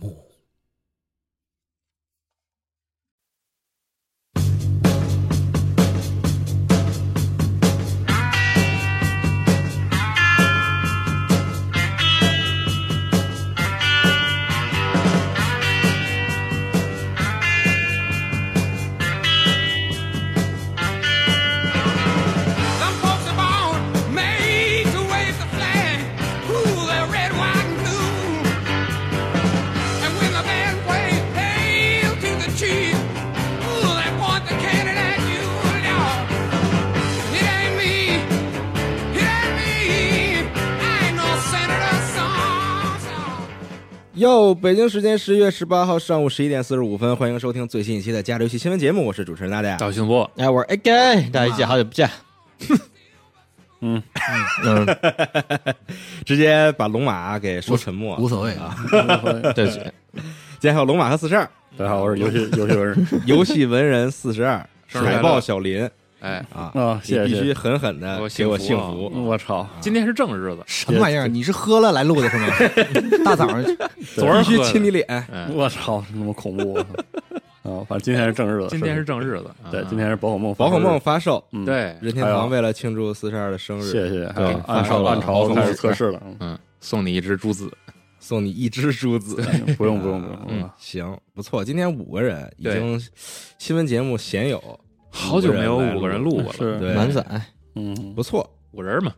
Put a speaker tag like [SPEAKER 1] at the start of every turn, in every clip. [SPEAKER 1] 幕。
[SPEAKER 2] Some folks are born made to wave the flag, ooh, they're red, white, and blue. And when the band plays "Hail to the Chief," ooh, they point the cannon at you. No, it ain't me, it ain't me. I ain't no senator, son.
[SPEAKER 3] 哟，北京时间十月十八号上午十一点四十五分，欢迎收听最新一期的《加州游戏新闻节目》，我是主持人大家。
[SPEAKER 4] 赵信波，
[SPEAKER 5] 哎，我是 AK，大家见，好久不见。 嗯嗯，
[SPEAKER 3] 直接把龙马给说沉默。
[SPEAKER 5] 无
[SPEAKER 3] 今
[SPEAKER 5] 所谓啊，对不起，
[SPEAKER 3] 天还有龙马和四十二，啊
[SPEAKER 4] 大家好，我是游戏游戏文人。
[SPEAKER 3] 游戏文人四十二，
[SPEAKER 4] 生日快乐
[SPEAKER 3] 海豹小林
[SPEAKER 4] 哎，
[SPEAKER 3] 啊
[SPEAKER 4] 啊谢谢
[SPEAKER 3] 你必
[SPEAKER 4] 谢
[SPEAKER 3] 须
[SPEAKER 4] 谢
[SPEAKER 3] 狠狠的
[SPEAKER 4] 我
[SPEAKER 3] 给
[SPEAKER 4] 幸
[SPEAKER 3] 我
[SPEAKER 4] 福
[SPEAKER 3] 幸
[SPEAKER 4] 啊
[SPEAKER 3] 福。
[SPEAKER 4] 我操，今天是正日子，
[SPEAKER 5] 嗯什么玩意儿？你是喝了来录的 是吗？大早上
[SPEAKER 4] 昨儿
[SPEAKER 3] 必须
[SPEAKER 4] 喝的
[SPEAKER 3] 亲你脸，
[SPEAKER 4] 哎
[SPEAKER 6] 我操，那么恐怖！我操啊，反正今天是正日子，
[SPEAKER 4] 今天是正日子，
[SPEAKER 6] 对
[SPEAKER 4] 啊，
[SPEAKER 6] 今天是宝可梦，
[SPEAKER 3] 宝可梦，发售，
[SPEAKER 6] 嗯，，
[SPEAKER 4] 对，
[SPEAKER 3] 任天
[SPEAKER 5] 哎
[SPEAKER 6] 还有
[SPEAKER 3] 堂为了庆祝四十二的生日，
[SPEAKER 6] 谢谢，还
[SPEAKER 3] 对
[SPEAKER 6] 有
[SPEAKER 3] 发
[SPEAKER 6] 暗
[SPEAKER 3] 售
[SPEAKER 6] 潮
[SPEAKER 3] 了宝
[SPEAKER 6] 暗
[SPEAKER 3] 可
[SPEAKER 6] 潮
[SPEAKER 3] 梦
[SPEAKER 6] 开始测试了，嗯
[SPEAKER 4] 嗯，送你一只珠子，
[SPEAKER 3] 送你一只 珠子。
[SPEAKER 6] 不用不用不用啊不
[SPEAKER 4] 嗯
[SPEAKER 6] 用，
[SPEAKER 3] 行，不错，今天五个人已
[SPEAKER 4] 对
[SPEAKER 3] 经新闻节目鲜有，
[SPEAKER 4] 好久没有
[SPEAKER 3] 来
[SPEAKER 4] 五个人录过了，
[SPEAKER 6] 是
[SPEAKER 3] 对
[SPEAKER 5] 满载，
[SPEAKER 6] 嗯，
[SPEAKER 3] 不错，
[SPEAKER 4] 五人嘛，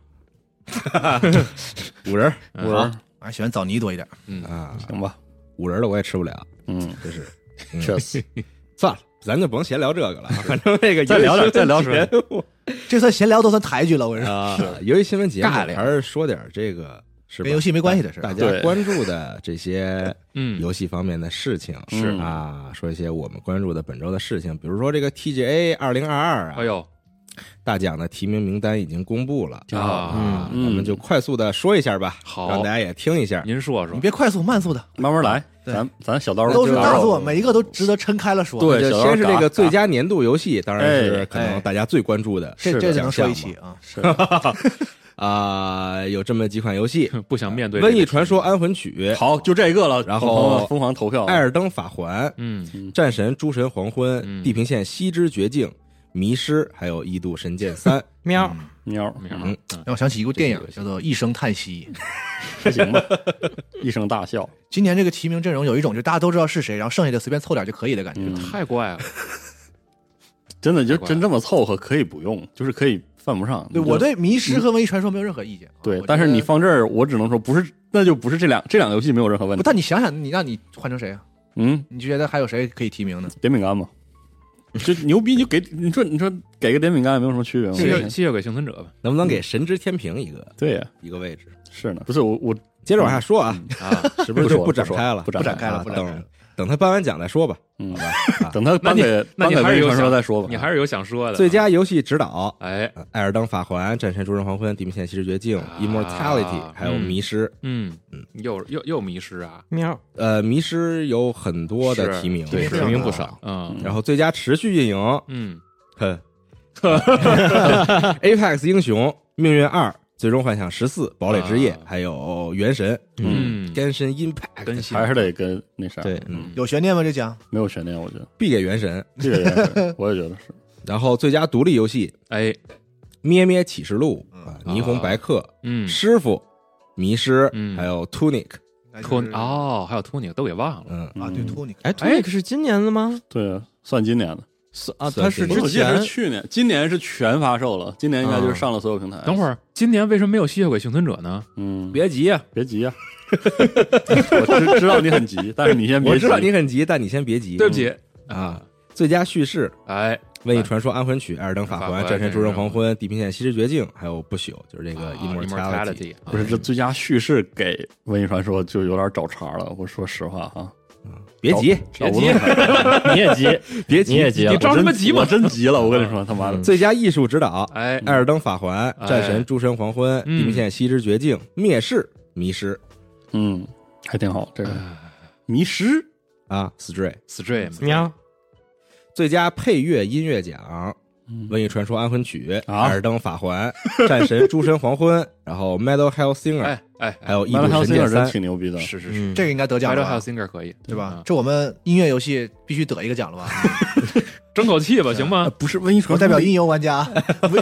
[SPEAKER 3] 五人
[SPEAKER 4] 嗯
[SPEAKER 6] 我是
[SPEAKER 5] 我 还喜欢枣泥多一点。嗯
[SPEAKER 3] 啊，
[SPEAKER 6] 啊行吧，
[SPEAKER 3] 五人的我也吃不了，
[SPEAKER 6] 嗯，
[SPEAKER 3] 就是
[SPEAKER 6] 确实，
[SPEAKER 3] 算了，咱就甭闲聊这个 了，反正这个
[SPEAKER 6] 再聊点再聊什
[SPEAKER 3] 节
[SPEAKER 6] 么
[SPEAKER 3] 目
[SPEAKER 5] 这算闲聊都算抬举了，我跟你说，
[SPEAKER 3] 啊，由于新闻节目
[SPEAKER 5] 尬聊
[SPEAKER 3] 还是说点这个是吧
[SPEAKER 5] 跟游戏没关系的事儿
[SPEAKER 3] 大
[SPEAKER 5] 啊。
[SPEAKER 3] 家
[SPEAKER 6] 对
[SPEAKER 3] 关注的这 些
[SPEAKER 4] 嗯，
[SPEAKER 3] 游戏方面的事情
[SPEAKER 6] 是
[SPEAKER 3] 啊，说一些我们关注的本周的事情，比如说这个 TGA 二零二二啊
[SPEAKER 4] 哎，呦
[SPEAKER 3] 大奖的提名名单已经公布了。
[SPEAKER 6] 挺好，
[SPEAKER 3] 啊，
[SPEAKER 4] 啊，
[SPEAKER 3] 咱们就快速的说一下吧，
[SPEAKER 4] 好
[SPEAKER 3] 让大家也听一下。
[SPEAKER 4] 您说
[SPEAKER 5] 你
[SPEAKER 4] 说，
[SPEAKER 5] 别快速慢速的，
[SPEAKER 6] 慢慢来，
[SPEAKER 5] 对
[SPEAKER 6] 咱咱小刀
[SPEAKER 5] 都是大
[SPEAKER 6] 作，
[SPEAKER 5] 作，每一个都值得撑开了说。
[SPEAKER 6] 哦对
[SPEAKER 3] 就
[SPEAKER 6] 小刀
[SPEAKER 3] 先是这
[SPEAKER 6] 嘎
[SPEAKER 3] 个最
[SPEAKER 6] 嘎
[SPEAKER 3] 佳年度游戏，当然是
[SPEAKER 6] 哎
[SPEAKER 3] 可能
[SPEAKER 5] 哎
[SPEAKER 3] 大家最关注的
[SPEAKER 5] 这
[SPEAKER 6] 是
[SPEAKER 5] 这
[SPEAKER 6] 的
[SPEAKER 5] 只能说一
[SPEAKER 3] 奖项
[SPEAKER 5] 起啊。
[SPEAKER 6] 是的
[SPEAKER 3] 啊，有这么几款游戏，
[SPEAKER 4] 不想面
[SPEAKER 3] 《
[SPEAKER 4] 对这
[SPEAKER 3] 瘟
[SPEAKER 4] 个
[SPEAKER 3] 疫传说》《安魂曲》《
[SPEAKER 6] 好，就这个了，
[SPEAKER 3] 然后
[SPEAKER 6] 疯狂疯狂投票，
[SPEAKER 3] 艾尔登法环》
[SPEAKER 4] 嗯，
[SPEAKER 3] 《战神：诸神黄昏》
[SPEAKER 4] 嗯
[SPEAKER 3] 地平线：西之绝境》《迷失》，还有《异度神剑三》。喵，
[SPEAKER 6] 喵，
[SPEAKER 4] 名儿
[SPEAKER 3] 嗯
[SPEAKER 5] 让我想起一部电影叫做《一声叹息》，
[SPEAKER 6] 还行吧，一声 大笑，
[SPEAKER 5] 今年这个提名阵容有一种就大家都知道是谁，然后剩下的随便凑点就可以的感觉。
[SPEAKER 6] 嗯，
[SPEAKER 4] 太怪了，
[SPEAKER 6] 真的就
[SPEAKER 4] 怪
[SPEAKER 6] 真这么凑合，可以不用，就是可以犯不上，
[SPEAKER 5] 对
[SPEAKER 6] 你就
[SPEAKER 5] 我对《迷失》和《文艺传说》没有任何意见啊。
[SPEAKER 6] 对
[SPEAKER 5] 我，
[SPEAKER 6] 但是
[SPEAKER 5] 觉得
[SPEAKER 6] 你放这儿，我只能说不是，那就不是这两这两个游戏没有任何问
[SPEAKER 5] 不，
[SPEAKER 6] 题。
[SPEAKER 5] 但你想想，你让你换成谁啊？
[SPEAKER 6] 嗯，
[SPEAKER 5] 你觉得还有谁可以提名呢？
[SPEAKER 6] 点饼干嘛，就牛逼就给你说你说给个点饼干也没有什么区别
[SPEAKER 4] 谢谢
[SPEAKER 6] 嘛。
[SPEAKER 4] 谢谢给幸存者吧，
[SPEAKER 3] 能不能给《神之天平》一个
[SPEAKER 6] 对呀，
[SPEAKER 3] 一个位置？
[SPEAKER 6] 是呢，不是我我
[SPEAKER 3] 接着往下说啊，
[SPEAKER 4] 啊，
[SPEAKER 3] 是不是
[SPEAKER 6] 不
[SPEAKER 3] 就
[SPEAKER 6] 说了
[SPEAKER 3] 展
[SPEAKER 6] 不说
[SPEAKER 3] 开
[SPEAKER 6] 了
[SPEAKER 3] 了？
[SPEAKER 6] 不展
[SPEAKER 5] 不展开了
[SPEAKER 3] 啊
[SPEAKER 5] 不展开
[SPEAKER 3] 等
[SPEAKER 5] 了
[SPEAKER 3] 等他颁完奖再说吧。
[SPEAKER 6] 嗯，
[SPEAKER 3] 啊
[SPEAKER 6] 等他
[SPEAKER 4] 那
[SPEAKER 6] 颁
[SPEAKER 4] 你
[SPEAKER 6] 给
[SPEAKER 4] 那
[SPEAKER 6] 颁
[SPEAKER 4] 你
[SPEAKER 6] 给
[SPEAKER 4] 还
[SPEAKER 6] 文
[SPEAKER 4] 是有
[SPEAKER 6] 艺传说
[SPEAKER 4] 想
[SPEAKER 6] 再说吧。啊
[SPEAKER 4] 你还是有想说的，
[SPEAKER 3] 最佳游戏指导。
[SPEAKER 4] 哎，
[SPEAKER 3] 《艾尔登法环》《战神：诸神黄昏》《地平线：西之绝境》
[SPEAKER 4] 啊
[SPEAKER 3] Immortality，还有《
[SPEAKER 4] 嗯
[SPEAKER 3] 迷失》。
[SPEAKER 4] 嗯，又又又迷失啊，
[SPEAKER 3] 呃，《迷失》有很多的
[SPEAKER 4] 是
[SPEAKER 3] 提名，
[SPEAKER 4] 对
[SPEAKER 3] 是
[SPEAKER 5] 提名不
[SPEAKER 3] 少。
[SPEAKER 4] 嗯
[SPEAKER 3] 然后最佳持续运营，
[SPEAKER 4] 嗯，
[SPEAKER 3] 哼，Apex 英雄、命运二、最终幻想十四、堡垒之夜
[SPEAKER 4] 啊，
[SPEAKER 3] 还有原神，
[SPEAKER 4] 嗯
[SPEAKER 3] 根深 Impact，
[SPEAKER 4] 更新
[SPEAKER 6] 还是得跟那啥，
[SPEAKER 3] 对，嗯，
[SPEAKER 5] 有悬念吗？这奖
[SPEAKER 6] 没有悬念，我觉得
[SPEAKER 3] 必给原神。
[SPEAKER 6] 这个也是，我也觉得是。
[SPEAKER 3] 然后最佳独立游戏
[SPEAKER 4] 哎，
[SPEAKER 3] 《咩咩启示录》啊，《
[SPEAKER 4] 嗯
[SPEAKER 3] 霓虹白客》
[SPEAKER 4] 嗯，
[SPEAKER 3] 师傅、迷失，
[SPEAKER 4] 嗯
[SPEAKER 3] 还有 Tunic，
[SPEAKER 4] 托哦，还有托尼都给忘了。
[SPEAKER 3] 嗯，
[SPEAKER 5] 啊，对托尼，
[SPEAKER 7] 哎，Tunic 是今年的吗？
[SPEAKER 6] 对啊，算今年的。
[SPEAKER 7] 是啊，
[SPEAKER 3] 算
[SPEAKER 7] 它是
[SPEAKER 3] 今年
[SPEAKER 7] 之
[SPEAKER 6] 我记得
[SPEAKER 7] 前
[SPEAKER 6] 是去年，今年是全发售了，今年应该就是上了所有平台。
[SPEAKER 4] 等会
[SPEAKER 6] 儿，
[SPEAKER 4] 儿，今年为什么没有吸血鬼幸存者呢？
[SPEAKER 6] 嗯，
[SPEAKER 4] 别急呀，
[SPEAKER 6] 别急啊，我知知道你很急，但是你先别急。
[SPEAKER 3] 我知道你很急，但你先别急，
[SPEAKER 4] 对不起，
[SPEAKER 3] 啊。最佳叙事，
[SPEAKER 4] 哎，
[SPEAKER 3] 《瘟疫传说》《安魂曲》《艾尔登法
[SPEAKER 4] 法
[SPEAKER 3] 环》
[SPEAKER 4] 环
[SPEAKER 3] 《战神：诸神黄昏》《地平线：西之绝境》，还有《不朽》，就是这
[SPEAKER 6] 呃
[SPEAKER 3] 个
[SPEAKER 4] 啊
[SPEAKER 3] Immortality。
[SPEAKER 4] Immortality 啊
[SPEAKER 6] 不是这最佳叙事给《瘟疫传说》就有点找茬了。我说实话啊，
[SPEAKER 3] 别
[SPEAKER 4] 哦
[SPEAKER 3] 急，
[SPEAKER 6] 找不动了
[SPEAKER 8] 你也急，
[SPEAKER 3] 别急
[SPEAKER 8] 你也急
[SPEAKER 4] 你
[SPEAKER 8] 了，
[SPEAKER 4] 着什么急嘛
[SPEAKER 6] 啊我？真急嗯了，我跟你说，他妈的，
[SPEAKER 3] 最佳艺术指导，《
[SPEAKER 4] 嗯
[SPEAKER 6] 嗯
[SPEAKER 4] 哎，
[SPEAKER 3] 艾尔登法环》《战神：诸神黄昏》《
[SPEAKER 4] 嗯
[SPEAKER 3] 地平线：西之绝境》《灭世》《迷失》
[SPEAKER 6] 嗯，还挺好，这个迷失
[SPEAKER 3] 啊，《Stray》。
[SPEAKER 4] Stream
[SPEAKER 8] 喵，
[SPEAKER 3] 最佳配乐音乐奖，《瘟疫传说》《安魂曲》《
[SPEAKER 6] 嗯啊
[SPEAKER 3] 艾尔登法环》《战神：诸神黄昏》，然后《Metal Hell Singer》，
[SPEAKER 4] 哎哎，
[SPEAKER 3] 还有《异
[SPEAKER 6] ，Metal
[SPEAKER 3] 度
[SPEAKER 6] Hell
[SPEAKER 3] 神剑
[SPEAKER 6] Singer
[SPEAKER 3] 三
[SPEAKER 6] 真》。挺牛逼的，
[SPEAKER 4] 是是是
[SPEAKER 3] 嗯，
[SPEAKER 5] 这个应该得奖
[SPEAKER 4] ，Battle
[SPEAKER 5] 了
[SPEAKER 4] Hell
[SPEAKER 5] 吧，
[SPEAKER 4] Singer 可以，
[SPEAKER 5] 对吧
[SPEAKER 4] 嗯？？
[SPEAKER 5] 这我们音乐游戏必须得一个奖了吧？
[SPEAKER 4] 争口气吧，行
[SPEAKER 6] 呃
[SPEAKER 4] 吗？
[SPEAKER 6] 不是瘟疫
[SPEAKER 5] 我
[SPEAKER 6] 传
[SPEAKER 5] 代
[SPEAKER 6] 说
[SPEAKER 5] 表
[SPEAKER 6] 里
[SPEAKER 5] 音游玩家， 不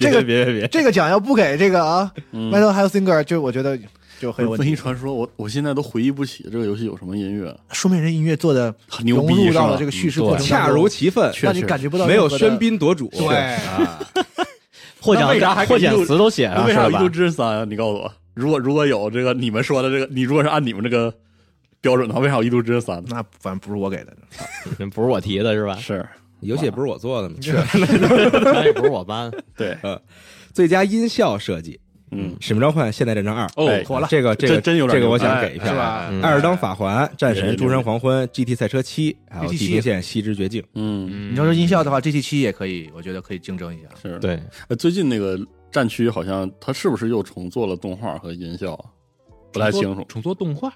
[SPEAKER 5] 这个
[SPEAKER 3] 别别别，
[SPEAKER 5] 这个奖要不给这个啊
[SPEAKER 6] 嗯
[SPEAKER 5] ，Metal Hell Singer，就我觉得就
[SPEAKER 6] 不
[SPEAKER 5] 很
[SPEAKER 6] 是
[SPEAKER 5] 有问
[SPEAKER 6] 瘟
[SPEAKER 5] 题
[SPEAKER 6] 疫。传说，我我现在都回忆不起这个游戏有什么音乐，
[SPEAKER 5] 说明人音乐做的
[SPEAKER 6] 很牛
[SPEAKER 5] 融
[SPEAKER 6] 逼，是
[SPEAKER 5] 入
[SPEAKER 6] 吧
[SPEAKER 5] 到了这个叙事过程当
[SPEAKER 3] 恰
[SPEAKER 5] 中，
[SPEAKER 3] 如其分，
[SPEAKER 5] 让你感觉不到
[SPEAKER 3] 没有
[SPEAKER 5] 任何的
[SPEAKER 3] 喧。宾夺主。
[SPEAKER 5] 对
[SPEAKER 3] 啊，
[SPEAKER 8] 获
[SPEAKER 6] 那为啥
[SPEAKER 8] 奖
[SPEAKER 6] 还
[SPEAKER 8] 获奖
[SPEAKER 6] 一路
[SPEAKER 8] 词都写上
[SPEAKER 6] 为
[SPEAKER 8] 是
[SPEAKER 6] 啥有《
[SPEAKER 8] 吧
[SPEAKER 6] 一度？之三》啊？你告诉我，如果如果有这个你们说的这个，你如果是按你们这个标准的话，为啥有《一度之三》呢？
[SPEAKER 5] 那反正不是我给的，
[SPEAKER 8] 不是我提的是吧？
[SPEAKER 6] 是
[SPEAKER 3] 游戏也不是我做的嘛。
[SPEAKER 8] 那也不是我搬。
[SPEAKER 6] 对，
[SPEAKER 3] 最佳音效设计，
[SPEAKER 6] 嗯，
[SPEAKER 3] 《使命召唤：现代战争二》
[SPEAKER 6] 哦
[SPEAKER 3] 哎
[SPEAKER 6] 火了
[SPEAKER 3] 这个这个
[SPEAKER 6] 真真有点
[SPEAKER 3] 这个我想
[SPEAKER 6] 牛逼
[SPEAKER 3] 给一嗯
[SPEAKER 4] 是
[SPEAKER 3] 票。
[SPEAKER 5] 嗯
[SPEAKER 4] 吧？
[SPEAKER 3] 艾尔登法环、战神、
[SPEAKER 6] 对对对
[SPEAKER 3] 诸神黄
[SPEAKER 5] 哎
[SPEAKER 3] 昏、GT 赛车七，还有
[SPEAKER 5] GT
[SPEAKER 3] 地平线：西之绝境。
[SPEAKER 6] 嗯，
[SPEAKER 4] 嗯
[SPEAKER 5] 你要说音效的话，GT 七也可以，我觉得可以竞争一下。
[SPEAKER 6] 是。
[SPEAKER 8] 对，
[SPEAKER 6] 呃最近那个战区好像它是不是又重做了动画和音效啊？不太清楚。
[SPEAKER 4] 重做动画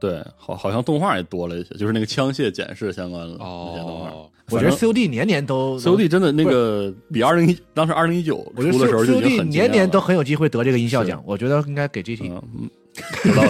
[SPEAKER 6] 对，好，好像动画也多了一些，就是那个枪械检视相关的那些动画。
[SPEAKER 4] 哦，
[SPEAKER 5] 我觉得 COD 年年都
[SPEAKER 6] COD 真的那个比二零一当时二零一九
[SPEAKER 5] 我觉得
[SPEAKER 6] 出的时候就已经
[SPEAKER 5] COD
[SPEAKER 6] 很
[SPEAKER 5] 年
[SPEAKER 6] 惊艳
[SPEAKER 5] 年
[SPEAKER 6] 了
[SPEAKER 5] 都很有机会得这个音效
[SPEAKER 6] 是
[SPEAKER 5] 奖，我觉得应该给 GT。
[SPEAKER 6] 嗯嗯，有道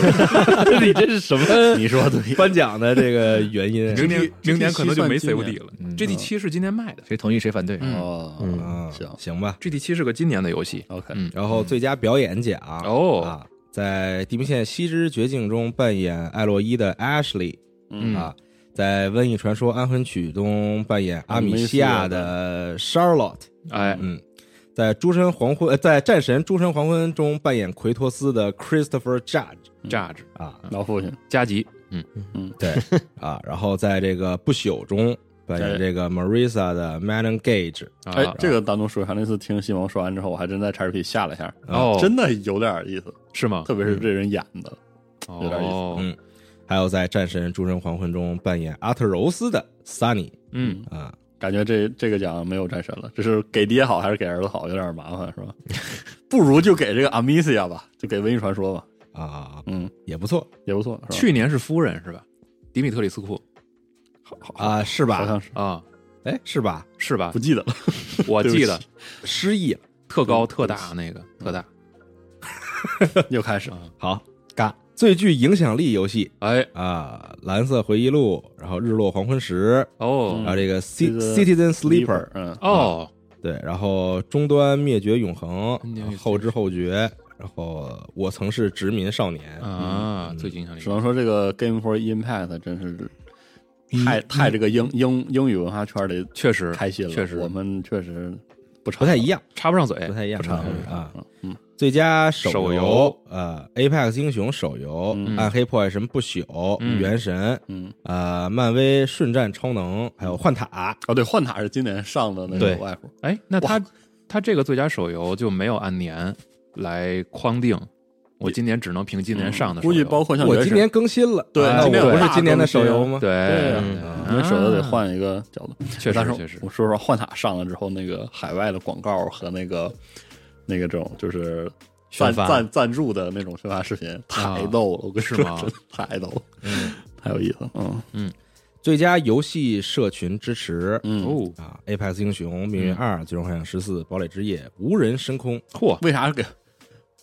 [SPEAKER 6] 理，
[SPEAKER 8] 你这是什么？
[SPEAKER 6] 你说的对。
[SPEAKER 3] 颁奖的这个原因，
[SPEAKER 4] 明年
[SPEAKER 6] GT
[SPEAKER 4] 明年可能就没
[SPEAKER 6] 算今嗯年
[SPEAKER 4] COD 了，GT 七是今年卖的
[SPEAKER 5] 谁同意谁反对？
[SPEAKER 4] 嗯
[SPEAKER 6] 哦，
[SPEAKER 3] 嗯，
[SPEAKER 6] 行
[SPEAKER 3] 行吧。
[SPEAKER 4] ，GT 七是个今年的游戏，
[SPEAKER 6] ，OK，
[SPEAKER 4] 嗯，
[SPEAKER 3] 然后最佳表演奖
[SPEAKER 4] 哦
[SPEAKER 3] 啊，在《地平线：西之绝境》中扮演艾洛伊的 Ashley
[SPEAKER 6] 嗯
[SPEAKER 3] 啊，在《瘟疫传说：安魂曲》中扮演阿米西亚的 Charlotte，
[SPEAKER 4] 哎，
[SPEAKER 3] 嗯，在《诸神黄昏》呃，在《战神：诸神黄昏》中扮演奎托斯的 Christopher Judge
[SPEAKER 6] 嗯
[SPEAKER 4] 榨汁
[SPEAKER 3] 啊
[SPEAKER 6] 老父亲，
[SPEAKER 4] 加急，嗯，
[SPEAKER 3] 啊，然后在这个《不朽》中扮演这个 Marissa 的 Manon Gage，
[SPEAKER 4] 啊
[SPEAKER 6] 哎，这个单独说一下，那次听西蒙说完之后，我还真在 XRP 下了一下，
[SPEAKER 4] 哦，
[SPEAKER 6] 真的有点意思，
[SPEAKER 4] 是
[SPEAKER 3] 哦
[SPEAKER 4] 吗？
[SPEAKER 6] 特别是这人演的，有点意思
[SPEAKER 4] 哦
[SPEAKER 3] 嗯还有在《战神：诸神黄昏》中扮演阿特柔斯的 Sunny
[SPEAKER 4] 嗯，
[SPEAKER 3] 啊，
[SPEAKER 6] 感觉这这个奖没有战神了，这是给爹好还是给儿子好，有点麻烦是 吧？不如就给这个 Amicia 吧，就给《瘟疫传说》吧，
[SPEAKER 3] 啊啊，
[SPEAKER 6] 嗯，
[SPEAKER 3] 也不错
[SPEAKER 6] 也不错，是吧？
[SPEAKER 4] 去年是夫人是吧？迪米特里斯库
[SPEAKER 3] 啊，是
[SPEAKER 6] 好
[SPEAKER 3] 吧？
[SPEAKER 6] 像是
[SPEAKER 4] 啊，
[SPEAKER 3] 哎，是吧？
[SPEAKER 4] 是吧
[SPEAKER 6] 不？记得了，
[SPEAKER 4] 我记得
[SPEAKER 6] 对
[SPEAKER 3] 失忆了。
[SPEAKER 4] 特高特大那个特大，
[SPEAKER 6] 又开始，
[SPEAKER 3] 好，嘎，最具影响力游戏
[SPEAKER 4] 哎
[SPEAKER 3] 啊，《蓝色回忆录》，然后《日落黄昏时》，
[SPEAKER 6] 嗯
[SPEAKER 3] 然
[SPEAKER 4] 哦
[SPEAKER 3] 后这个《C
[SPEAKER 6] 这个
[SPEAKER 3] Citizen Sleeper》，啊
[SPEAKER 6] 嗯，
[SPEAKER 4] 哦，
[SPEAKER 3] 对，然后《终端灭绝永恒
[SPEAKER 4] 嗯》，
[SPEAKER 3] 然后后知后觉，然后《我曾是殖民少年》
[SPEAKER 4] 啊，最具影响力
[SPEAKER 6] 只，能说这个 Game for Impact 真是太太这个英英英语文化圈里
[SPEAKER 4] 确实
[SPEAKER 6] 开心了，
[SPEAKER 4] 确实
[SPEAKER 6] 我们确实不
[SPEAKER 3] 不
[SPEAKER 6] 不
[SPEAKER 3] 太一，样，
[SPEAKER 4] 插不上嘴，
[SPEAKER 3] 不太一样
[SPEAKER 6] 不差
[SPEAKER 3] 嗯啊。
[SPEAKER 6] 嗯，
[SPEAKER 3] 最佳手
[SPEAKER 4] 手
[SPEAKER 3] 游
[SPEAKER 4] 游，
[SPEAKER 3] 呃，《Apex 英雄》手游，
[SPEAKER 6] 嗯
[SPEAKER 3] 暗黑破坏神》不朽，
[SPEAKER 4] 嗯
[SPEAKER 3] 原神》，
[SPEAKER 6] 嗯，
[SPEAKER 3] 呃，漫威瞬战超能，还有幻塔，
[SPEAKER 6] 哦，对，幻塔是今年上的那
[SPEAKER 3] 对
[SPEAKER 6] 个外服，
[SPEAKER 4] 哎，那他他这个最佳手游就没有按年来框定，我今年只能凭今年上的手游，
[SPEAKER 6] 嗯估计包括像
[SPEAKER 3] 我
[SPEAKER 6] 原
[SPEAKER 3] 今
[SPEAKER 6] 神
[SPEAKER 3] 年更新了，
[SPEAKER 6] 对
[SPEAKER 3] 那
[SPEAKER 6] 今年
[SPEAKER 3] 我
[SPEAKER 6] 有
[SPEAKER 3] 不是
[SPEAKER 6] 大
[SPEAKER 3] 今年的
[SPEAKER 6] 更新
[SPEAKER 3] 手游吗？
[SPEAKER 4] 对，
[SPEAKER 6] 对啊
[SPEAKER 4] 嗯
[SPEAKER 6] 我们手游得
[SPEAKER 4] 啊
[SPEAKER 6] 换一个角度。
[SPEAKER 4] 确
[SPEAKER 6] 但
[SPEAKER 4] 实
[SPEAKER 6] 是
[SPEAKER 4] 确实
[SPEAKER 6] 我，说实话，幻塔上了之后，那个海外的广告和那个那个这种就是赞
[SPEAKER 8] 宣发
[SPEAKER 6] 赞赞助的那种宣发视频太逗了，我跟你
[SPEAKER 4] 是
[SPEAKER 6] 说，
[SPEAKER 4] 吗
[SPEAKER 6] 真的太逗了，太有意思了，嗯
[SPEAKER 3] 最佳游戏社群支持，
[SPEAKER 6] 嗯。
[SPEAKER 4] 哦，
[SPEAKER 3] 啊，《Apex 英雄》《命运
[SPEAKER 8] 嗯
[SPEAKER 3] 二》《最终幻想十四》《堡垒之夜》《无人深空》，
[SPEAKER 4] 嚯，
[SPEAKER 6] 为啥给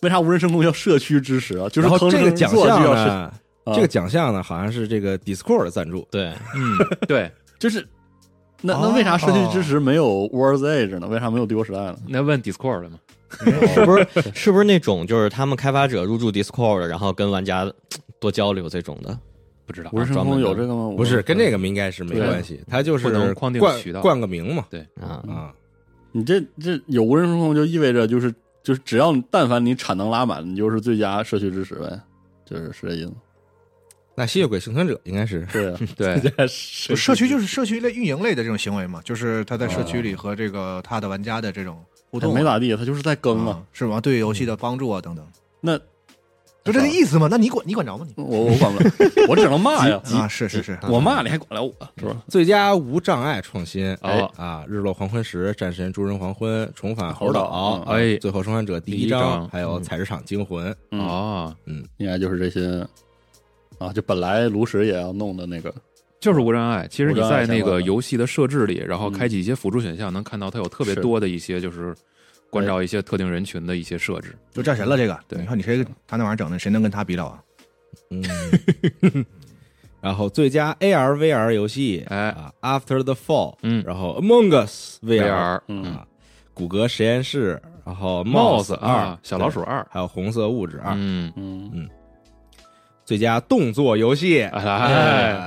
[SPEAKER 6] 为啥无人深空叫社区支持啊？就是
[SPEAKER 3] 然后
[SPEAKER 6] 坑
[SPEAKER 3] 这个
[SPEAKER 6] 人
[SPEAKER 3] 奖
[SPEAKER 6] 做就
[SPEAKER 3] 项
[SPEAKER 6] 要啊是
[SPEAKER 8] 啊
[SPEAKER 3] 呢， 这个奖项呢好像是这个 Discord 的赞助，
[SPEAKER 8] 对，
[SPEAKER 4] 嗯，对，
[SPEAKER 6] 就是那那为啥社区支持没有 World's Edge 呢？为啥没有帝国时代呢？
[SPEAKER 4] 那问 Discord 了吗？
[SPEAKER 8] 是不是是不是那种就是他们开发者入驻 Discord，然后跟玩家多交流这种的？
[SPEAKER 4] 不知道。
[SPEAKER 6] 无人深空有这个吗？
[SPEAKER 3] 不是，跟这个应该是没
[SPEAKER 6] 对
[SPEAKER 3] 关系，它就是
[SPEAKER 4] 不能框定
[SPEAKER 3] 冠
[SPEAKER 4] 渠道
[SPEAKER 3] 冠个名嘛
[SPEAKER 8] 啊，
[SPEAKER 3] 啊，
[SPEAKER 6] 你这这有无人深空就意味着就是就是只要但凡你产能拉满，你就是最佳社区支持呗，就是是这意思吗。
[SPEAKER 3] 那吸血鬼幸存者应该是
[SPEAKER 6] 对啊，
[SPEAKER 4] 对，
[SPEAKER 6] 社
[SPEAKER 5] 社区就是社区类运营类的这种行为嘛，就是他在社区里和这个他的玩家的这种互动啊，
[SPEAKER 6] 没咋地，他就是在更啊
[SPEAKER 5] 啊，。是吧？对游戏的帮助啊等等，
[SPEAKER 6] 那
[SPEAKER 5] 就这个意思嘛？那你管你管着吗？你
[SPEAKER 6] 我我管不了，我只能骂 呀。
[SPEAKER 5] 啊，是是是，
[SPEAKER 6] 我骂你还管了我是吧？
[SPEAKER 3] 最佳无障碍创新
[SPEAKER 4] 哦
[SPEAKER 3] 啊，日落黄昏时、战神诸神黄昏、重返
[SPEAKER 6] 猴岛
[SPEAKER 3] 岛、啊
[SPEAKER 6] 嗯
[SPEAKER 4] 哎
[SPEAKER 3] 最后生还者第
[SPEAKER 4] 第
[SPEAKER 3] 一
[SPEAKER 4] 一
[SPEAKER 3] 章，
[SPEAKER 4] 章
[SPEAKER 3] 还有采石场惊魂，
[SPEAKER 6] 嗯
[SPEAKER 4] 哦，
[SPEAKER 6] 应该就是这些啊，就本来炉石也要弄的那个，
[SPEAKER 4] 就是无障碍。其实你在那
[SPEAKER 6] 无障碍
[SPEAKER 4] 个游戏的设置里，然后开启一些辅助选项，能看到它有特别
[SPEAKER 6] 是
[SPEAKER 4] 多的一些就是关照一些特定人群的一些设置。
[SPEAKER 5] 就战神了这个。
[SPEAKER 4] 对
[SPEAKER 5] 你看你谁他那玩意儿整的，谁能跟他比了啊？
[SPEAKER 3] 嗯，然后最佳 AR VR 游戏，
[SPEAKER 4] 哎
[SPEAKER 3] 啊，After the Fall，
[SPEAKER 4] 嗯
[SPEAKER 3] 然后 Among Us VR，
[SPEAKER 4] VR
[SPEAKER 6] 嗯
[SPEAKER 3] 啊，谷歌实验室，然后
[SPEAKER 4] Mouse
[SPEAKER 3] 二
[SPEAKER 4] 啊，，小老鼠
[SPEAKER 3] 对，
[SPEAKER 4] 二，
[SPEAKER 3] 还有红色物质二，
[SPEAKER 4] 嗯，
[SPEAKER 6] 嗯，
[SPEAKER 3] 最佳动作游戏，
[SPEAKER 4] 哎，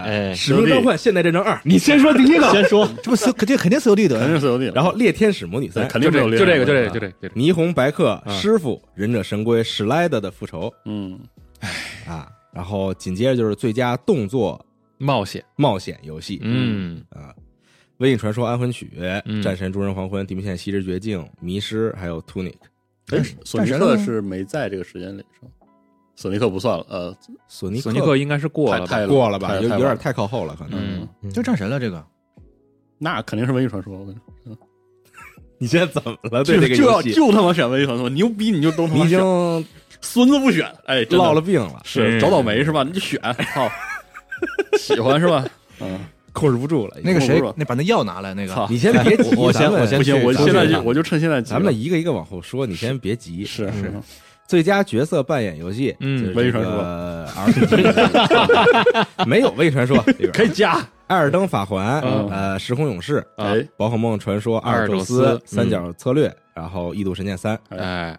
[SPEAKER 8] 哎，
[SPEAKER 3] 使命召唤：现代战争二，
[SPEAKER 8] 你先说第一个，先 说
[SPEAKER 5] 这不是肯定肯定是有
[SPEAKER 6] 嗯
[SPEAKER 5] 地
[SPEAKER 6] 肯
[SPEAKER 5] 的
[SPEAKER 6] 定是有理的。
[SPEAKER 3] 然后猎天使魔女
[SPEAKER 6] 对
[SPEAKER 3] 三，
[SPEAKER 6] 肯
[SPEAKER 4] 就
[SPEAKER 6] 定
[SPEAKER 4] 这
[SPEAKER 6] 没有
[SPEAKER 4] 个，
[SPEAKER 6] 啊理
[SPEAKER 4] 就
[SPEAKER 6] 的
[SPEAKER 4] 这个，就这个，就这个，就这个。
[SPEAKER 3] 霓虹白客、
[SPEAKER 4] 嗯
[SPEAKER 3] 师傅、忍者神龟、史莱德的复仇
[SPEAKER 6] 嗯，
[SPEAKER 3] 啊，然后紧接着就是最佳动作
[SPEAKER 4] 冒险，
[SPEAKER 3] 冒险游戏，
[SPEAKER 4] 嗯，
[SPEAKER 3] 啊，《瘟疫传说：安魂曲》
[SPEAKER 4] 嗯
[SPEAKER 3] 战神：诸神黄昏》《地平线：西之绝境》《迷失》，还有《Tunic》。
[SPEAKER 6] 哎，索尼克
[SPEAKER 5] 战神
[SPEAKER 6] 是没在这个时间里是吧？索尼克不算了，呃，
[SPEAKER 3] 索尼
[SPEAKER 4] 索尼克应该是过了吧
[SPEAKER 6] 太太
[SPEAKER 3] 过了吧，
[SPEAKER 6] 太
[SPEAKER 3] 有
[SPEAKER 6] 太晚
[SPEAKER 3] 有点太靠后了，可能。
[SPEAKER 4] 嗯，
[SPEAKER 5] 就战神了这个。
[SPEAKER 6] 嗯那肯定是《瘟疫传说》我跟你说，
[SPEAKER 3] 你现在怎么了？对
[SPEAKER 6] 就
[SPEAKER 3] 这个
[SPEAKER 6] 就
[SPEAKER 3] 游
[SPEAKER 6] 要
[SPEAKER 3] 戏，
[SPEAKER 6] 就他妈选《瘟疫传说》，牛逼你就都他
[SPEAKER 3] 你
[SPEAKER 6] 妈
[SPEAKER 3] 已经
[SPEAKER 6] 选，孙子不选，哎，真的
[SPEAKER 3] 落了病了，
[SPEAKER 6] 是找倒霉是吧？你就选，操，喜欢是吧？嗯，
[SPEAKER 3] 控制不住了。
[SPEAKER 5] 那个
[SPEAKER 6] 我
[SPEAKER 5] 谁
[SPEAKER 6] 不是，
[SPEAKER 5] 那把那药拿来那个
[SPEAKER 6] 操，
[SPEAKER 3] 你先别急，
[SPEAKER 8] 我我先
[SPEAKER 3] 咱们
[SPEAKER 8] 我先
[SPEAKER 6] 不行，我
[SPEAKER 8] 咱们
[SPEAKER 6] 现在
[SPEAKER 8] 去
[SPEAKER 6] 就
[SPEAKER 8] 看
[SPEAKER 6] 我就趁现在急了，
[SPEAKER 3] 咱们嗯一个一个往后说，你先别急。
[SPEAKER 6] 是是
[SPEAKER 3] 最佳角色扮演游戏，
[SPEAKER 4] 嗯
[SPEAKER 3] 就是
[SPEAKER 6] 瘟
[SPEAKER 3] 这
[SPEAKER 6] 疫传说
[SPEAKER 3] 个 RPG，没有 《瘟疫传 说》里边，
[SPEAKER 6] 可以加，
[SPEAKER 3] 艾尔登法环》
[SPEAKER 4] 嗯
[SPEAKER 3] 呃，《时空勇士》
[SPEAKER 4] 啊
[SPEAKER 6] 哎，
[SPEAKER 3] 宝可梦传说、阿尔宙
[SPEAKER 4] 阿尔
[SPEAKER 3] 斯
[SPEAKER 4] 宙、斯
[SPEAKER 3] 三角策略，然后《异度神剑三》，
[SPEAKER 4] 哎，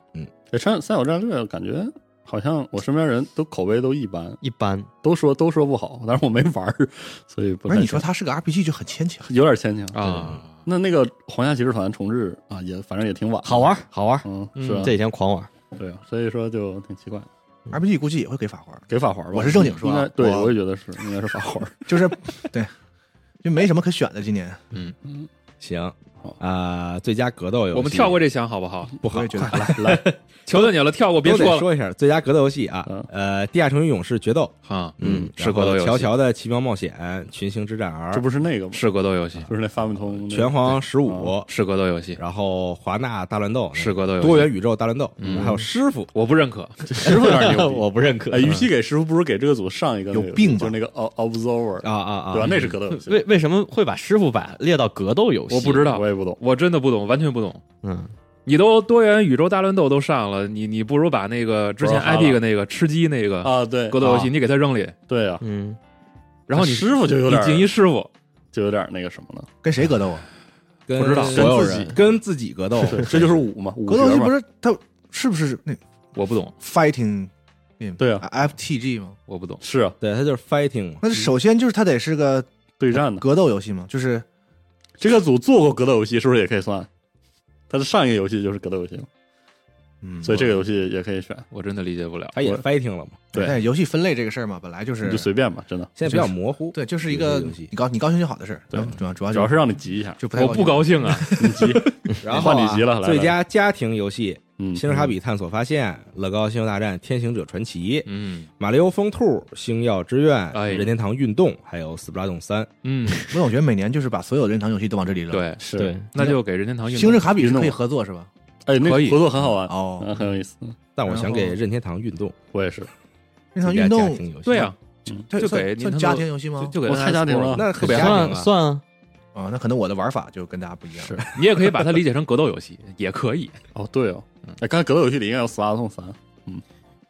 [SPEAKER 6] 这三三角战略感觉好像我身边人都口碑都一般，
[SPEAKER 8] 一般，
[SPEAKER 6] 都说都说不好，但是我没玩儿，所以不
[SPEAKER 5] 不
[SPEAKER 6] 太
[SPEAKER 5] 是你说
[SPEAKER 6] 清
[SPEAKER 5] 他是个 RPG 就很牵强。
[SPEAKER 6] 有点牵强。
[SPEAKER 4] 啊，
[SPEAKER 6] 那那个皇家骑士团重置啊，也反正也挺晚，
[SPEAKER 8] 好玩，好玩，
[SPEAKER 6] 嗯，是啊
[SPEAKER 8] 这，几天狂玩，
[SPEAKER 6] 对啊，所以说就挺奇怪，
[SPEAKER 5] RPG 估计也会给法环，
[SPEAKER 6] 给法环吧，
[SPEAKER 5] 我是正经说啊
[SPEAKER 6] 应该对，
[SPEAKER 5] 我
[SPEAKER 6] 我也觉得是，应该是法环，
[SPEAKER 5] 就是对，就没什么可选的今年。
[SPEAKER 3] 行
[SPEAKER 6] 好
[SPEAKER 3] 啊，最佳格斗游戏，
[SPEAKER 4] 我们跳过这项好不好？
[SPEAKER 3] 不好
[SPEAKER 5] 我也，觉得来
[SPEAKER 4] 求求你了，跳过，别
[SPEAKER 3] 都得
[SPEAKER 4] 说了
[SPEAKER 3] 说一下最佳格斗游戏啊
[SPEAKER 6] 嗯，
[SPEAKER 3] 呃，《地下城与勇士决斗》，嗯
[SPEAKER 4] 啊，
[SPEAKER 3] 然
[SPEAKER 4] 是
[SPEAKER 3] 后
[SPEAKER 4] 格斗游戏，
[SPEAKER 3] 乔乔的奇妙冒险》《群星之战 R
[SPEAKER 6] 这》不是那个吗？
[SPEAKER 4] 是格斗游戏，
[SPEAKER 6] 就是那发明通
[SPEAKER 3] 《拳皇十五》
[SPEAKER 4] 是格斗游戏，
[SPEAKER 3] 然后《华纳大乱斗》
[SPEAKER 4] 哦是格斗游戏
[SPEAKER 3] 多元宇宙大乱斗，
[SPEAKER 4] 嗯
[SPEAKER 3] 还有《师傅》
[SPEAKER 4] 我不认可，
[SPEAKER 6] 师傅有点牛逼。
[SPEAKER 8] 我不认可
[SPEAKER 6] 哎，。与其给师傅，不如给这个组上一个那个
[SPEAKER 5] 有病吧
[SPEAKER 6] 就是那个 o- observer，
[SPEAKER 3] 啊啊啊，
[SPEAKER 6] 对吧？那是格斗游戏，
[SPEAKER 8] 为为什么会把师傅把列到格斗游戏？
[SPEAKER 4] 我不知道
[SPEAKER 6] 我，也不懂。
[SPEAKER 4] 我真的不懂，完全不懂。
[SPEAKER 8] 嗯，
[SPEAKER 4] 你都多元宇宙大乱斗都上了，你你不如把那个之前
[SPEAKER 6] 不如哈拉
[SPEAKER 4] IP 的那个吃鸡那个
[SPEAKER 6] 啊，对
[SPEAKER 4] 格斗游戏，
[SPEAKER 6] 啊
[SPEAKER 4] 你给它扔里，
[SPEAKER 6] 对啊，
[SPEAKER 8] 嗯，
[SPEAKER 4] 然后你
[SPEAKER 6] 师傅就有
[SPEAKER 4] 你
[SPEAKER 6] 点儿
[SPEAKER 4] 进一师傅，
[SPEAKER 6] 就有点那个什么了。
[SPEAKER 5] 跟谁格斗啊？
[SPEAKER 3] 跟
[SPEAKER 4] 不知道
[SPEAKER 3] 所有
[SPEAKER 6] 跟自
[SPEAKER 3] 人
[SPEAKER 6] 己
[SPEAKER 3] 跟自己格斗，
[SPEAKER 6] 对，这就是五嘛，五
[SPEAKER 5] 格斗游
[SPEAKER 6] 角
[SPEAKER 5] 戏
[SPEAKER 6] 嘛
[SPEAKER 5] 不是他是不是那
[SPEAKER 4] 我不懂，
[SPEAKER 5] fighting
[SPEAKER 6] 对啊
[SPEAKER 5] ，FTG 吗？
[SPEAKER 4] 我不懂，
[SPEAKER 6] 是啊
[SPEAKER 3] 对，它就是 fighting 嘛，
[SPEAKER 5] 那首先就是他得是个
[SPEAKER 6] 对战的。
[SPEAKER 5] 格斗游戏嘛，就是
[SPEAKER 6] 这个组做过格斗游戏，是不是也可以算？他的上一个游戏就是格斗游戏嘛，
[SPEAKER 5] 嗯，
[SPEAKER 6] 所以这个游戏也可以选，
[SPEAKER 4] 我真的理解不了。
[SPEAKER 3] 它也
[SPEAKER 6] 我
[SPEAKER 3] fighting 了嘛，
[SPEAKER 6] 对
[SPEAKER 5] 但是游戏分类这个事儿嘛，本来就
[SPEAKER 6] 你
[SPEAKER 5] 是
[SPEAKER 6] 就随便吧，真的，
[SPEAKER 3] 现在比较模糊，
[SPEAKER 5] 对，就是一个
[SPEAKER 3] 游戏
[SPEAKER 5] 你高你高兴就好的事儿，
[SPEAKER 6] 对
[SPEAKER 5] 然后主要主要
[SPEAKER 6] 主要是让你急一下，
[SPEAKER 5] 啊就不太
[SPEAKER 4] 我不高兴啊！
[SPEAKER 6] 你急，
[SPEAKER 3] 然后啊
[SPEAKER 6] 换你急了来来
[SPEAKER 3] 最佳家庭游戏
[SPEAKER 6] 嗯
[SPEAKER 3] 《星之卡比探索发现》乐高星球大战》《天行者传奇》《
[SPEAKER 4] 嗯
[SPEAKER 3] 马里奥疯兔》《星耀之愿》
[SPEAKER 4] 哎
[SPEAKER 3] 任天堂运动》还有《斯普拉顿三》。
[SPEAKER 4] 嗯，
[SPEAKER 5] 我总觉得每年就是把所有任天堂游戏都往这里扔。，
[SPEAKER 4] 对，
[SPEAKER 6] 是，
[SPEAKER 8] 对，
[SPEAKER 4] 那就给任天堂运动
[SPEAKER 5] 星之卡比是可以合作是吧？
[SPEAKER 6] 哎，那
[SPEAKER 4] 可以
[SPEAKER 6] 合作很好玩，
[SPEAKER 5] 哦，
[SPEAKER 6] 嗯很有意思，
[SPEAKER 3] 但我想给
[SPEAKER 5] 然后
[SPEAKER 3] 任天堂运动
[SPEAKER 6] 我也是，
[SPEAKER 5] 任天堂
[SPEAKER 3] 最佳
[SPEAKER 5] 运
[SPEAKER 3] 家庭游
[SPEAKER 5] 动
[SPEAKER 3] 戏。
[SPEAKER 4] 对啊，
[SPEAKER 5] 它
[SPEAKER 4] 就
[SPEAKER 5] 算
[SPEAKER 4] 给
[SPEAKER 5] 算
[SPEAKER 4] Nintendo-
[SPEAKER 5] 家庭游戏
[SPEAKER 4] 就
[SPEAKER 5] 吗？
[SPEAKER 4] 就给
[SPEAKER 6] 我
[SPEAKER 4] 它
[SPEAKER 6] 太家庭
[SPEAKER 4] Xbox
[SPEAKER 6] 了
[SPEAKER 3] 那
[SPEAKER 4] 特
[SPEAKER 3] 很
[SPEAKER 4] 别
[SPEAKER 3] 家
[SPEAKER 4] 好
[SPEAKER 3] 庭了。
[SPEAKER 8] 算算啊，
[SPEAKER 5] 啊，那可能我的玩法就跟大家不一样。
[SPEAKER 6] 是
[SPEAKER 4] 你也可以把它理解成格斗游戏，也 可以。
[SPEAKER 6] 哦，对哦，哎，刚才格斗游戏里应该有《斯拉送三》，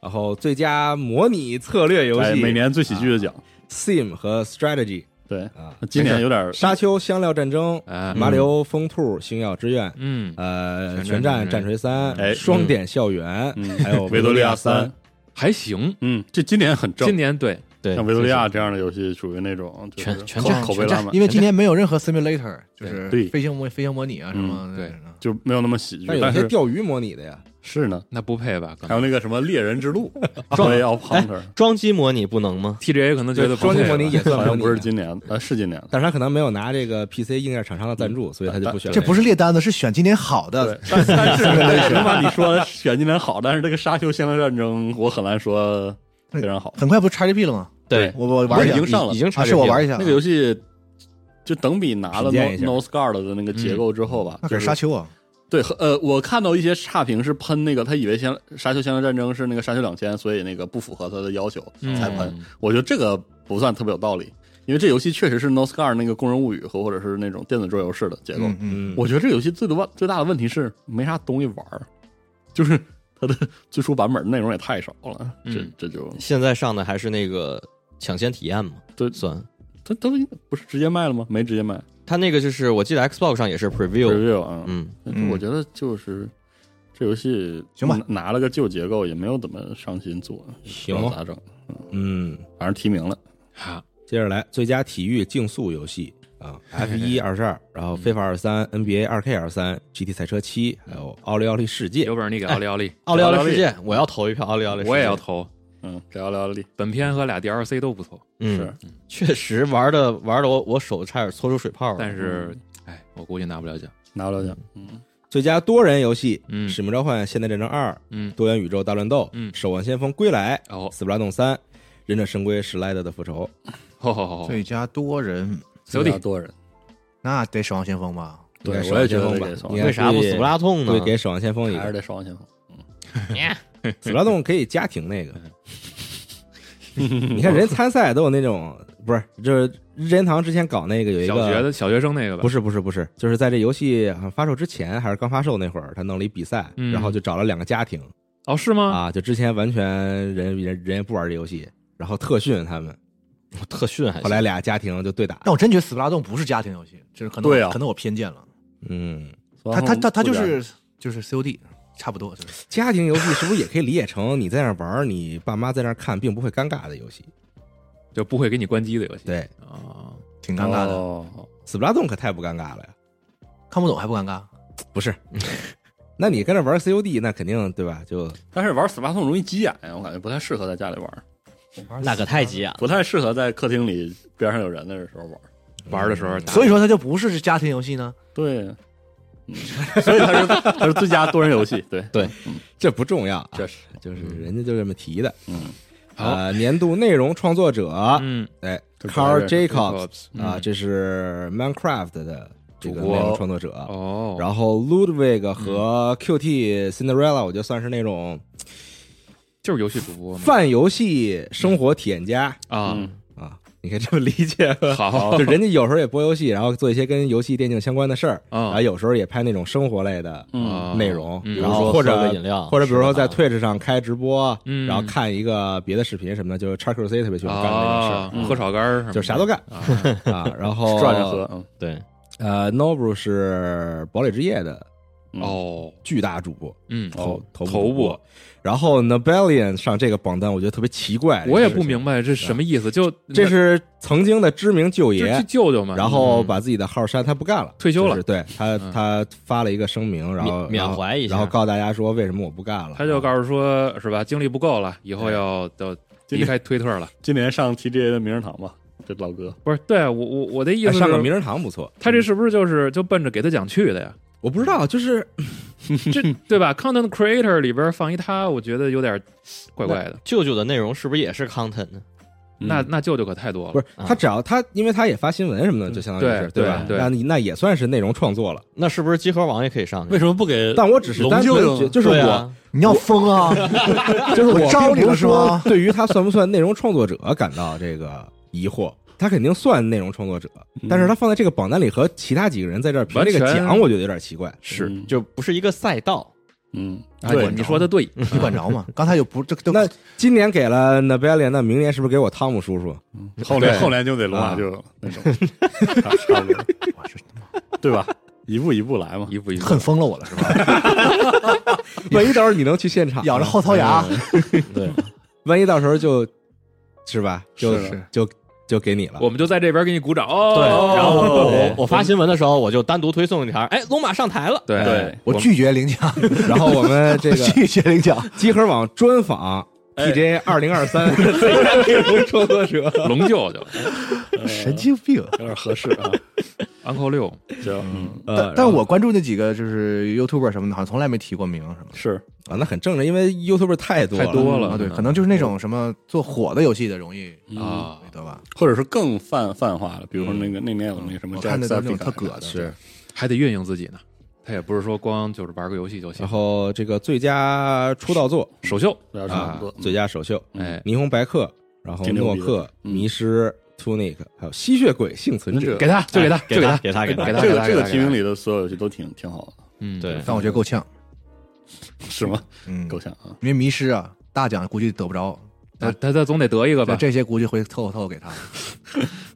[SPEAKER 3] 然后最佳模拟策略游
[SPEAKER 6] 哎，
[SPEAKER 3] 戏
[SPEAKER 6] 每年最喜剧的奖，
[SPEAKER 3] Sim 和 Strategy。
[SPEAKER 6] 对
[SPEAKER 3] 啊，
[SPEAKER 6] 那今年有点儿
[SPEAKER 3] 沙丘、香料战争、
[SPEAKER 4] 哎
[SPEAKER 3] 马里奥、疯兔、星耀之愿、
[SPEAKER 4] 嗯，
[SPEAKER 3] 呃，
[SPEAKER 4] 全
[SPEAKER 3] 全
[SPEAKER 4] 战
[SPEAKER 3] 战战锤三、
[SPEAKER 6] 哎
[SPEAKER 3] 双点校园，
[SPEAKER 6] 嗯
[SPEAKER 3] 还有
[SPEAKER 6] 维多利亚
[SPEAKER 3] 三
[SPEAKER 6] 三，，
[SPEAKER 4] 还行，
[SPEAKER 6] 嗯，这今年很正
[SPEAKER 4] 今。年对
[SPEAKER 8] 对，
[SPEAKER 6] 像维多利亚这样的游戏属于那种就是
[SPEAKER 8] 全全
[SPEAKER 6] 口
[SPEAKER 8] 战
[SPEAKER 6] 口碑
[SPEAKER 8] 全
[SPEAKER 6] 拉
[SPEAKER 8] 战
[SPEAKER 6] 满，
[SPEAKER 5] 哦因为今年没有任何 simulator，就是
[SPEAKER 6] 对
[SPEAKER 5] 飞行模飞行模拟啊什么
[SPEAKER 4] 嗯
[SPEAKER 5] 的
[SPEAKER 4] 对
[SPEAKER 5] 那种。
[SPEAKER 6] 就没有那么喜剧
[SPEAKER 3] 但，有
[SPEAKER 6] 但
[SPEAKER 3] 些
[SPEAKER 6] 是
[SPEAKER 3] 钓鱼模拟的呀，
[SPEAKER 6] 是呢，
[SPEAKER 4] 那不配吧？可
[SPEAKER 6] 还
[SPEAKER 4] 能
[SPEAKER 6] 有那个什么猎人之路，Way of Hunter，
[SPEAKER 8] 装机模拟不能吗？
[SPEAKER 4] TGA 可能觉得
[SPEAKER 3] 装
[SPEAKER 4] 不配
[SPEAKER 3] 机
[SPEAKER 4] 吧
[SPEAKER 3] 模拟也
[SPEAKER 6] 好
[SPEAKER 3] 算模
[SPEAKER 6] 像
[SPEAKER 3] 拟
[SPEAKER 6] 不是
[SPEAKER 3] 的，
[SPEAKER 6] 今年，呃，是今年的，
[SPEAKER 3] 但是他可能没有拿这个 PC 硬件厂商的赞助，所以他就不选。
[SPEAKER 5] 这不是列单子，是选今年好的。
[SPEAKER 6] 但但是能把你说选今年好，但是这个沙丘现代战争，我很难说非常好。
[SPEAKER 5] 很快不是 XGP 了吗？
[SPEAKER 8] 对，
[SPEAKER 5] 我我玩一
[SPEAKER 6] 已
[SPEAKER 5] 下
[SPEAKER 6] 经，上了
[SPEAKER 8] 已经
[SPEAKER 5] 啊
[SPEAKER 8] 查
[SPEAKER 5] 是我玩
[SPEAKER 8] 一
[SPEAKER 5] 一下
[SPEAKER 6] 那个游戏就等比拿了
[SPEAKER 3] 品
[SPEAKER 6] No
[SPEAKER 3] 鉴一下
[SPEAKER 6] No Scar 的那个结构之后吧，
[SPEAKER 5] 那可
[SPEAKER 6] 就是
[SPEAKER 5] 沙丘啊，
[SPEAKER 6] 对，和呃，我看到一些差评是喷那个，他以为先沙丘相当战争是那个沙丘两千，所以那个不符合他的要求
[SPEAKER 4] 嗯
[SPEAKER 6] 才喷。我觉得这个不算特别有道理，因为这游戏确实是 No Scar 那个工人物语和或者是那种电子桌游式的结构。
[SPEAKER 5] 嗯嗯，
[SPEAKER 3] 嗯，
[SPEAKER 6] 我觉得这游戏最的问最大的问题是没啥东西玩儿，就是它的最初版本内容也太少了，这
[SPEAKER 4] 嗯
[SPEAKER 6] 这就
[SPEAKER 8] 现在上的还是那个抢先体验嘛，
[SPEAKER 6] 对
[SPEAKER 8] 算。
[SPEAKER 6] 它它不是直接卖了吗？没直接卖
[SPEAKER 8] 它那个就是我记得 Xbox 上也是 preview，
[SPEAKER 6] ，review 啊，
[SPEAKER 8] 嗯，
[SPEAKER 5] 嗯
[SPEAKER 6] 我觉得就是。这游戏
[SPEAKER 5] 行吧
[SPEAKER 6] 拿拿了个旧结构，也没有怎么上心做，
[SPEAKER 3] 行哦
[SPEAKER 6] 不知道咋整？
[SPEAKER 3] 嗯，
[SPEAKER 6] 反正提名了。
[SPEAKER 4] 啊，
[SPEAKER 3] 接着来最佳体育竞速游戏啊，F 一二十二，然后 FIFA 二三、NBA 二 K 二三、GT 赛车七，还有奥利奥利世界
[SPEAKER 4] 有。本事你给奥利奥利，
[SPEAKER 8] 奥利奥利
[SPEAKER 6] 奥利
[SPEAKER 8] 世界，我要投一票奥
[SPEAKER 3] 哎
[SPEAKER 8] 利奥利世界，
[SPEAKER 4] 我也要投。
[SPEAKER 6] 嗯，聊聊力
[SPEAKER 4] 本片和俩 DLC 都不错，
[SPEAKER 8] 嗯，确实玩的玩的我我手差点搓出水泡来，
[SPEAKER 4] 但是哎，我估计拿不了奖。
[SPEAKER 6] 拿不了奖。嗯，
[SPEAKER 3] 最佳多人游戏，
[SPEAKER 4] 嗯
[SPEAKER 3] 使命召唤：现代战争二》，
[SPEAKER 4] 嗯
[SPEAKER 3] 多元宇宙大乱斗，
[SPEAKER 4] 嗯
[SPEAKER 3] 守望先锋归来，
[SPEAKER 4] 哦
[SPEAKER 3] 斯普拉洞三，忍者神龟史莱德的复仇，
[SPEAKER 4] 好好好，
[SPEAKER 5] 最佳多人
[SPEAKER 4] 小弟
[SPEAKER 6] 多人，
[SPEAKER 5] 那得守望先锋吧？
[SPEAKER 6] 对
[SPEAKER 3] 应该，是
[SPEAKER 6] 我也觉
[SPEAKER 3] 守望
[SPEAKER 6] 得
[SPEAKER 3] 先锋
[SPEAKER 6] 得
[SPEAKER 3] 吧
[SPEAKER 6] 守望
[SPEAKER 3] 应该
[SPEAKER 6] 先
[SPEAKER 8] 为啥不
[SPEAKER 3] 所以
[SPEAKER 8] 死不拉痛呢
[SPEAKER 3] 会？给守望先锋一
[SPEAKER 6] 锋还是
[SPEAKER 3] 个。
[SPEAKER 6] 得守望先锋。
[SPEAKER 3] 死不拉洞可以家庭那 个，你看人参赛都有那种，不是，就是任天堂之前搞那个有一
[SPEAKER 4] 小学
[SPEAKER 3] 个。
[SPEAKER 4] 的小学生那个吧？
[SPEAKER 3] 不
[SPEAKER 4] 是，
[SPEAKER 3] 是不是不是，就是在这游戏好像发售之前还是刚发售那会儿，他弄了一比赛，
[SPEAKER 4] 嗯
[SPEAKER 3] 然后就找了两个家庭
[SPEAKER 4] 哦，是吗？
[SPEAKER 3] 啊，就之前完全人人人也不玩这游戏，然后特训他们，
[SPEAKER 8] 特训还
[SPEAKER 3] 后来俩家庭就对打，
[SPEAKER 5] 但我真觉得《死不拉动》不是家庭游戏，这是可能
[SPEAKER 6] 对啊
[SPEAKER 5] 可能我偏见了。
[SPEAKER 3] 嗯，
[SPEAKER 5] 他他他他就
[SPEAKER 6] 不
[SPEAKER 5] 是就是 COD 差不多，就是
[SPEAKER 3] 家庭游戏是不是也可以理解成你在那儿玩儿，你爸妈在那儿看，并不会尴尬的游戏？
[SPEAKER 4] 就不会给你关机的游戏。
[SPEAKER 3] 对，
[SPEAKER 4] 啊，
[SPEAKER 5] 挺
[SPEAKER 6] 然
[SPEAKER 5] 尴尬的。
[SPEAKER 6] 哦
[SPEAKER 3] 死不拉动可太不尴尬了呀！
[SPEAKER 5] 看不懂还不尴尬？
[SPEAKER 3] 不是，那你跟着玩 COD，那肯定对吧？就
[SPEAKER 6] 但是玩死巴通容易急眼呀，我感觉不太适合在家里玩，
[SPEAKER 8] 那可太急啊眼了。
[SPEAKER 6] 不太适合在客厅里边上有人的时候玩。
[SPEAKER 4] 玩的时候打，
[SPEAKER 5] 所以说它就不是家庭游戏呢。
[SPEAKER 6] 对，嗯所以他是他是最佳多人游戏。对，嗯
[SPEAKER 3] 这不重要啊，
[SPEAKER 6] 这是
[SPEAKER 3] 就是人家就这么提的。
[SPEAKER 6] 嗯，
[SPEAKER 3] 啊，年度内容创作者，
[SPEAKER 4] 嗯，
[SPEAKER 3] 哎
[SPEAKER 6] 这
[SPEAKER 3] ，Carl
[SPEAKER 6] 个是嗯
[SPEAKER 3] Jacobs 啊，这是 Minecraft 的这个
[SPEAKER 6] 主播嗯
[SPEAKER 3] 内容创作者。
[SPEAKER 4] 哦，
[SPEAKER 3] 然后 Ludwig 和 QT Cinderella，我就算是那种
[SPEAKER 4] 就是游戏主播嘛
[SPEAKER 3] 泛游戏生活体验家
[SPEAKER 4] 啊，
[SPEAKER 6] 嗯
[SPEAKER 3] 啊，你可以这么理解吧？啊
[SPEAKER 4] 好
[SPEAKER 3] 就人家有时候也播游戏，然后做一些跟游戏电竞相关的事儿，
[SPEAKER 4] 啊
[SPEAKER 3] 然后有时候也拍那种生活类的
[SPEAKER 6] 嗯，
[SPEAKER 4] 啊
[SPEAKER 3] 内容，
[SPEAKER 4] 嗯
[SPEAKER 3] 然
[SPEAKER 8] 比如
[SPEAKER 3] 后
[SPEAKER 8] 说
[SPEAKER 3] 或
[SPEAKER 8] 喝
[SPEAKER 3] 者
[SPEAKER 8] 个饮料
[SPEAKER 3] 或者比如说
[SPEAKER 8] 吃
[SPEAKER 3] 在
[SPEAKER 8] 个饭
[SPEAKER 3] Twitch 上开直播，
[SPEAKER 4] 嗯
[SPEAKER 3] 然后看一个别的视频什么的，就是 c h a r k C 特别喜欢干的那种事儿嗯
[SPEAKER 4] 啊，喝炒肝儿什么的，
[SPEAKER 3] 就啥都干
[SPEAKER 4] 啊。
[SPEAKER 3] 啊。然后
[SPEAKER 6] 转
[SPEAKER 8] 哦
[SPEAKER 6] 着喝。嗯
[SPEAKER 8] 对，
[SPEAKER 3] 呃 n o b u 是堡垒之夜的
[SPEAKER 6] 嗯
[SPEAKER 4] 哦，
[SPEAKER 3] 巨大主播，
[SPEAKER 4] 嗯，
[SPEAKER 3] 头头
[SPEAKER 4] 头
[SPEAKER 3] 部主
[SPEAKER 4] 部
[SPEAKER 3] 播，，然后 Nebelian 上这个榜单，我觉得特别奇怪，
[SPEAKER 4] 我也
[SPEAKER 3] 这个
[SPEAKER 4] 不
[SPEAKER 3] 事情，
[SPEAKER 4] 明白这什么意思，就
[SPEAKER 3] 这是曾经的知名舅
[SPEAKER 4] 就
[SPEAKER 3] 爷
[SPEAKER 4] 去，救救嘛，
[SPEAKER 3] 然后
[SPEAKER 4] 嗯
[SPEAKER 3] 把自己的号删，他不干了，
[SPEAKER 4] 退休了
[SPEAKER 3] 就是对他，
[SPEAKER 4] 嗯
[SPEAKER 3] 他发了一个声明，然后
[SPEAKER 8] 缅缅怀一下
[SPEAKER 3] 然后告大家说为什么我不干了。哎
[SPEAKER 4] 他就告诉说是吧，精力不够了，以后要要离开推特了。
[SPEAKER 6] 今年上 TGA 的名人堂吧，这老哥
[SPEAKER 4] 不是，对啊我我我的意
[SPEAKER 3] 哎
[SPEAKER 4] 思
[SPEAKER 3] 上个
[SPEAKER 4] 是，
[SPEAKER 3] 名人堂不错，
[SPEAKER 4] 他这是不是就是就奔着给他奖去的呀？
[SPEAKER 3] 我不知道，就是
[SPEAKER 4] 这对吧？Content Creator 里边放一他，我觉得有点怪怪的。
[SPEAKER 8] 舅舅的内容是不是也是 content 呢？
[SPEAKER 4] 那那舅舅可太多了，
[SPEAKER 3] 嗯不是
[SPEAKER 8] 啊
[SPEAKER 3] 他只要他，因为他也发新闻什么的，就相当于是
[SPEAKER 4] 嗯对
[SPEAKER 3] 吧？
[SPEAKER 4] 对对
[SPEAKER 3] 那你那也算是内容创作了。
[SPEAKER 8] 那是不是集合网也可以上去？
[SPEAKER 6] 为什么不给？
[SPEAKER 3] 但我只是
[SPEAKER 6] 龙
[SPEAKER 3] 单纯
[SPEAKER 6] 舅舅
[SPEAKER 3] 觉就是
[SPEAKER 8] 对
[SPEAKER 3] 我，
[SPEAKER 8] 啊，
[SPEAKER 5] 你要疯啊！
[SPEAKER 3] 就是
[SPEAKER 5] 我招
[SPEAKER 3] 并
[SPEAKER 5] 你
[SPEAKER 3] 不
[SPEAKER 5] 了
[SPEAKER 3] 是
[SPEAKER 5] 是
[SPEAKER 3] 说
[SPEAKER 5] 吗
[SPEAKER 3] 对于他算不算内容创作者感到这个疑惑。他肯定算内容创作者，但是他放在这个榜单里和其他几个人在这儿评
[SPEAKER 4] 完
[SPEAKER 3] 这个
[SPEAKER 4] 全
[SPEAKER 3] 奖，我觉得有点奇怪。
[SPEAKER 4] 是
[SPEAKER 6] 嗯
[SPEAKER 8] 就不是一个赛道，
[SPEAKER 6] 嗯，
[SPEAKER 4] 啊
[SPEAKER 6] 对，
[SPEAKER 4] 你你说的对，
[SPEAKER 3] 嗯
[SPEAKER 5] 你管着吗？刚才就不这都
[SPEAKER 3] 那今年给了 n a b e l i a 那明年是不是给我汤姆叔叔？
[SPEAKER 6] 后来
[SPEAKER 4] 对
[SPEAKER 6] 后来就得罗马就那 种，差差不多，对吧？一步一步来嘛。
[SPEAKER 4] 一步一步
[SPEAKER 5] 恨疯了我了是吧？
[SPEAKER 3] 万一到时候你能去现场，啊
[SPEAKER 5] 咬着后槽牙，
[SPEAKER 6] 嗯对，
[SPEAKER 3] 万一到时候就是吧，就是就就给你了。
[SPEAKER 4] 我们就在这边给你鼓掌哦。
[SPEAKER 8] 对，然后我我
[SPEAKER 6] 对
[SPEAKER 8] 我发新闻的时候，我就单独推送一条，哎，龙马上台了，
[SPEAKER 4] 对
[SPEAKER 6] 对
[SPEAKER 5] 我拒绝领奖，
[SPEAKER 3] 然后我们这 个
[SPEAKER 5] 拒绝领奖，
[SPEAKER 3] 集合网专访 TJ 二零二三啊创作者，
[SPEAKER 4] 龙舅舅
[SPEAKER 5] 神经病。
[SPEAKER 6] 有点合适啊。
[SPEAKER 4] ，Uncle 六，
[SPEAKER 6] 行，
[SPEAKER 4] 呃
[SPEAKER 6] 嗯，
[SPEAKER 5] 但但我关注那几个就是 YouTuber 什么的，好像从来没提过名什么的。
[SPEAKER 6] 是
[SPEAKER 3] 啊，那很正常，因为 YouTube 太多了，
[SPEAKER 4] 太多了
[SPEAKER 5] 啊，对，
[SPEAKER 4] 嗯
[SPEAKER 5] 可能就是那种什么做火的游戏的容易
[SPEAKER 6] 啊，
[SPEAKER 4] 啊，
[SPEAKER 5] 对吧？
[SPEAKER 6] 或者是更泛泛化了，比如说那个那年有那个什么
[SPEAKER 5] 我
[SPEAKER 6] Jack
[SPEAKER 5] 看的都是那
[SPEAKER 6] Zapica
[SPEAKER 5] 种特葛的，
[SPEAKER 3] 是。
[SPEAKER 4] 啊还得运营自己呢。他也不是说光就是玩个游戏就行
[SPEAKER 3] 然，后这个最佳出道作
[SPEAKER 4] 首秀，
[SPEAKER 6] 有点
[SPEAKER 3] 啊
[SPEAKER 6] 差不多，嗯
[SPEAKER 3] 最佳首秀，
[SPEAKER 4] 哎，
[SPEAKER 3] 霓虹白客，然后
[SPEAKER 6] 挺牛
[SPEAKER 3] 诺
[SPEAKER 6] 逼的
[SPEAKER 3] 克、
[SPEAKER 6] 嗯
[SPEAKER 3] 迷失、Tunic，还有吸血鬼幸存者。
[SPEAKER 4] 给他，就哎给他，
[SPEAKER 8] 给
[SPEAKER 4] 就
[SPEAKER 8] 他
[SPEAKER 4] 他，
[SPEAKER 8] 给他给他
[SPEAKER 4] 给他，
[SPEAKER 6] 哎这
[SPEAKER 4] 给
[SPEAKER 6] 个
[SPEAKER 4] 他
[SPEAKER 6] 这
[SPEAKER 4] 给
[SPEAKER 6] 个
[SPEAKER 4] 他
[SPEAKER 6] 提名里的所有游戏都挺挺好的，
[SPEAKER 4] 嗯，
[SPEAKER 8] 对
[SPEAKER 5] 但我觉得够呛，
[SPEAKER 6] 是吗？
[SPEAKER 5] 嗯，
[SPEAKER 6] 够呛啊！
[SPEAKER 5] 因为迷失啊，大奖估计得不着，
[SPEAKER 4] 他他他总得得一个吧
[SPEAKER 5] 那？这些估计会凑合凑合给他。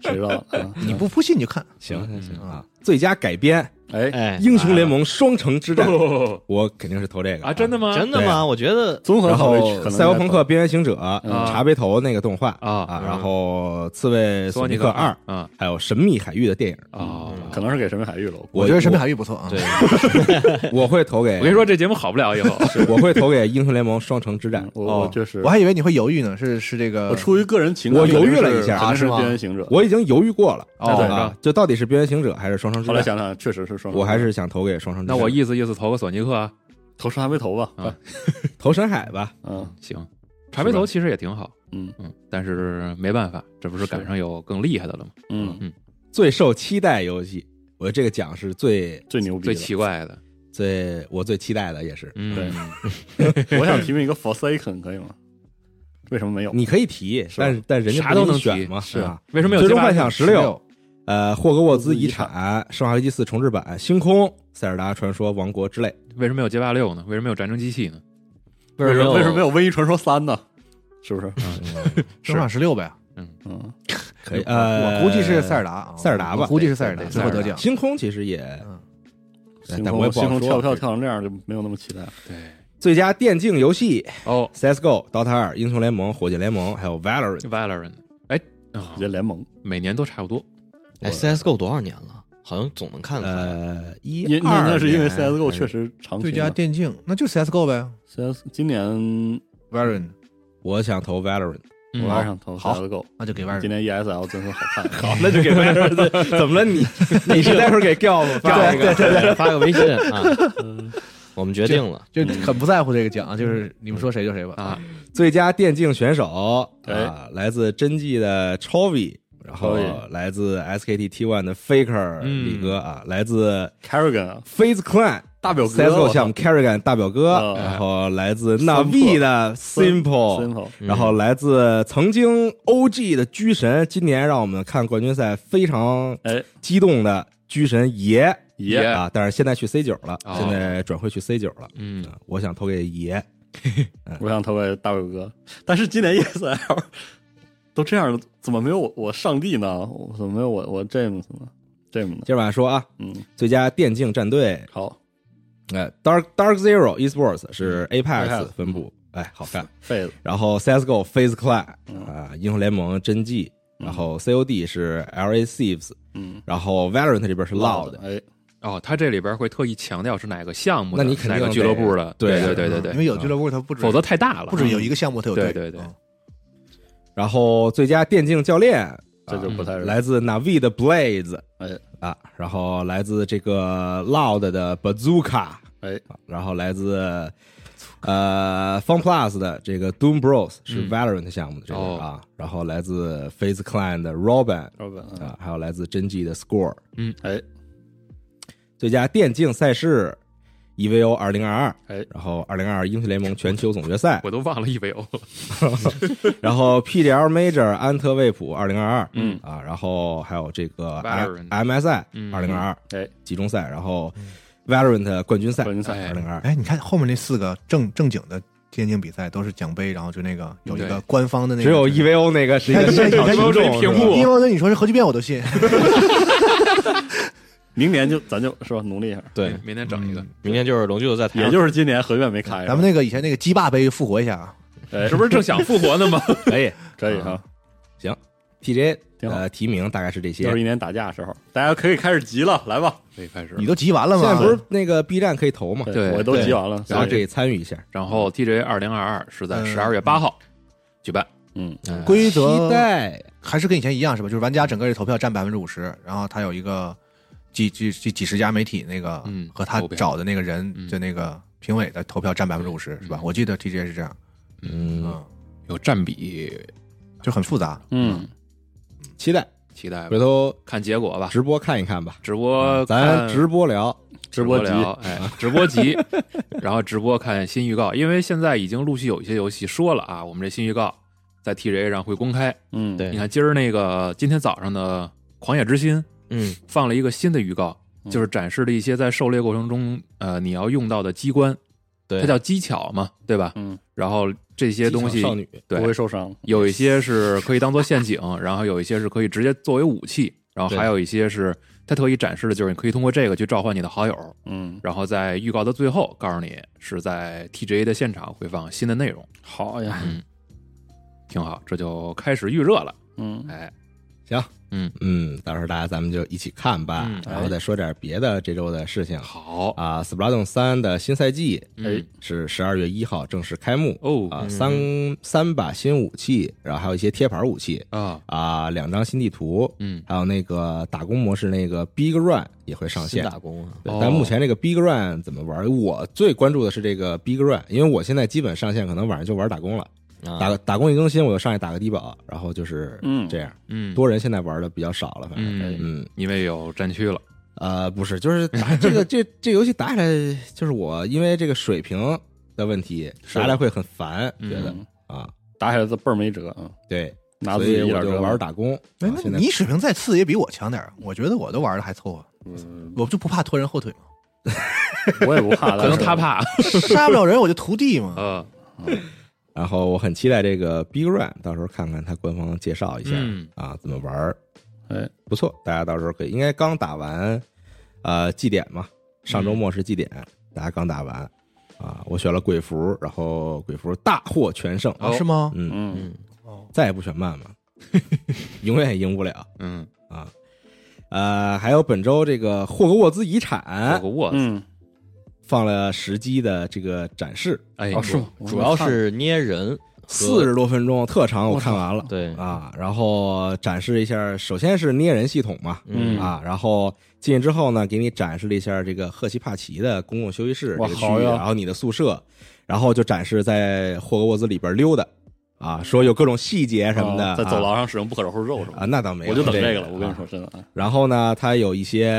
[SPEAKER 6] 谁知道啊？
[SPEAKER 5] 你不不信你就看，
[SPEAKER 3] 行行行
[SPEAKER 5] 嗯
[SPEAKER 3] 啊！最佳改编
[SPEAKER 6] 哎，
[SPEAKER 8] 哎，
[SPEAKER 3] 《英雄联盟双城之战》，
[SPEAKER 4] 哦
[SPEAKER 3] 我肯定是投这个
[SPEAKER 4] 啊，真的吗？
[SPEAKER 8] 真的吗？我觉得
[SPEAKER 6] 综合
[SPEAKER 3] 然
[SPEAKER 6] 考
[SPEAKER 3] 后
[SPEAKER 6] 虑，哦可
[SPEAKER 3] 《
[SPEAKER 6] 能
[SPEAKER 3] 赛博朋克：边缘行者》
[SPEAKER 4] 嗯
[SPEAKER 3] 茶杯头那个动画
[SPEAKER 4] 啊
[SPEAKER 3] 啊，
[SPEAKER 4] 嗯
[SPEAKER 3] 然后《刺猬索
[SPEAKER 4] 索
[SPEAKER 3] 尼
[SPEAKER 4] 尼
[SPEAKER 3] 克
[SPEAKER 4] 克
[SPEAKER 3] 二》，嗯
[SPEAKER 4] 啊
[SPEAKER 3] 还有《神秘海域》的电影，
[SPEAKER 4] 啊！
[SPEAKER 6] 可能是给神秘海域了，我估计
[SPEAKER 5] 我觉得神秘海域不错啊。
[SPEAKER 8] 对，
[SPEAKER 3] 我我会投给
[SPEAKER 4] 我跟你说，这节目好不了以后，
[SPEAKER 3] 我会投给《英雄联盟双城之战》。
[SPEAKER 6] 嗯
[SPEAKER 3] 啊
[SPEAKER 6] 我哦我就是
[SPEAKER 5] 我还以为你会犹豫呢，是是这个
[SPEAKER 6] 我出于个人情感，
[SPEAKER 3] 我犹豫了一下
[SPEAKER 6] 肯定是
[SPEAKER 5] 啊是吗
[SPEAKER 6] 边缘行者。
[SPEAKER 3] 我已经犹豫过了
[SPEAKER 5] 哦
[SPEAKER 4] 怎么
[SPEAKER 3] 啊
[SPEAKER 4] 着，
[SPEAKER 3] 就到底是边缘行者还是双城之
[SPEAKER 6] 后来
[SPEAKER 3] 战？
[SPEAKER 6] 想想，确实是双，
[SPEAKER 3] 我还是想投给双城之
[SPEAKER 4] 那
[SPEAKER 3] 战。
[SPEAKER 4] 我意思意思投个索尼克啊，
[SPEAKER 6] 投是还没投吧？
[SPEAKER 4] 啊
[SPEAKER 3] 投深海吧，
[SPEAKER 6] 嗯
[SPEAKER 4] 行。茶杯头其实也挺好，
[SPEAKER 6] 嗯
[SPEAKER 4] 嗯，但是没办法，这不是赶上有更厉害的了吗？
[SPEAKER 6] 嗯，
[SPEAKER 3] 最受期待游戏，我这个奖是最
[SPEAKER 6] 最牛逼
[SPEAKER 4] 最
[SPEAKER 6] 的。
[SPEAKER 4] 奇怪的，
[SPEAKER 3] 最我最期待的，也是。
[SPEAKER 4] 嗯，
[SPEAKER 6] 对，我想提名一个 Forsaken，可以吗？为什么没有？
[SPEAKER 3] 你可以提，
[SPEAKER 6] 吧
[SPEAKER 3] 但是但人家
[SPEAKER 4] 啥都
[SPEAKER 3] 不给
[SPEAKER 4] 能
[SPEAKER 3] 你选
[SPEAKER 4] 提
[SPEAKER 3] 嘛，啊
[SPEAKER 6] 是
[SPEAKER 3] 吧？
[SPEAKER 4] 为什么有
[SPEAKER 3] 最
[SPEAKER 4] 街
[SPEAKER 3] 终
[SPEAKER 4] 霸
[SPEAKER 3] 幻想十六
[SPEAKER 5] 16，
[SPEAKER 3] 呃，霍格沃兹
[SPEAKER 6] 霍格沃兹
[SPEAKER 3] 遗
[SPEAKER 6] 遗
[SPEAKER 3] 产、生化危机四重置版、星空、塞尔达传说王国之类，
[SPEAKER 4] 为什么有街霸六呢？为什么有战争机器呢？
[SPEAKER 8] 为
[SPEAKER 6] 什么为什么没
[SPEAKER 8] 有？
[SPEAKER 6] 有《瘟疫传说三》呢？是不是？
[SPEAKER 5] 生化十六呗。
[SPEAKER 6] 嗯，
[SPEAKER 3] 可以。呃，
[SPEAKER 5] 我估计是塞尔达啊，
[SPEAKER 3] 塞尔达吧
[SPEAKER 5] 我估计是塞尔达
[SPEAKER 4] 对对
[SPEAKER 5] 最后得奖。
[SPEAKER 3] 星空其实也，
[SPEAKER 5] 嗯
[SPEAKER 3] 哎
[SPEAKER 6] 星
[SPEAKER 3] 但我也
[SPEAKER 6] 空
[SPEAKER 3] 不好
[SPEAKER 6] 星空跳
[SPEAKER 3] 说。啊
[SPEAKER 6] 跳跳成这样就没有那么期待了。
[SPEAKER 4] 对，
[SPEAKER 3] 最佳电竞游戏
[SPEAKER 4] 哦
[SPEAKER 3] ，CS:GO、DOTA 二、英雄联盟、火箭联盟，还有 Valorant。
[SPEAKER 4] ，Valorant，哎，啊
[SPEAKER 6] 我觉得联盟
[SPEAKER 4] 每年都差不多，
[SPEAKER 8] 哎，CSGO 多少年了？好像总能看出来。
[SPEAKER 3] 呃，一
[SPEAKER 6] 因
[SPEAKER 3] 二
[SPEAKER 6] 那是因为
[SPEAKER 3] 年
[SPEAKER 6] CS:GO 确实长期
[SPEAKER 5] 最佳电竞那就 CS:GO 呗
[SPEAKER 6] CS 今年
[SPEAKER 3] 嗯
[SPEAKER 5] ，Varian，
[SPEAKER 3] 我想投 Valorant。
[SPEAKER 4] 嗯
[SPEAKER 6] 我还想投
[SPEAKER 5] 好
[SPEAKER 6] CS:GO。
[SPEAKER 5] 那就给 Varian
[SPEAKER 6] 今。年 ESL 真是好看，好
[SPEAKER 3] 那就给 Valorant。怎么了你？你是待会儿给 g a l 发一个？
[SPEAKER 8] 对， 发个微信啊，
[SPEAKER 6] 嗯
[SPEAKER 8] 我们决定了，
[SPEAKER 5] 就很不在乎这个奖，啊就是你们说谁就谁吧。
[SPEAKER 4] 啊，
[SPEAKER 3] 最佳电竞选手
[SPEAKER 6] 哎
[SPEAKER 3] 啊，来自真迹的 Chovy，然后
[SPEAKER 6] Chovy
[SPEAKER 3] 来自 SKT T1 的 Faker
[SPEAKER 4] 嗯
[SPEAKER 3] 李哥啊，来自
[SPEAKER 6] Carrigan 啊
[SPEAKER 3] Phase Clan
[SPEAKER 6] 大表哥
[SPEAKER 3] CSGO 项目 Kerrigan 大表哥，
[SPEAKER 6] 哦
[SPEAKER 3] 然后来自
[SPEAKER 6] 三破
[SPEAKER 3] Navi 的 Simple。
[SPEAKER 6] Simple
[SPEAKER 3] 然后来自曾经 OG 的狙神，今年让我们看冠军赛非常
[SPEAKER 6] 哎
[SPEAKER 3] 激动的狙神爷
[SPEAKER 6] 爷
[SPEAKER 3] 啊，但是现在去 C 九了，
[SPEAKER 4] 哦
[SPEAKER 3] 现在转会去 C 九了。
[SPEAKER 4] 嗯，
[SPEAKER 3] 啊我想投给爷，
[SPEAKER 6] 我想投给大表哥，但是今年 ESL 都这样了，怎么没有我我上帝呢？我怎么没有我我 James 呢？James 呢？
[SPEAKER 3] 今儿晚上说啊，
[SPEAKER 6] 嗯，
[SPEAKER 3] 最佳电竞战队
[SPEAKER 6] 好，
[SPEAKER 3] 哎，Dark Dark Zero Esports 是 Apex
[SPEAKER 6] Apex
[SPEAKER 3] 分部，哎，好看。
[SPEAKER 6] 废了，
[SPEAKER 3] 然后 CS:GO Phase Clan
[SPEAKER 6] 嗯
[SPEAKER 3] 啊，英雄联盟真迹，然后 COD 是 LA Thieves，
[SPEAKER 6] 嗯
[SPEAKER 3] 然后 Valorant 这边是 Loud，
[SPEAKER 6] 哎，
[SPEAKER 4] 哦，他这里边会特意强调是哪个项目
[SPEAKER 3] 那
[SPEAKER 4] 的，
[SPEAKER 3] 你肯定
[SPEAKER 4] 哪个俱乐部的，
[SPEAKER 3] 得
[SPEAKER 4] 对
[SPEAKER 3] 对
[SPEAKER 4] 对对
[SPEAKER 5] 因
[SPEAKER 4] 对，
[SPEAKER 5] 为有俱乐部，它不止
[SPEAKER 4] 否则太大了，
[SPEAKER 5] 不止有一个项目，它有
[SPEAKER 4] 对
[SPEAKER 5] 对
[SPEAKER 4] 对对
[SPEAKER 5] 嗯
[SPEAKER 3] 然后最佳电竞教练啊
[SPEAKER 6] 这就不太
[SPEAKER 3] 来自 Navi 的 Blaze，
[SPEAKER 6] 哎
[SPEAKER 3] 啊，然后来自这个 Loud 的 Bazooka，啊
[SPEAKER 6] 哎，
[SPEAKER 3] 然后来自呃 FunPlus 的这个 Doom Bros
[SPEAKER 6] 嗯
[SPEAKER 3] 是 Valorant 项目的这个
[SPEAKER 4] 哦
[SPEAKER 3] 啊，然后来自 Phase Clan 的 Robin
[SPEAKER 6] 老板，嗯
[SPEAKER 3] 啊，还有来自真迹的 Score。
[SPEAKER 6] 哎
[SPEAKER 3] 最佳电竞赛事 EVO 二零二二，
[SPEAKER 6] 哎，
[SPEAKER 3] 然后二零二二英雄联盟全球总决赛，
[SPEAKER 4] 嗯我都忘了哦 EVO 了。
[SPEAKER 3] 然后 PDL Major 安特卫普二零二二，
[SPEAKER 6] 嗯
[SPEAKER 3] 啊，然后还有这个
[SPEAKER 4] Valorant
[SPEAKER 3] MSI
[SPEAKER 4] 嗯
[SPEAKER 3] 二零二二
[SPEAKER 6] 哎
[SPEAKER 5] 嗯
[SPEAKER 3] 集中赛，然后 Valorant 冠军赛
[SPEAKER 6] 冠军赛
[SPEAKER 3] 二零二，
[SPEAKER 5] 哎，你看后面那四个正正经的电竞比赛都是奖杯，然后就那个有一个
[SPEAKER 4] 对
[SPEAKER 5] 官方的那个，
[SPEAKER 3] 只有 EVO 那个是一
[SPEAKER 5] 哎
[SPEAKER 3] 个
[SPEAKER 5] 你看
[SPEAKER 3] 现场
[SPEAKER 5] 你看
[SPEAKER 3] 观众
[SPEAKER 5] 你
[SPEAKER 3] 是吧
[SPEAKER 5] 看因为那你说是核聚变我都信，
[SPEAKER 4] 哎
[SPEAKER 6] 明年就咱就是吧，努力一下。
[SPEAKER 8] 对，
[SPEAKER 4] 明天整一个，
[SPEAKER 8] 明天就是龙驹在台
[SPEAKER 6] 也
[SPEAKER 8] 上，
[SPEAKER 6] 就是今年合院没开，
[SPEAKER 5] 咱们那个以前那个鸡霸杯复活一下啊，
[SPEAKER 6] 那哎
[SPEAKER 4] 这，不是正想复活呢吗？
[SPEAKER 3] 可以
[SPEAKER 6] 可以哈，
[SPEAKER 3] TJ
[SPEAKER 6] 挺好
[SPEAKER 3] 呃提名大概是这些
[SPEAKER 6] 又。是一年打架的时候，大家可以开始急了，来吧。
[SPEAKER 4] 可以开始。
[SPEAKER 5] 你都急完了
[SPEAKER 3] 现
[SPEAKER 5] 吗？
[SPEAKER 3] 在不是那个 B 站可以投嘛，
[SPEAKER 4] 对嗯
[SPEAKER 6] 我都急完了，
[SPEAKER 3] 然后
[SPEAKER 6] 所以
[SPEAKER 3] 可以参与一下。
[SPEAKER 4] 然后 TJ 二零二二是在
[SPEAKER 5] 嗯
[SPEAKER 4] 十二月八号举办，
[SPEAKER 6] 嗯，
[SPEAKER 4] 嗯
[SPEAKER 5] 规
[SPEAKER 3] 期
[SPEAKER 5] 则
[SPEAKER 3] 待
[SPEAKER 5] 还是跟以前一样是吧？就是玩家整个的投票占百分之五十，然后他有一个几几几几十家媒体那个
[SPEAKER 4] 嗯
[SPEAKER 5] 和他
[SPEAKER 4] 投票
[SPEAKER 5] 找的那个人
[SPEAKER 4] 嗯
[SPEAKER 5] 的那个评委的投票占百分之五十是吧？我记得 TJ 是这样，
[SPEAKER 3] 嗯，
[SPEAKER 5] 嗯，
[SPEAKER 4] 有占比，
[SPEAKER 5] 就很复杂。
[SPEAKER 6] 嗯，
[SPEAKER 3] 期待，
[SPEAKER 4] 期待吧
[SPEAKER 3] 回头
[SPEAKER 4] 看结果吧。
[SPEAKER 3] 直播看一看吧。
[SPEAKER 4] 直播
[SPEAKER 3] 咱
[SPEAKER 4] 呃看
[SPEAKER 3] 直播聊，
[SPEAKER 6] 直
[SPEAKER 4] 播
[SPEAKER 6] 播急，
[SPEAKER 4] 聊，哎，直播集，然后直播看新预告，因为现在已经陆续有一些游戏说了啊，我们这新预告在 TJ 上会公开。
[SPEAKER 6] 嗯，
[SPEAKER 8] 对
[SPEAKER 4] 你看今儿那个今天早上的《狂野之心》
[SPEAKER 8] 嗯
[SPEAKER 4] 放了一个新的预告，
[SPEAKER 6] 嗯
[SPEAKER 4] 就是展示了一些在狩猎过程中呃你要用到的机关，
[SPEAKER 8] 对，
[SPEAKER 4] 它叫技巧嘛，对吧？
[SPEAKER 6] 嗯，
[SPEAKER 4] 然后这些东西
[SPEAKER 3] 少女
[SPEAKER 6] 不会
[SPEAKER 4] 对，
[SPEAKER 6] 受伤，
[SPEAKER 4] 有一些是可以当做陷阱，然后有一些是可以直接作为武器，然后还有一些是它特意展示的就是你可以通过这个去召唤你的好友。
[SPEAKER 6] 嗯，
[SPEAKER 4] 然后在预告的最后告诉你是在 TGA 的现场会放新的内容，
[SPEAKER 6] 好呀，
[SPEAKER 4] 挺好，这就开始预热了。
[SPEAKER 6] 嗯，
[SPEAKER 4] 哎，
[SPEAKER 3] 行，
[SPEAKER 4] 嗯
[SPEAKER 3] 嗯，到时候大家咱们就一起看吧
[SPEAKER 4] 嗯，
[SPEAKER 3] 然后再说点别的这周的事情
[SPEAKER 4] 好，
[SPEAKER 3] 啊。Splatoon 三的新赛季
[SPEAKER 4] 嗯
[SPEAKER 3] 是十二月一号正式开幕
[SPEAKER 4] 哦
[SPEAKER 3] 啊，三三把新武器，然后还有一些贴牌武器
[SPEAKER 4] 啊，
[SPEAKER 3] 啊，两张新地图，
[SPEAKER 4] 嗯
[SPEAKER 3] 还有那个打工模式那个 Big Run 也会上
[SPEAKER 8] 新
[SPEAKER 3] 线。
[SPEAKER 8] 打工啊，
[SPEAKER 3] 对
[SPEAKER 4] 哦
[SPEAKER 3] 但目前这个 Big Run 怎么玩？我最关注的是这个 Big Run，因为我现在基本上线可能晚上就玩打工了，
[SPEAKER 8] 啊
[SPEAKER 3] 打个打工一更新我就上去打个低保，然后就是
[SPEAKER 6] 嗯
[SPEAKER 3] 这样。
[SPEAKER 4] 嗯，
[SPEAKER 3] 多人现在玩的比较少了，反正
[SPEAKER 4] 嗯
[SPEAKER 3] 嗯
[SPEAKER 4] 因为有战区了，
[SPEAKER 3] 呃不是，就是打这个这这游戏打起来就是我因为这个水平的问题
[SPEAKER 6] 是
[SPEAKER 3] 打起来会很烦，觉得
[SPEAKER 6] 嗯
[SPEAKER 3] 啊
[SPEAKER 6] 打起来这倍儿没辙，嗯，
[SPEAKER 3] 对，
[SPEAKER 6] 拿
[SPEAKER 3] 所
[SPEAKER 6] 自己
[SPEAKER 3] 以
[SPEAKER 6] 一
[SPEAKER 3] 我
[SPEAKER 6] 点
[SPEAKER 3] 就
[SPEAKER 6] 辙
[SPEAKER 3] 玩打工。
[SPEAKER 5] 哎
[SPEAKER 3] 啊，现
[SPEAKER 5] 那
[SPEAKER 3] 在
[SPEAKER 5] 你水平再次也比我强点儿，我觉得我都玩的还凑合，我就不怕拖人后腿嘛，
[SPEAKER 6] 嗯 我也不怕，
[SPEAKER 4] 可能他
[SPEAKER 6] 怕。
[SPEAKER 4] 怕，
[SPEAKER 5] 杀不了人我就徒弟嘛。
[SPEAKER 4] 呃，
[SPEAKER 3] 然后我很期待这个 Big Run，到时候看看它官方介绍一下、
[SPEAKER 4] 嗯
[SPEAKER 3] 啊怎么玩儿，
[SPEAKER 6] 哎，
[SPEAKER 3] 不错，大家到时候可以应该刚打完呃祭典嘛，上
[SPEAKER 6] 嗯
[SPEAKER 3] 周末是祭典，大家刚打完啊，我选了鬼服，然后鬼服大获全胜，
[SPEAKER 6] 哦
[SPEAKER 5] 啊是吗？
[SPEAKER 3] 嗯，
[SPEAKER 6] 嗯，
[SPEAKER 3] 再也不选慢嘛， 永远也赢不了
[SPEAKER 4] 嗯，
[SPEAKER 3] 啊。呃，还有本周这个霍格沃兹遗
[SPEAKER 4] 有
[SPEAKER 3] 产
[SPEAKER 4] 个卧，
[SPEAKER 6] 嗯，
[SPEAKER 3] 放了十集的这个展示，
[SPEAKER 4] 哎，
[SPEAKER 6] 哦，是吗
[SPEAKER 8] 主要是捏人，
[SPEAKER 3] 四十多分钟特长，我看完了。
[SPEAKER 8] 对，
[SPEAKER 3] 啊，然后展示一下，首先是捏人系统嘛，
[SPEAKER 6] 嗯
[SPEAKER 3] 啊，然后进去之后呢，给你展示了一下这个赫奇帕奇的公共休息室这
[SPEAKER 6] 哇
[SPEAKER 3] 个区
[SPEAKER 6] 好
[SPEAKER 3] 域，
[SPEAKER 6] 呀
[SPEAKER 3] 然后你的宿舍，然后就展示在霍格沃兹里边溜达，啊，说有各种细节什么的，
[SPEAKER 6] 嗯哦
[SPEAKER 3] 啊
[SPEAKER 6] 在走廊上使用不可收拾肉是
[SPEAKER 3] 啊啊
[SPEAKER 6] 吧？
[SPEAKER 3] 那倒没有，
[SPEAKER 6] 我就等这
[SPEAKER 3] 个
[SPEAKER 6] 个了，我跟你
[SPEAKER 3] 啊
[SPEAKER 6] 说真的啊，
[SPEAKER 3] 然后呢，它有一些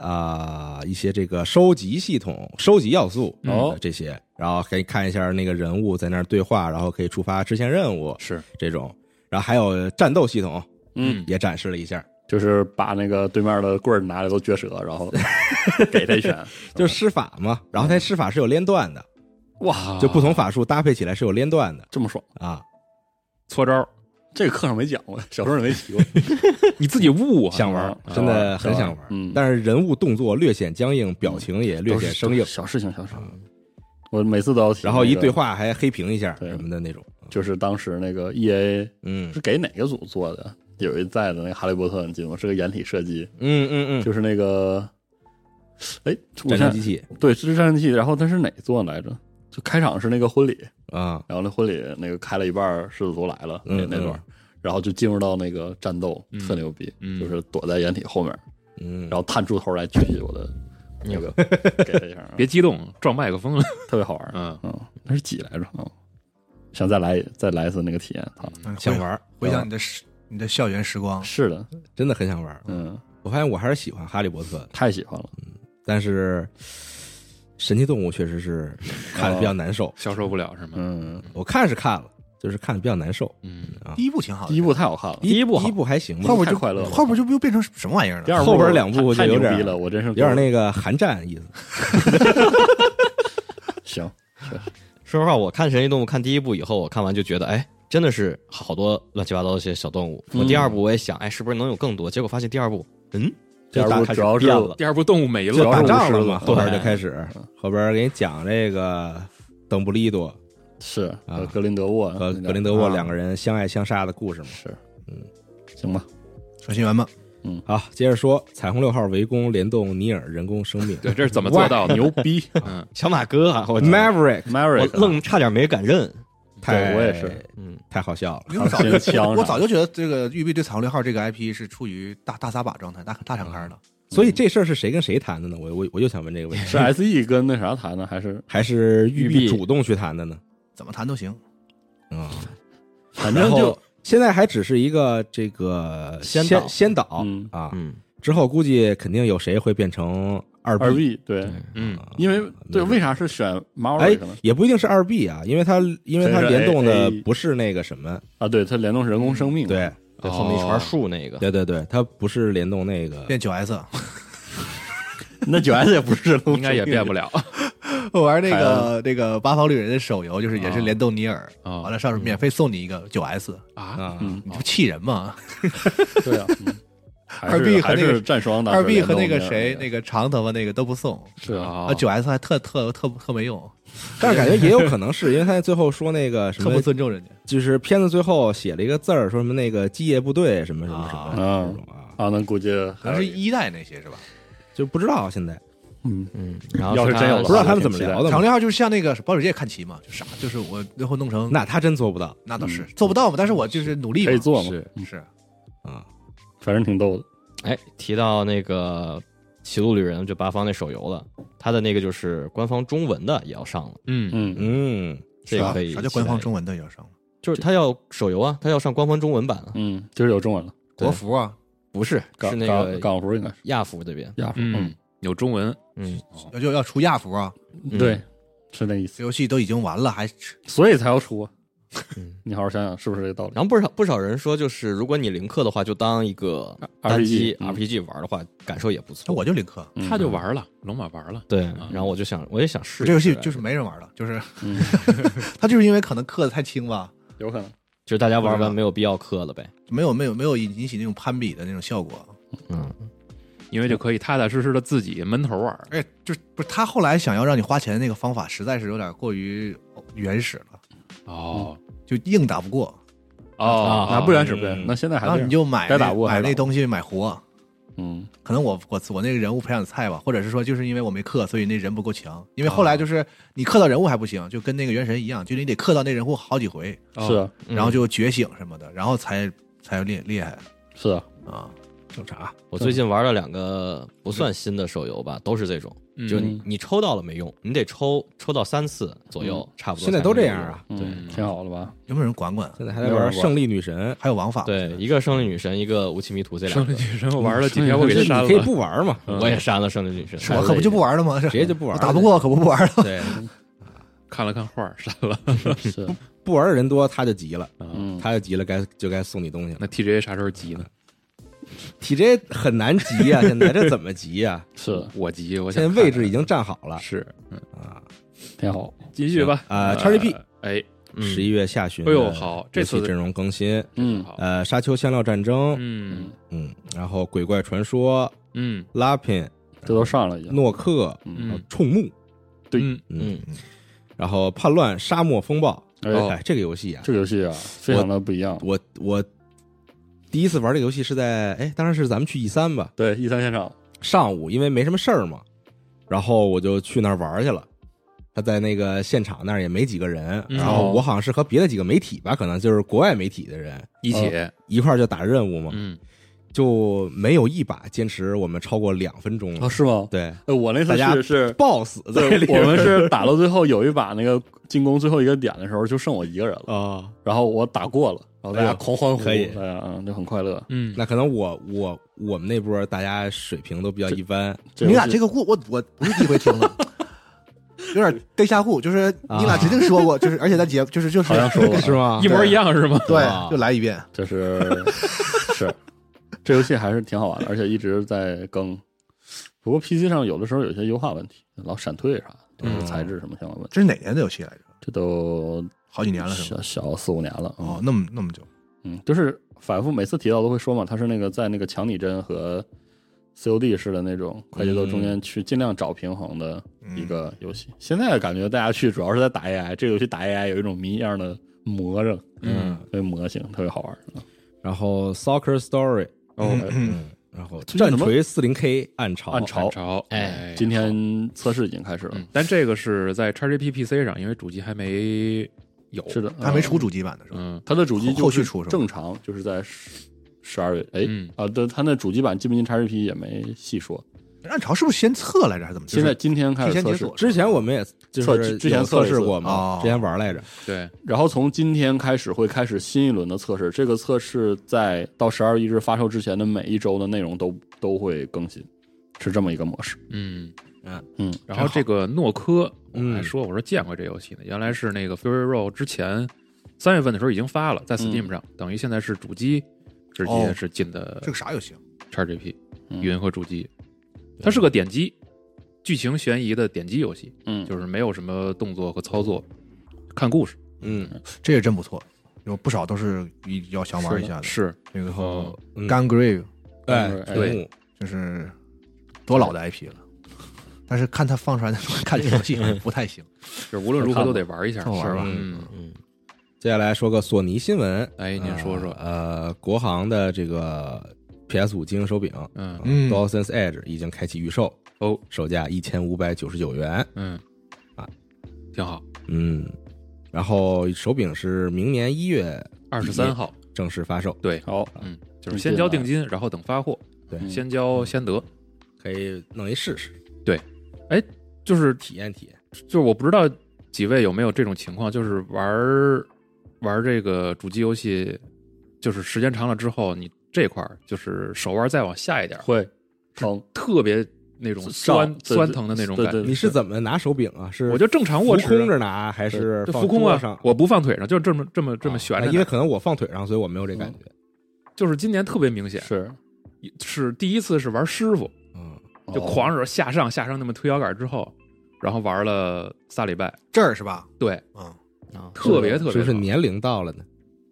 [SPEAKER 3] 啊、一些这个收集系统、收集要素
[SPEAKER 6] 哦
[SPEAKER 3] 呃这些，然后可以看一下那个人物在那儿对话，然后可以触发支线任务
[SPEAKER 4] 是，
[SPEAKER 3] 这种，然后还有战斗系统
[SPEAKER 4] 嗯，
[SPEAKER 3] 也展示了一下，
[SPEAKER 6] 就是把那个对面的棍儿拿来都撅折， 然后给他一拳，
[SPEAKER 3] 就是施法嘛，然后它施法是有连段
[SPEAKER 6] 哦
[SPEAKER 3] 的，
[SPEAKER 4] 哇
[SPEAKER 3] 就不同法术搭配起来是有连段的
[SPEAKER 6] 啊这么爽。
[SPEAKER 3] 啊。
[SPEAKER 4] 搓招，
[SPEAKER 6] 这个课上没讲过，小时候也没提过。
[SPEAKER 4] 你自己悟啊，
[SPEAKER 3] 想玩儿，真的很想玩儿，
[SPEAKER 6] 嗯
[SPEAKER 3] 但是人物动作略显僵硬，表情也略显生硬，嗯
[SPEAKER 6] 小事情，小事情。我每次都要提、
[SPEAKER 3] 然后一对，话还黑屏一下
[SPEAKER 6] 对
[SPEAKER 3] 什么的那种，
[SPEAKER 6] 就是当时那个 E A
[SPEAKER 3] 嗯
[SPEAKER 6] 是给哪个组做的？有一在的那个《哈利波特》，你记得吗？是个掩体射击，
[SPEAKER 3] 嗯嗯嗯，
[SPEAKER 6] 就是那个，哎，
[SPEAKER 3] 战争机
[SPEAKER 6] 器，
[SPEAKER 3] 器
[SPEAKER 6] 对，这是战争机器。然后它是哪做的来着？就开场是那个婚礼，
[SPEAKER 3] 啊，
[SPEAKER 6] 然后那婚礼那个开了一半儿，狮子族来了那
[SPEAKER 3] 嗯
[SPEAKER 6] 那段儿，然后就进入到那个战斗，特牛逼，
[SPEAKER 4] 嗯
[SPEAKER 6] 就是躲在掩体后面，
[SPEAKER 3] 嗯，
[SPEAKER 6] 然后探出头来狙击我的那个，给他 一下，
[SPEAKER 4] 别激动，撞麦克风了，
[SPEAKER 6] 特别好玩。
[SPEAKER 4] 嗯，
[SPEAKER 6] 嗯，那是几来着？嗯，想再来再来一次那个体验。操，
[SPEAKER 5] 嗯
[SPEAKER 3] 想玩儿，
[SPEAKER 5] 回想你的时你的校园时光，
[SPEAKER 6] 是的，
[SPEAKER 3] 真的很想玩儿。
[SPEAKER 6] 嗯，
[SPEAKER 3] 我发现我还是喜欢哈利波特的，
[SPEAKER 6] 太喜欢了。
[SPEAKER 3] 但是神奇动物确实是看着比较难受。
[SPEAKER 8] 哦
[SPEAKER 4] 消受不了是吗？
[SPEAKER 6] 嗯，
[SPEAKER 3] 我看是看了，就是看的比较难受。
[SPEAKER 4] 嗯，
[SPEAKER 3] 啊
[SPEAKER 5] 第一部挺好的，
[SPEAKER 6] 第一部太好看了，
[SPEAKER 3] 第一
[SPEAKER 8] 部好
[SPEAKER 3] 第一部还行吧
[SPEAKER 5] 后，边
[SPEAKER 6] 太
[SPEAKER 5] 就
[SPEAKER 6] 快乐了
[SPEAKER 5] 后边就又变成什么玩意儿
[SPEAKER 6] 第
[SPEAKER 5] 了？
[SPEAKER 6] 二部
[SPEAKER 3] 后边两部
[SPEAKER 6] 太
[SPEAKER 3] 就有点
[SPEAKER 6] 太牛逼了，我真是有
[SPEAKER 3] 有点那个寒战意思。
[SPEAKER 6] 行，
[SPEAKER 8] 说实话，我看《神奇动物》看第一部以后，我看完就觉得，哎，真的是好多乱七八糟的一些小动物。我第二部我也想，哎，是不是能有更多？结果发现第二部，嗯，
[SPEAKER 6] 第二部
[SPEAKER 8] 开始
[SPEAKER 6] 主要是
[SPEAKER 8] 变了。
[SPEAKER 4] 第二部动物没
[SPEAKER 3] 就
[SPEAKER 6] 主要
[SPEAKER 3] 打
[SPEAKER 4] 了，
[SPEAKER 6] 是武
[SPEAKER 3] 仗
[SPEAKER 6] 士
[SPEAKER 3] 了
[SPEAKER 6] 嘛
[SPEAKER 3] 嘛，后边
[SPEAKER 8] 对
[SPEAKER 3] 就开始，后边给你讲这个邓布利多
[SPEAKER 6] 是
[SPEAKER 3] 啊
[SPEAKER 6] 和格林德沃
[SPEAKER 3] 和
[SPEAKER 6] 那
[SPEAKER 3] 格林德沃
[SPEAKER 6] 啊
[SPEAKER 3] 两个人相爱相杀的故事嘛。
[SPEAKER 6] 是，
[SPEAKER 3] 嗯，
[SPEAKER 6] 行吧，
[SPEAKER 5] 小新闻吧，
[SPEAKER 3] 好，接着说彩虹六号围攻联动尼尔人工生命
[SPEAKER 4] 对，这是 怎么做到的？牛逼！嗯，
[SPEAKER 8] 小马哥啊，我
[SPEAKER 3] ，Maverick
[SPEAKER 8] 我
[SPEAKER 6] Mary
[SPEAKER 8] 愣差点没敢认。
[SPEAKER 3] 太
[SPEAKER 6] 我也是，
[SPEAKER 8] 嗯，
[SPEAKER 3] 太好笑了。
[SPEAKER 5] 因为我早
[SPEAKER 6] 先
[SPEAKER 5] 就
[SPEAKER 6] 呛
[SPEAKER 5] 我
[SPEAKER 6] 上
[SPEAKER 5] 我早就觉得这个育碧对彩虹六号这个 IP 是处于大大撒把状态、大大敞开了。
[SPEAKER 3] 所以这事儿是谁跟谁谈的呢？我我我就想问这个问题
[SPEAKER 6] 是，S E 跟那啥谈的，还 是
[SPEAKER 3] 还是育
[SPEAKER 8] 啊育碧
[SPEAKER 3] 碧主动去谈的呢？
[SPEAKER 5] 怎么谈都行，
[SPEAKER 3] 啊，
[SPEAKER 6] 反
[SPEAKER 3] 然
[SPEAKER 6] 正就
[SPEAKER 3] 后现在还只是一个这个
[SPEAKER 8] 先导
[SPEAKER 3] 先先导
[SPEAKER 6] 嗯
[SPEAKER 3] 啊，
[SPEAKER 8] 嗯，
[SPEAKER 3] 之后估计肯定有谁会变成二
[SPEAKER 6] 二 B 对，
[SPEAKER 4] 嗯，
[SPEAKER 6] 因为对
[SPEAKER 3] 没事
[SPEAKER 6] 为啥是选 Mary
[SPEAKER 3] 哎
[SPEAKER 6] 呢？，
[SPEAKER 3] 也不一定是二 B 啊，因为它因为它
[SPEAKER 6] 这是
[SPEAKER 3] 联动的
[SPEAKER 6] A- A-
[SPEAKER 3] 不是那个什
[SPEAKER 8] 哎
[SPEAKER 3] 么，
[SPEAKER 6] 啊，对，它联动是人工生命，
[SPEAKER 3] 对
[SPEAKER 8] 对，后
[SPEAKER 4] 哦
[SPEAKER 8] 面一串树那个，
[SPEAKER 3] 对对对，它不是联动那个，
[SPEAKER 5] 变九 S，
[SPEAKER 6] 那九 S 也不是人工生
[SPEAKER 4] 应
[SPEAKER 6] 命，
[SPEAKER 4] 该也变不了。
[SPEAKER 5] 我玩那
[SPEAKER 6] 海
[SPEAKER 5] 个
[SPEAKER 6] 洋
[SPEAKER 5] 那个《八方旅人》的手游，就是也是联动尼尔，
[SPEAKER 4] 啊
[SPEAKER 5] 完了上面免费送你一个九 S，
[SPEAKER 4] 啊，
[SPEAKER 3] 啊，
[SPEAKER 6] 嗯，
[SPEAKER 5] 你不气人吗？
[SPEAKER 6] 对啊， 嗯还是
[SPEAKER 5] 二 B 和
[SPEAKER 6] 还
[SPEAKER 5] 那个
[SPEAKER 6] 是战双的
[SPEAKER 5] 二 B 和那个谁那
[SPEAKER 6] 个
[SPEAKER 5] 个长头发那个都不送，
[SPEAKER 6] 是啊，
[SPEAKER 4] 啊
[SPEAKER 5] 啊，九 S 还特特特特没用，
[SPEAKER 3] 但是感觉也有可能是因为他最后说那个什
[SPEAKER 5] 特
[SPEAKER 3] 么
[SPEAKER 5] 不，尊重人家。
[SPEAKER 3] 就是片子最后写了一个字儿，说什么那个基业部队什么什么什么
[SPEAKER 6] 啊
[SPEAKER 3] 这种啊，
[SPEAKER 6] 啊，那估计还
[SPEAKER 5] 可能是
[SPEAKER 6] 有
[SPEAKER 5] 一代那些是吧？
[SPEAKER 3] 就不知道现在
[SPEAKER 6] 嗯，
[SPEAKER 8] 嗯，然后
[SPEAKER 6] 要是
[SPEAKER 8] 他
[SPEAKER 6] 真有的
[SPEAKER 3] 不
[SPEAKER 6] 话
[SPEAKER 3] 知道他们怎么聊的
[SPEAKER 5] 长
[SPEAKER 3] 嘛，
[SPEAKER 5] 六号就是像那个保时捷看齐嘛，就傻，就是我最后弄成
[SPEAKER 3] 那他真做不到
[SPEAKER 5] 那倒是做不到嘛，但是我就是努力
[SPEAKER 6] 嗯
[SPEAKER 5] 嘛
[SPEAKER 6] 可以做嘛，
[SPEAKER 3] 是
[SPEAKER 5] 是
[SPEAKER 3] 啊，
[SPEAKER 6] 反正挺逗的。
[SPEAKER 8] 哎，提到那个《骑路旅人》就八方那手游了，它的那个就是官方中文的也要上了，
[SPEAKER 4] 嗯，
[SPEAKER 6] 嗯，
[SPEAKER 3] 嗯，
[SPEAKER 8] 这
[SPEAKER 5] 啥
[SPEAKER 8] 个可
[SPEAKER 5] 啊
[SPEAKER 8] 以。
[SPEAKER 5] 啥叫官方？中文的要上
[SPEAKER 8] 就是它要手游啊，它要上官方中文版啊，
[SPEAKER 6] 嗯，就是有中文了，
[SPEAKER 8] 对
[SPEAKER 5] 国服啊，
[SPEAKER 8] 不是是
[SPEAKER 6] 港
[SPEAKER 8] 那
[SPEAKER 6] 港
[SPEAKER 8] 个
[SPEAKER 6] 港服应该是
[SPEAKER 8] 亚服这边。
[SPEAKER 6] 亚服，
[SPEAKER 4] 嗯，有中文，
[SPEAKER 8] 嗯，
[SPEAKER 6] 哦
[SPEAKER 5] 要就要出亚服啊，
[SPEAKER 8] 嗯
[SPEAKER 6] 对，是那意思，
[SPEAKER 5] 这游戏都已经完了，还
[SPEAKER 6] 所以才要出啊
[SPEAKER 8] 嗯。
[SPEAKER 6] 你好好想想，是不是这个道理？
[SPEAKER 8] 然后不少不少人说，就是如果你零氪的话，就当一个呃单机
[SPEAKER 6] RPG 嗯
[SPEAKER 8] RPG 玩的话，感受也不
[SPEAKER 5] 那
[SPEAKER 8] 错。
[SPEAKER 5] 我就领克，
[SPEAKER 6] 嗯
[SPEAKER 4] 他就玩了，龙马玩了，
[SPEAKER 8] 对，然后我就想，我也想试一试
[SPEAKER 5] 这游戏就是没人玩了，就是
[SPEAKER 6] 嗯，
[SPEAKER 5] 他就是因为可能氪的太轻吧，
[SPEAKER 6] 有可能。
[SPEAKER 8] 就是大家玩
[SPEAKER 5] 不知道
[SPEAKER 8] 完没有必要氪了呗。
[SPEAKER 5] 没有没有没有引起那种攀比的那种效果。
[SPEAKER 8] 嗯，
[SPEAKER 4] 因为就可以踏踏实实的自己闷头玩。
[SPEAKER 5] 而且哎就是不是他后来想要让你花钱的那个方法，实在是有点过于原始了，
[SPEAKER 6] 嗯
[SPEAKER 4] 哦
[SPEAKER 5] 就硬打不过，
[SPEAKER 4] 哦，
[SPEAKER 6] 那不原始不原始，那现在还
[SPEAKER 5] 然后
[SPEAKER 6] 这
[SPEAKER 5] 啊你
[SPEAKER 6] 样
[SPEAKER 5] 就买
[SPEAKER 6] 该
[SPEAKER 5] 那
[SPEAKER 6] 打不过还
[SPEAKER 5] 买
[SPEAKER 6] 是打
[SPEAKER 5] 那东西买活。
[SPEAKER 6] 嗯
[SPEAKER 5] 可能我我我那个人物培养的菜吧，或者是说就是因为我没氪，所以那人不够强。因为后来就是你氪到人物还不行，就跟那个原神一样，就你得氪到那人物好几回，
[SPEAKER 4] 哦
[SPEAKER 6] 是啊
[SPEAKER 8] 嗯
[SPEAKER 5] 然后就觉醒什么的，然后才才厉厉害
[SPEAKER 6] 是啊，
[SPEAKER 5] 啊。
[SPEAKER 3] 正常啊，
[SPEAKER 8] 我最近玩了两个不算新的手游吧，都是这种，
[SPEAKER 4] 嗯
[SPEAKER 8] 就你你抽到了没用，你得抽抽到三次左右，差不
[SPEAKER 3] 嗯
[SPEAKER 8] 多。
[SPEAKER 3] 现在都这样啊。
[SPEAKER 8] 嗯
[SPEAKER 6] 对，嗯挺好的吧？
[SPEAKER 5] 有没有人管管？
[SPEAKER 3] 现在还在玩胜利女神，
[SPEAKER 5] 还有王法，
[SPEAKER 8] 对，一个胜利女神，一个无期迷途，这两
[SPEAKER 4] 胜利
[SPEAKER 8] 个嗯
[SPEAKER 4] 女神我玩了几天，我
[SPEAKER 3] 这
[SPEAKER 4] 给
[SPEAKER 3] 你
[SPEAKER 4] 删
[SPEAKER 3] 可以
[SPEAKER 4] 了。
[SPEAKER 3] 不玩嘛，
[SPEAKER 8] 我也删了胜利女神。
[SPEAKER 5] 我可不就不玩了吗？直
[SPEAKER 3] 直接就不玩了
[SPEAKER 5] 打不过可不不玩了。
[SPEAKER 3] 对，
[SPEAKER 4] 看了看画，删了。
[SPEAKER 6] 是，
[SPEAKER 3] 不玩的人多他就急了，
[SPEAKER 6] 嗯，
[SPEAKER 3] 他就急了，该就该送你东西了
[SPEAKER 4] 那。TGA 啥时候急呢？
[SPEAKER 3] TJ 很难急呀，现在这怎么急 呀？
[SPEAKER 6] 是
[SPEAKER 4] 我急，我
[SPEAKER 3] 现
[SPEAKER 4] 想
[SPEAKER 3] 在
[SPEAKER 4] 看看
[SPEAKER 3] 位置已经占好了
[SPEAKER 4] 是
[SPEAKER 3] 啊，
[SPEAKER 6] 挺好。
[SPEAKER 4] 继续吧。
[SPEAKER 3] 啊 XGP
[SPEAKER 4] 呃哎，
[SPEAKER 8] 嗯
[SPEAKER 3] 十一月下旬，
[SPEAKER 4] 哎呦好这次
[SPEAKER 3] 阵容更新，
[SPEAKER 6] 嗯
[SPEAKER 4] 好，
[SPEAKER 3] 呃，沙丘香料战争，
[SPEAKER 4] 嗯
[SPEAKER 3] 嗯，然后鬼怪传说、
[SPEAKER 4] 嗯
[SPEAKER 3] 拉pin
[SPEAKER 6] 这都上了已经。
[SPEAKER 3] 诺克、
[SPEAKER 6] 嗯，
[SPEAKER 3] 冲木，
[SPEAKER 6] 对
[SPEAKER 4] 嗯
[SPEAKER 8] 嗯，
[SPEAKER 3] 然后叛乱、沙漠风暴，
[SPEAKER 6] 哎
[SPEAKER 3] 哎，这个游戏啊，
[SPEAKER 6] 这个游戏啊，非常的不一样。
[SPEAKER 3] 我我第一次玩这个游戏是在哎，当时是咱们去 E 三吧，
[SPEAKER 6] 对，E 三现场，
[SPEAKER 3] 上午因为没什么事儿嘛，然后我就去那儿玩去了。他在那个现场那儿也没几个人，
[SPEAKER 4] 嗯
[SPEAKER 3] 然后我好像是和别的几个媒体吧，可能就是国外媒体的人
[SPEAKER 4] 一起
[SPEAKER 3] 一块儿就打任务嘛，
[SPEAKER 4] 嗯
[SPEAKER 3] 就没有一把坚持我们超过两分钟
[SPEAKER 4] 哦
[SPEAKER 6] 啊，
[SPEAKER 3] 了。
[SPEAKER 6] 是吗？
[SPEAKER 3] 对，
[SPEAKER 6] 呃我那
[SPEAKER 3] 大
[SPEAKER 6] 次
[SPEAKER 3] 家
[SPEAKER 6] 去 是，
[SPEAKER 3] 暴死在
[SPEAKER 6] 对
[SPEAKER 3] 里，
[SPEAKER 6] 我们 是打到最后有一把那个进攻最后一个点的时候，就剩我一个人了，
[SPEAKER 3] 啊，
[SPEAKER 6] 然后我打过了，然后大
[SPEAKER 3] 哎
[SPEAKER 6] 家
[SPEAKER 3] 呦
[SPEAKER 6] 狂欢呼，
[SPEAKER 3] 可以
[SPEAKER 6] 大家嗯就很快乐。
[SPEAKER 4] 嗯，
[SPEAKER 3] 那可能我我我们那波大家水平都比较一般，
[SPEAKER 5] 你俩这
[SPEAKER 6] 个
[SPEAKER 5] 个故我我不是第一回听了，有点对下户，就是你俩指定说过，就是而且在节就是就是
[SPEAKER 6] 好像说 过
[SPEAKER 8] 是
[SPEAKER 3] 啊
[SPEAKER 8] 吗？
[SPEAKER 4] 一模一样是吗？
[SPEAKER 5] 对，就来一遍。
[SPEAKER 6] 就是 是这游戏还是挺好玩的，而且一直在更。不过 PC 上有的时候有些优化问题，老闪退啥，就是材质什么相关问题，
[SPEAKER 5] 这是哪年的游戏来着？
[SPEAKER 6] 这都
[SPEAKER 5] 好几年了是吗？
[SPEAKER 6] 小小四五年了。嗯
[SPEAKER 5] 哦，那么那么久，
[SPEAKER 6] 嗯，就是反复每次提到都会说嘛，它是那个在那个强拟真和 COD 式的那种快节奏中间去尽量找平衡的一个游戏。现在感觉大家去主要是在打 AI，这个游戏打 AI 有一种迷一样的魔怔，
[SPEAKER 3] 嗯，
[SPEAKER 6] 特别魔性，特别好玩。
[SPEAKER 3] 然后 Soccer Story，
[SPEAKER 6] 嗯，
[SPEAKER 3] 嗯，然后
[SPEAKER 6] 最近
[SPEAKER 3] 战
[SPEAKER 6] 怎么
[SPEAKER 3] 锤四零 K 暗潮，
[SPEAKER 6] 暗潮，
[SPEAKER 4] 潮
[SPEAKER 8] 哎
[SPEAKER 6] 今天测试已经开始了
[SPEAKER 4] 嗯，，但这个是在 XGP PC 上，因为主机还没有。
[SPEAKER 6] 是的，
[SPEAKER 5] 还没
[SPEAKER 6] 嗯
[SPEAKER 5] 出主机版的时候，
[SPEAKER 4] 嗯，
[SPEAKER 6] 它的主机
[SPEAKER 5] 后
[SPEAKER 6] 就
[SPEAKER 5] 后续
[SPEAKER 6] 是
[SPEAKER 5] 出是吧
[SPEAKER 6] 正常，就是在十十二月，哎
[SPEAKER 4] 嗯
[SPEAKER 6] 啊，对，它那主机版进不进 XGP 也没细说。
[SPEAKER 5] 暗潮是不是先测来着，还是怎么着？
[SPEAKER 6] 现在今天开
[SPEAKER 5] 提
[SPEAKER 6] 始
[SPEAKER 5] 前
[SPEAKER 6] 测
[SPEAKER 5] 解
[SPEAKER 6] 试
[SPEAKER 5] 锁，
[SPEAKER 3] 之前我们也就
[SPEAKER 6] 测
[SPEAKER 3] 是
[SPEAKER 6] 之前
[SPEAKER 3] 有测
[SPEAKER 6] 测了一次
[SPEAKER 3] 试过嘛
[SPEAKER 5] 哦，
[SPEAKER 3] 之前玩来着，
[SPEAKER 4] 对，
[SPEAKER 6] 然后从今天开始会开始新一轮的测试，这个测试在到十二月一日发售之前的每一周的内容都都会更新，是这么一个模式。
[SPEAKER 4] 嗯
[SPEAKER 3] 嗯
[SPEAKER 6] 嗯，
[SPEAKER 4] 然后这个诺科，我
[SPEAKER 3] 嗯
[SPEAKER 4] 还说我说见过这游戏呢，原来是那个 Fury Road 之前三月份的时候已经发了，在 Steam 上，等于现在是主机直接
[SPEAKER 5] 哦
[SPEAKER 4] 是进的
[SPEAKER 5] 这个啥游戏啊？
[SPEAKER 4] XGP
[SPEAKER 6] 嗯
[SPEAKER 4] 云和主机，它是个点击剧情悬疑的点击游戏，
[SPEAKER 6] 嗯，
[SPEAKER 4] 就是没有什么动作和操作，看故事
[SPEAKER 3] 嗯，
[SPEAKER 5] 这也真不错，有不少都是一要想玩一下的。
[SPEAKER 4] 是
[SPEAKER 5] 这个
[SPEAKER 4] 哦
[SPEAKER 5] Gun Grave
[SPEAKER 3] 哎，
[SPEAKER 6] 哎
[SPEAKER 3] 屏幕
[SPEAKER 5] 就是多老的 IP 了，但是看他放出来的 看这游戏好像不太行，
[SPEAKER 4] 就是无论如何都得玩一下，
[SPEAKER 5] 看吧
[SPEAKER 4] 是吧
[SPEAKER 5] 看吧
[SPEAKER 4] 嗯，
[SPEAKER 3] 接下来说个索尼新闻，
[SPEAKER 4] 哎，您说说，
[SPEAKER 3] 呃，国行的这个 PS 五精英手柄，
[SPEAKER 4] 嗯
[SPEAKER 5] 嗯
[SPEAKER 3] d a w s o n s 啊 Edge 已经开启预售，
[SPEAKER 4] 哦，
[SPEAKER 3] 售价一千五百九十九元，
[SPEAKER 4] 嗯
[SPEAKER 3] 啊，
[SPEAKER 4] 挺好，
[SPEAKER 3] 嗯，然后手柄是明年一月
[SPEAKER 4] 二十三号，
[SPEAKER 3] 正式发售，
[SPEAKER 4] 对，
[SPEAKER 6] 好，
[SPEAKER 4] 嗯，就是先交定金，然后等发货，
[SPEAKER 3] 对
[SPEAKER 6] 嗯
[SPEAKER 4] 先交先得。
[SPEAKER 3] 可以弄一试试，
[SPEAKER 4] 就是
[SPEAKER 3] 体验体验。
[SPEAKER 4] 就是我不知道几位有没有这种情况，就是玩儿玩儿这个主机游戏，就是时间长了之后，你这块儿就是手腕再往下一点儿，
[SPEAKER 6] 会疼，
[SPEAKER 4] 特别那种酸
[SPEAKER 6] 胀对
[SPEAKER 4] 酸疼的那种
[SPEAKER 6] 对
[SPEAKER 4] 感
[SPEAKER 6] 对
[SPEAKER 4] 觉。
[SPEAKER 3] 你是怎么拿手柄啊？是
[SPEAKER 4] 我就正常握
[SPEAKER 3] 浮
[SPEAKER 4] 持，
[SPEAKER 3] 空着拿还是
[SPEAKER 4] 就
[SPEAKER 3] 放
[SPEAKER 4] 浮空
[SPEAKER 3] 桌上
[SPEAKER 4] 啊，我不放腿上，就这么这么这么悬
[SPEAKER 3] 啊
[SPEAKER 4] 着
[SPEAKER 3] 因为
[SPEAKER 4] 呢。嗯
[SPEAKER 3] 可能我放腿上，所以我没有这感觉。
[SPEAKER 4] 就是今年特别明显，
[SPEAKER 6] 是
[SPEAKER 4] 是第一次是玩师傅，
[SPEAKER 3] 嗯，
[SPEAKER 4] 就
[SPEAKER 6] 哦
[SPEAKER 4] 狂惹下上下上那么推摇杆之后，然后玩了仨礼拜，
[SPEAKER 5] 这儿是吧？
[SPEAKER 4] 对，
[SPEAKER 5] 嗯，
[SPEAKER 8] 啊
[SPEAKER 4] 特别特别
[SPEAKER 3] 是不是
[SPEAKER 4] 疼
[SPEAKER 3] 年龄到了呢？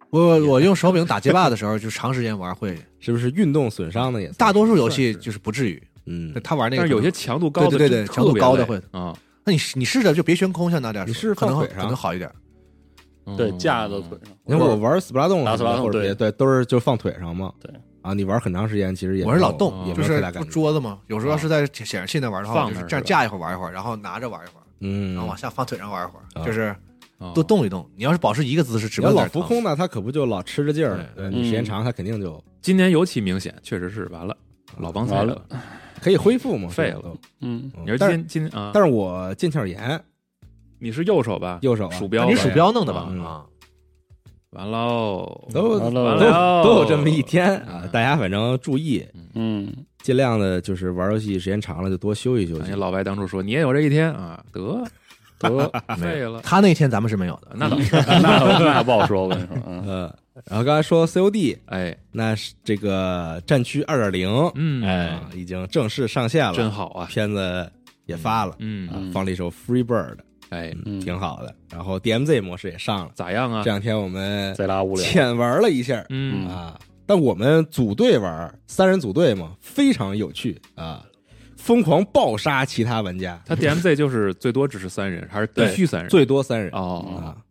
[SPEAKER 5] 我我用手柄打街霸的时候，就长时间玩会，
[SPEAKER 3] 是不是运动损伤呢？也算
[SPEAKER 5] 大多数游戏就是不至于。
[SPEAKER 3] 嗯，
[SPEAKER 5] 他玩那
[SPEAKER 4] 但
[SPEAKER 5] 个可
[SPEAKER 4] 是
[SPEAKER 5] 能，
[SPEAKER 4] 有些强度高的
[SPEAKER 5] 对对对
[SPEAKER 4] 真
[SPEAKER 5] 强度
[SPEAKER 4] 特别
[SPEAKER 5] 高的
[SPEAKER 4] 累
[SPEAKER 5] 会
[SPEAKER 4] 啊，
[SPEAKER 5] 那你试你试着就别悬空，像那点儿
[SPEAKER 3] 你
[SPEAKER 5] 说
[SPEAKER 3] 是
[SPEAKER 5] 可能
[SPEAKER 3] 放
[SPEAKER 5] 会
[SPEAKER 3] 腿
[SPEAKER 5] 可
[SPEAKER 3] 上
[SPEAKER 5] 能好一点。
[SPEAKER 6] 对
[SPEAKER 4] 嗯
[SPEAKER 6] 架到腿上，
[SPEAKER 3] 因为我玩 Splatoon
[SPEAKER 6] 打
[SPEAKER 3] 什么的
[SPEAKER 6] Splatoon，
[SPEAKER 3] 或者别对都是就放腿上嘛。
[SPEAKER 6] 对
[SPEAKER 3] 啊，你玩很长时间，其实也
[SPEAKER 5] 我是老
[SPEAKER 3] 没有
[SPEAKER 5] 动
[SPEAKER 3] 也
[SPEAKER 5] 就
[SPEAKER 3] 没有太
[SPEAKER 5] 是
[SPEAKER 3] 大感
[SPEAKER 5] 不
[SPEAKER 3] 觉。
[SPEAKER 5] 桌子嘛，有时候要是在显显示器那玩的话，
[SPEAKER 4] 放
[SPEAKER 5] 我就
[SPEAKER 4] 那儿
[SPEAKER 5] 是这样
[SPEAKER 4] 是吧
[SPEAKER 5] 架一会儿玩一会儿，然后拿着玩一会儿，
[SPEAKER 3] 嗯，
[SPEAKER 5] 然后往下放腿上玩一会
[SPEAKER 3] 啊
[SPEAKER 5] 儿，就是
[SPEAKER 4] 哦
[SPEAKER 3] 嗯
[SPEAKER 5] 多动一动。你要是保持一个姿势，只
[SPEAKER 3] 你
[SPEAKER 5] 不
[SPEAKER 3] 要
[SPEAKER 5] 过
[SPEAKER 3] 老浮空呢，他可不就老吃着劲儿呢？
[SPEAKER 4] 对
[SPEAKER 3] 对你时间
[SPEAKER 6] 嗯
[SPEAKER 3] 长，他肯定就
[SPEAKER 4] 今年尤其明显，确实是完了，老帮菜
[SPEAKER 6] 完
[SPEAKER 4] 了
[SPEAKER 6] 了，
[SPEAKER 3] 可以恢复嘛，
[SPEAKER 4] 废了
[SPEAKER 3] 这种都。
[SPEAKER 6] 嗯，
[SPEAKER 3] 嗯
[SPEAKER 4] 你说
[SPEAKER 3] 但是
[SPEAKER 4] 今今啊，
[SPEAKER 3] 但是我腱鞘炎，
[SPEAKER 4] 你是右手吧？
[SPEAKER 3] 右手啊
[SPEAKER 4] 鼠
[SPEAKER 5] 那
[SPEAKER 4] 标吧，
[SPEAKER 5] 你鼠标弄的吧
[SPEAKER 3] 嗯？
[SPEAKER 5] 啊，
[SPEAKER 4] 完哦喽，
[SPEAKER 3] 都都
[SPEAKER 6] 完了
[SPEAKER 4] 哦
[SPEAKER 3] 都有这么一天啊
[SPEAKER 4] 嗯！
[SPEAKER 3] 大家反正注意，
[SPEAKER 6] 嗯，
[SPEAKER 3] 尽量的就是玩游戏时间长了就多休息休
[SPEAKER 4] 感
[SPEAKER 3] 息
[SPEAKER 4] 哎谢。老白当初说你也有这一天啊，得
[SPEAKER 6] 得，
[SPEAKER 4] 废了，
[SPEAKER 5] 他那天咱们是没有的。
[SPEAKER 4] 那倒是，
[SPEAKER 6] 那那不好说，我跟你说，嗯，
[SPEAKER 3] 呃，然后刚才说 COD，
[SPEAKER 4] 哎，
[SPEAKER 3] 那是这个战区二点零，
[SPEAKER 4] 嗯，
[SPEAKER 3] 啊，已经正式上线了，
[SPEAKER 4] 真好啊，
[SPEAKER 3] 片子也发了，
[SPEAKER 4] 嗯，
[SPEAKER 3] 啊
[SPEAKER 6] 嗯
[SPEAKER 3] 放了一首 Free Bird，
[SPEAKER 4] 哎，
[SPEAKER 6] 嗯
[SPEAKER 3] 挺好的。然后 DMZ 模式也上了，
[SPEAKER 4] 咋样啊
[SPEAKER 3] 这？两天我们
[SPEAKER 6] 嗯贼拉无 聊，
[SPEAKER 3] 浅玩了一下
[SPEAKER 4] 嗯
[SPEAKER 3] 啊，但我们组队玩，三人组队嘛，非常有趣啊，疯狂暴杀其他玩家，
[SPEAKER 4] 他 DMZ 就是最多只是三人，还是必须三人？
[SPEAKER 3] 最多三人
[SPEAKER 4] 哦，
[SPEAKER 3] 啊。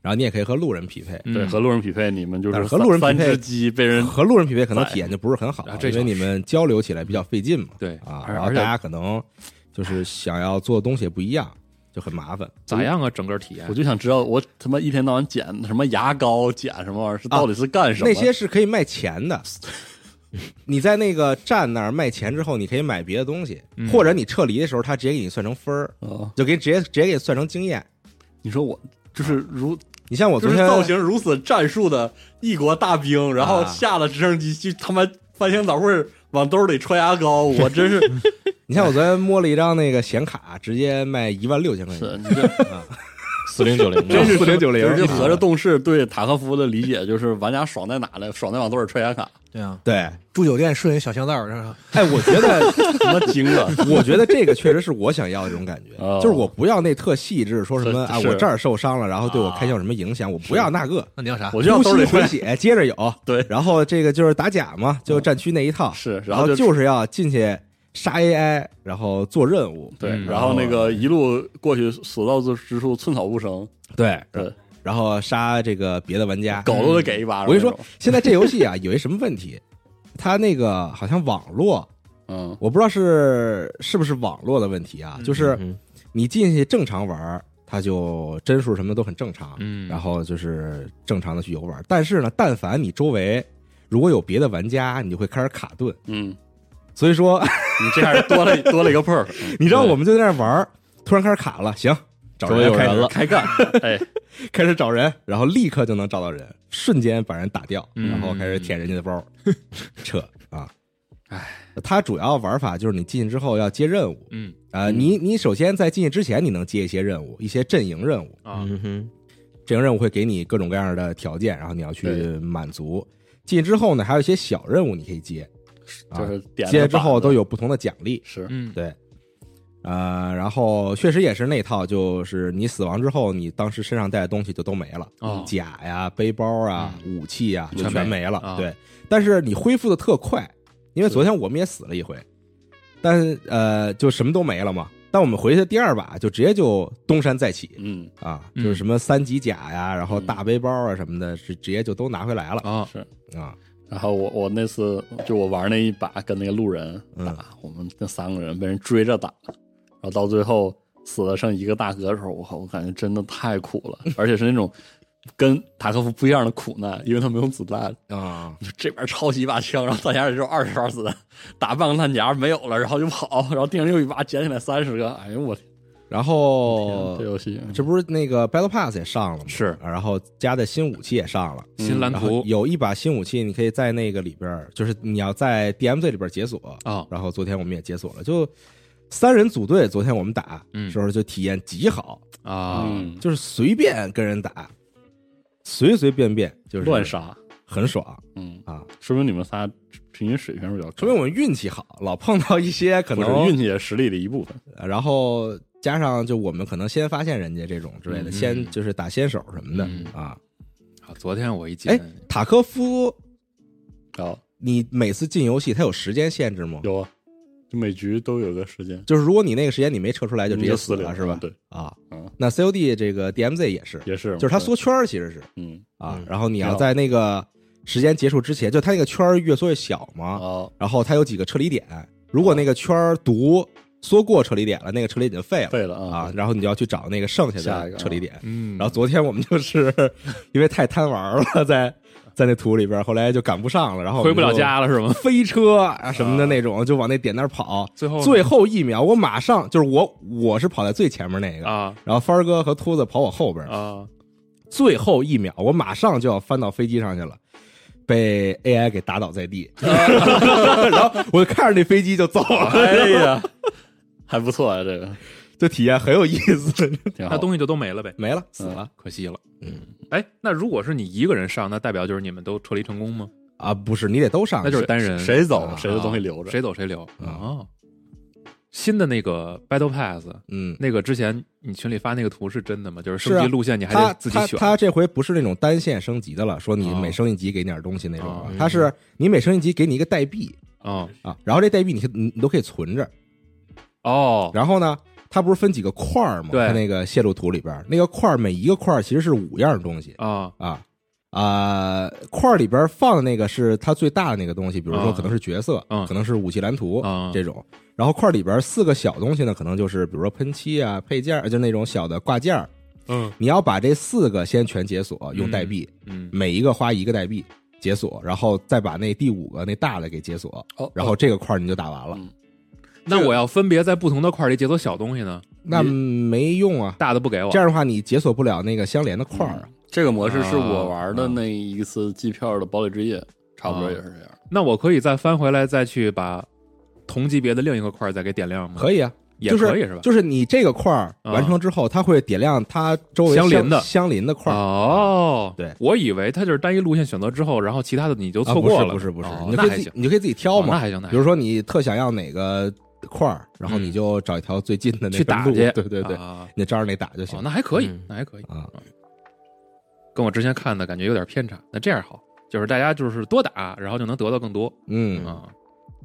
[SPEAKER 3] 然后你也可以和路人匹配，
[SPEAKER 4] 嗯
[SPEAKER 6] 对，和路人匹配，你们就
[SPEAKER 3] 但
[SPEAKER 6] 是
[SPEAKER 3] 是和路人匹
[SPEAKER 6] 三
[SPEAKER 3] 配
[SPEAKER 6] 三只鸡被人
[SPEAKER 3] 和路人匹配可能体验就不是很好
[SPEAKER 4] 啊，这
[SPEAKER 3] 因为
[SPEAKER 4] 倒
[SPEAKER 3] 你
[SPEAKER 4] 是
[SPEAKER 3] 们交流起来比较费劲嘛。
[SPEAKER 4] 对
[SPEAKER 3] 啊，
[SPEAKER 4] 而
[SPEAKER 3] 然后大
[SPEAKER 4] 而且
[SPEAKER 3] 家可能就是想要做的东西也不一样，就很麻烦。
[SPEAKER 4] 咋样啊？整个体验
[SPEAKER 6] 我就想知道，我他妈一天到晚捡什么牙膏、捡什么玩意儿，是到底是干什么？
[SPEAKER 3] 啊那些是可以卖钱 的，你在那个站那儿卖钱之后，你可以买别的东西，
[SPEAKER 4] 嗯
[SPEAKER 3] 或者你撤离的时候，他直接给你算成分儿，
[SPEAKER 6] 啊，
[SPEAKER 3] 就给直接直接给你算成经验。
[SPEAKER 6] 你说我就是如
[SPEAKER 3] 你啊像我
[SPEAKER 6] 就
[SPEAKER 3] 昨
[SPEAKER 6] 是
[SPEAKER 3] 天
[SPEAKER 6] 造型如此战术的异国大兵，然后
[SPEAKER 3] 啊
[SPEAKER 6] 下了直升机去他妈翻箱倒柜儿往兜里揣牙膏，我真是
[SPEAKER 3] 你像我昨天摸了一张那个显卡，直接卖一万六千块钱，
[SPEAKER 6] 是，你这
[SPEAKER 8] 四零九零
[SPEAKER 6] 真
[SPEAKER 8] 的，
[SPEAKER 6] 是
[SPEAKER 3] 4090
[SPEAKER 6] 就合着动视对塔科夫的理解就是玩家爽在哪呢？爽在往兜里揣显卡，
[SPEAKER 5] 对啊，
[SPEAKER 3] 对，
[SPEAKER 5] 住酒店顺人小巷道儿，是吧？
[SPEAKER 3] 哎，我觉得
[SPEAKER 6] 他妈惊 了！
[SPEAKER 3] 我觉得这个确实是我想要的这种感觉，
[SPEAKER 6] 哦
[SPEAKER 3] 就是我不要那特细致，说什么
[SPEAKER 6] 是
[SPEAKER 3] 啊
[SPEAKER 6] 是
[SPEAKER 3] 我这儿受伤了，然后对我开枪有什么影响，我不要那个，
[SPEAKER 5] 那你要啥？
[SPEAKER 6] 我就要兜
[SPEAKER 3] 呼
[SPEAKER 6] 里
[SPEAKER 3] 吸
[SPEAKER 6] 揣
[SPEAKER 3] 回，血接着有，
[SPEAKER 6] 对嗯
[SPEAKER 3] 然后这个就是打假嘛，就战区那一套，
[SPEAKER 6] 是，然
[SPEAKER 3] 然
[SPEAKER 6] 后
[SPEAKER 3] 后
[SPEAKER 6] 就
[SPEAKER 3] 就是要进去杀 AI，然后做任务，
[SPEAKER 6] 对，
[SPEAKER 4] 嗯
[SPEAKER 6] 然后那个一路过去，所到之处寸草不生，
[SPEAKER 3] 对，
[SPEAKER 6] 对，
[SPEAKER 3] 然后杀这个别的玩家，
[SPEAKER 6] 狗都得给一巴掌。
[SPEAKER 3] 嗯我跟你说，现在这游戏啊有一什么问 题，它那个好像网络，
[SPEAKER 6] 那种，
[SPEAKER 3] 我不知道是是不是网络的问题啊，就是
[SPEAKER 8] 嗯
[SPEAKER 3] 你进去正常玩儿，它就帧数什么都很正常，
[SPEAKER 4] 嗯
[SPEAKER 3] 然后就是正常的去游玩儿。但是呢，但凡你周围如果有别的玩家，你就会开始卡顿。
[SPEAKER 6] 嗯嗯，
[SPEAKER 3] 所以说，
[SPEAKER 6] 你这样多了多了一个 perk，嗯
[SPEAKER 3] 你知道我们就在那儿玩儿，突然开始卡了，行，找
[SPEAKER 8] 周围有
[SPEAKER 3] 开
[SPEAKER 8] 人
[SPEAKER 3] 始
[SPEAKER 8] 了，
[SPEAKER 6] 开干，哎，
[SPEAKER 3] 开始找人，然后立刻就能找到人，瞬间把人打掉，
[SPEAKER 4] 嗯
[SPEAKER 3] 然后开始舔人家的包，扯啊！哎，它主要玩法就是你进去之后要接任务，
[SPEAKER 4] 嗯
[SPEAKER 3] 呃，你你首先在进去之前你能接一些任务，一些阵营任务，
[SPEAKER 4] 啊，
[SPEAKER 8] 嗯哼，
[SPEAKER 3] 阵营任务会给你各种各样的条件，然后你要去
[SPEAKER 6] 对
[SPEAKER 3] 满足。进去之后呢，还有一些小任务你可以接，啊
[SPEAKER 6] 就是点了
[SPEAKER 3] 接了之
[SPEAKER 6] 板
[SPEAKER 3] 后
[SPEAKER 6] 子
[SPEAKER 3] 都有不同的奖励，
[SPEAKER 6] 是，
[SPEAKER 4] 嗯，
[SPEAKER 3] 对。呃，然后确实也是那套，就是你死亡之后，你当时身上带的东西就都没了，
[SPEAKER 4] 哦嗯
[SPEAKER 3] 甲呀、背包啊、武器呀，
[SPEAKER 4] 全
[SPEAKER 3] 就全
[SPEAKER 4] 没
[SPEAKER 3] 没了。
[SPEAKER 4] 啊
[SPEAKER 3] 对，但是你恢复的特快，因为昨天我们也死了一回，但呃，就什么都没了嘛。但我们回去的第二把就直接就东山再起
[SPEAKER 6] 嗯，
[SPEAKER 3] 啊，
[SPEAKER 4] 嗯
[SPEAKER 3] 就是什么三级甲呀，然后
[SPEAKER 6] 嗯
[SPEAKER 3] 大背包啊什么的，是直接就都拿回来了
[SPEAKER 4] 啊，
[SPEAKER 3] 啊。
[SPEAKER 6] 然后我我那次就我玩那一把跟那个路人打，
[SPEAKER 3] 嗯
[SPEAKER 6] 我们那三个人被人追着打，然后到最后死了剩一个大哥的时候，我靠，我感觉真的太苦了，而且是那种跟塔科夫不一样的苦难，因为他没有子弹，
[SPEAKER 3] 啊，
[SPEAKER 6] 就这边抄起一把枪，然后大家也就二十发子弹，打半个弹夹没有了，然后就跑，然后地上又一把捡起来三十个，哎呦我天，
[SPEAKER 3] 然
[SPEAKER 4] 哎
[SPEAKER 3] 后
[SPEAKER 6] 这游戏嗯
[SPEAKER 3] 这不是那个 Battle Pass 也上了吗？
[SPEAKER 6] 是嗯
[SPEAKER 3] 啊，然后加的新武器也上了，
[SPEAKER 4] 新蓝
[SPEAKER 3] 然后
[SPEAKER 4] 图
[SPEAKER 3] 有一把新武器，你可以在那个里边儿，就是你要在 DMZ 里边儿解锁。
[SPEAKER 6] 哦
[SPEAKER 4] 啊，
[SPEAKER 3] 然后昨天我们也解锁了，就三人组队，昨天我们打
[SPEAKER 4] 嗯
[SPEAKER 3] 时候就体验极好，
[SPEAKER 4] 啊，
[SPEAKER 6] 嗯，
[SPEAKER 3] 就是随便跟人打，随随便便就是
[SPEAKER 6] 乱，杀，
[SPEAKER 3] 很爽
[SPEAKER 6] 嗯，
[SPEAKER 3] 啊！
[SPEAKER 6] 说明你们仨平均水平比较高，
[SPEAKER 3] 说明我们运气好，老碰到一些可
[SPEAKER 6] 不是运
[SPEAKER 3] 能，
[SPEAKER 6] 气也是实力的一部分，
[SPEAKER 3] 然后加上就我们可能先发现人家这种之类的，
[SPEAKER 4] 嗯
[SPEAKER 3] 先就是打先手什么的
[SPEAKER 4] 嗯
[SPEAKER 3] 啊。
[SPEAKER 4] 好昨天我一进
[SPEAKER 3] 哎，塔科夫
[SPEAKER 6] 然后。
[SPEAKER 3] 你每次进游戏它有时间限制吗？
[SPEAKER 6] 有啊，就每局都有个时间，
[SPEAKER 3] 就是如果你那个时间你没撤出来，就直接
[SPEAKER 6] 就
[SPEAKER 3] 死了，
[SPEAKER 6] 零
[SPEAKER 3] 是吧？
[SPEAKER 6] 对，
[SPEAKER 3] 啊，
[SPEAKER 6] 嗯，
[SPEAKER 3] 那 COD 这个 DMZ 也是，
[SPEAKER 6] 也是，
[SPEAKER 3] 就是它
[SPEAKER 6] 对
[SPEAKER 3] 缩，圈儿，其实是
[SPEAKER 6] 嗯，
[SPEAKER 3] 啊
[SPEAKER 8] 嗯，
[SPEAKER 3] 然后你
[SPEAKER 6] 挺
[SPEAKER 3] 要
[SPEAKER 6] 好
[SPEAKER 3] 在那个时间结束之前，就它那个圈儿越缩越小嘛，
[SPEAKER 6] 哦，
[SPEAKER 3] 然后它有几个撤离点，如果那个圈儿读缩过撤离点了，那个撤离点就废了
[SPEAKER 6] 废了
[SPEAKER 3] 啊
[SPEAKER 6] 啊，，
[SPEAKER 3] 然后你就要去找那个剩下
[SPEAKER 6] 下一
[SPEAKER 3] 的
[SPEAKER 6] 个
[SPEAKER 3] 撤离点。
[SPEAKER 4] 嗯，
[SPEAKER 3] 然后昨天我们就是 因为太贪玩了，在在那图里边，后来就赶不上了，然后我
[SPEAKER 4] 回
[SPEAKER 3] 们
[SPEAKER 4] 不了
[SPEAKER 3] 就
[SPEAKER 4] 家了是吗？
[SPEAKER 3] 飞车啊什么的那种，就往那点那儿跑。
[SPEAKER 4] 啊最后呢
[SPEAKER 3] 最后一秒，我马上就是我，我是跑在最前面那个，
[SPEAKER 4] 啊
[SPEAKER 3] 然后帆儿哥和秃子跑我后边。
[SPEAKER 4] 啊，
[SPEAKER 3] 最后一秒，我马上就要翻到飞机上去了，被 AI 给打倒在地，
[SPEAKER 4] 啊
[SPEAKER 3] 然后我就看着那飞机就走了，
[SPEAKER 6] 哎呀，还不错啊，这个
[SPEAKER 3] 就体验很有意思。
[SPEAKER 6] 挺好
[SPEAKER 4] 那。东西就都没了呗，
[SPEAKER 3] 没了，死
[SPEAKER 6] 嗯
[SPEAKER 3] 了、
[SPEAKER 4] 可惜了。嗯，哎，那如果是你一个人上，那代表就是你们都撤离成功吗？
[SPEAKER 3] 啊！不是，你得都上去，
[SPEAKER 4] 那就是单人，
[SPEAKER 6] 谁走
[SPEAKER 3] 啊
[SPEAKER 6] 谁的东西留着，
[SPEAKER 4] 谁走谁留
[SPEAKER 3] 嗯
[SPEAKER 4] 啊。新的那个 Battle Pass，
[SPEAKER 3] 嗯。
[SPEAKER 4] 那个之前你群里发那个图是真的吗？就是升
[SPEAKER 3] 是啊
[SPEAKER 4] 级路线你还
[SPEAKER 3] 他
[SPEAKER 4] 得自己
[SPEAKER 3] 他
[SPEAKER 4] 选
[SPEAKER 3] 他这回不是那种单线升级的了，说你
[SPEAKER 4] 哦
[SPEAKER 3] 每升一级给你点东西那种
[SPEAKER 4] 哦
[SPEAKER 3] 了，他是你每升一级给你一个代币
[SPEAKER 4] 啊
[SPEAKER 3] 啊，然后这代币你可你你都可以存着，
[SPEAKER 4] 哦
[SPEAKER 3] 然后呢，它不是分几个块儿吗？
[SPEAKER 4] 对
[SPEAKER 3] 它那个泄露图里边儿，那个块儿每一个块儿其实是五样东西
[SPEAKER 4] 啊
[SPEAKER 3] 啊啊、块儿里边儿放的那个是它最大的那个东西，比如说
[SPEAKER 4] 啊
[SPEAKER 3] 可能是角色，
[SPEAKER 4] 嗯
[SPEAKER 3] 可能是武器蓝图、
[SPEAKER 4] 啊
[SPEAKER 3] 这种。然后块儿里边儿四个小东西呢，可能就是比如说喷漆啊、配件儿，就那种小的挂件儿。
[SPEAKER 4] 嗯
[SPEAKER 3] 你要把这四个先全解锁，用代币，
[SPEAKER 4] 嗯
[SPEAKER 3] 每一个花一个代币解锁，然后再把那第五个那大的给解锁，
[SPEAKER 6] 哦
[SPEAKER 3] 然后这个块儿你就打完了。
[SPEAKER 6] 嗯
[SPEAKER 4] 那我要分别在不同的块儿里解锁小东西呢，
[SPEAKER 3] 那没用啊，
[SPEAKER 4] 大的不给我
[SPEAKER 3] 这样的话，你解锁不了那个相连的块儿啊。
[SPEAKER 4] 嗯
[SPEAKER 6] 这个模式是我玩的那一次机票的堡垒之夜，差不多也是这样。
[SPEAKER 4] 那我可以再翻回来再去把同级别的另一个块儿再给点亮吗？
[SPEAKER 3] 可以啊，
[SPEAKER 4] 嗯也
[SPEAKER 3] 就是
[SPEAKER 4] 可以是吧？
[SPEAKER 3] 就是你这个块儿
[SPEAKER 4] 啊
[SPEAKER 3] 完成之后，它会点亮它周围
[SPEAKER 4] 相邻的
[SPEAKER 3] 相邻的块儿。
[SPEAKER 4] 哦，
[SPEAKER 3] 对
[SPEAKER 4] 我以为它就是单一路线选择之后，然后其他的你就
[SPEAKER 3] 啊
[SPEAKER 4] 错过了，
[SPEAKER 3] 不是不是不是，
[SPEAKER 4] 哦
[SPEAKER 3] 你就
[SPEAKER 4] 那
[SPEAKER 3] 可以
[SPEAKER 4] 还
[SPEAKER 3] 自己
[SPEAKER 4] 行，
[SPEAKER 3] 你就可以自己挑
[SPEAKER 4] 哦那
[SPEAKER 3] 嘛。
[SPEAKER 4] 还行，那还
[SPEAKER 3] 比
[SPEAKER 4] 行
[SPEAKER 3] 如说你特想要哪个块儿，然后
[SPEAKER 4] 嗯
[SPEAKER 3] 你就找一条最近的那个
[SPEAKER 4] 去打
[SPEAKER 3] 路
[SPEAKER 4] 去
[SPEAKER 3] 对对对，
[SPEAKER 4] 啊
[SPEAKER 3] 你照着那打就行
[SPEAKER 4] 哦，。那还可以
[SPEAKER 8] 嗯，
[SPEAKER 4] 那还可以
[SPEAKER 3] 啊，
[SPEAKER 4] 跟我之前看的感觉有点偏差。那这样好，就是大家就是多打，然后就能得到更多
[SPEAKER 3] 嗯，
[SPEAKER 4] 啊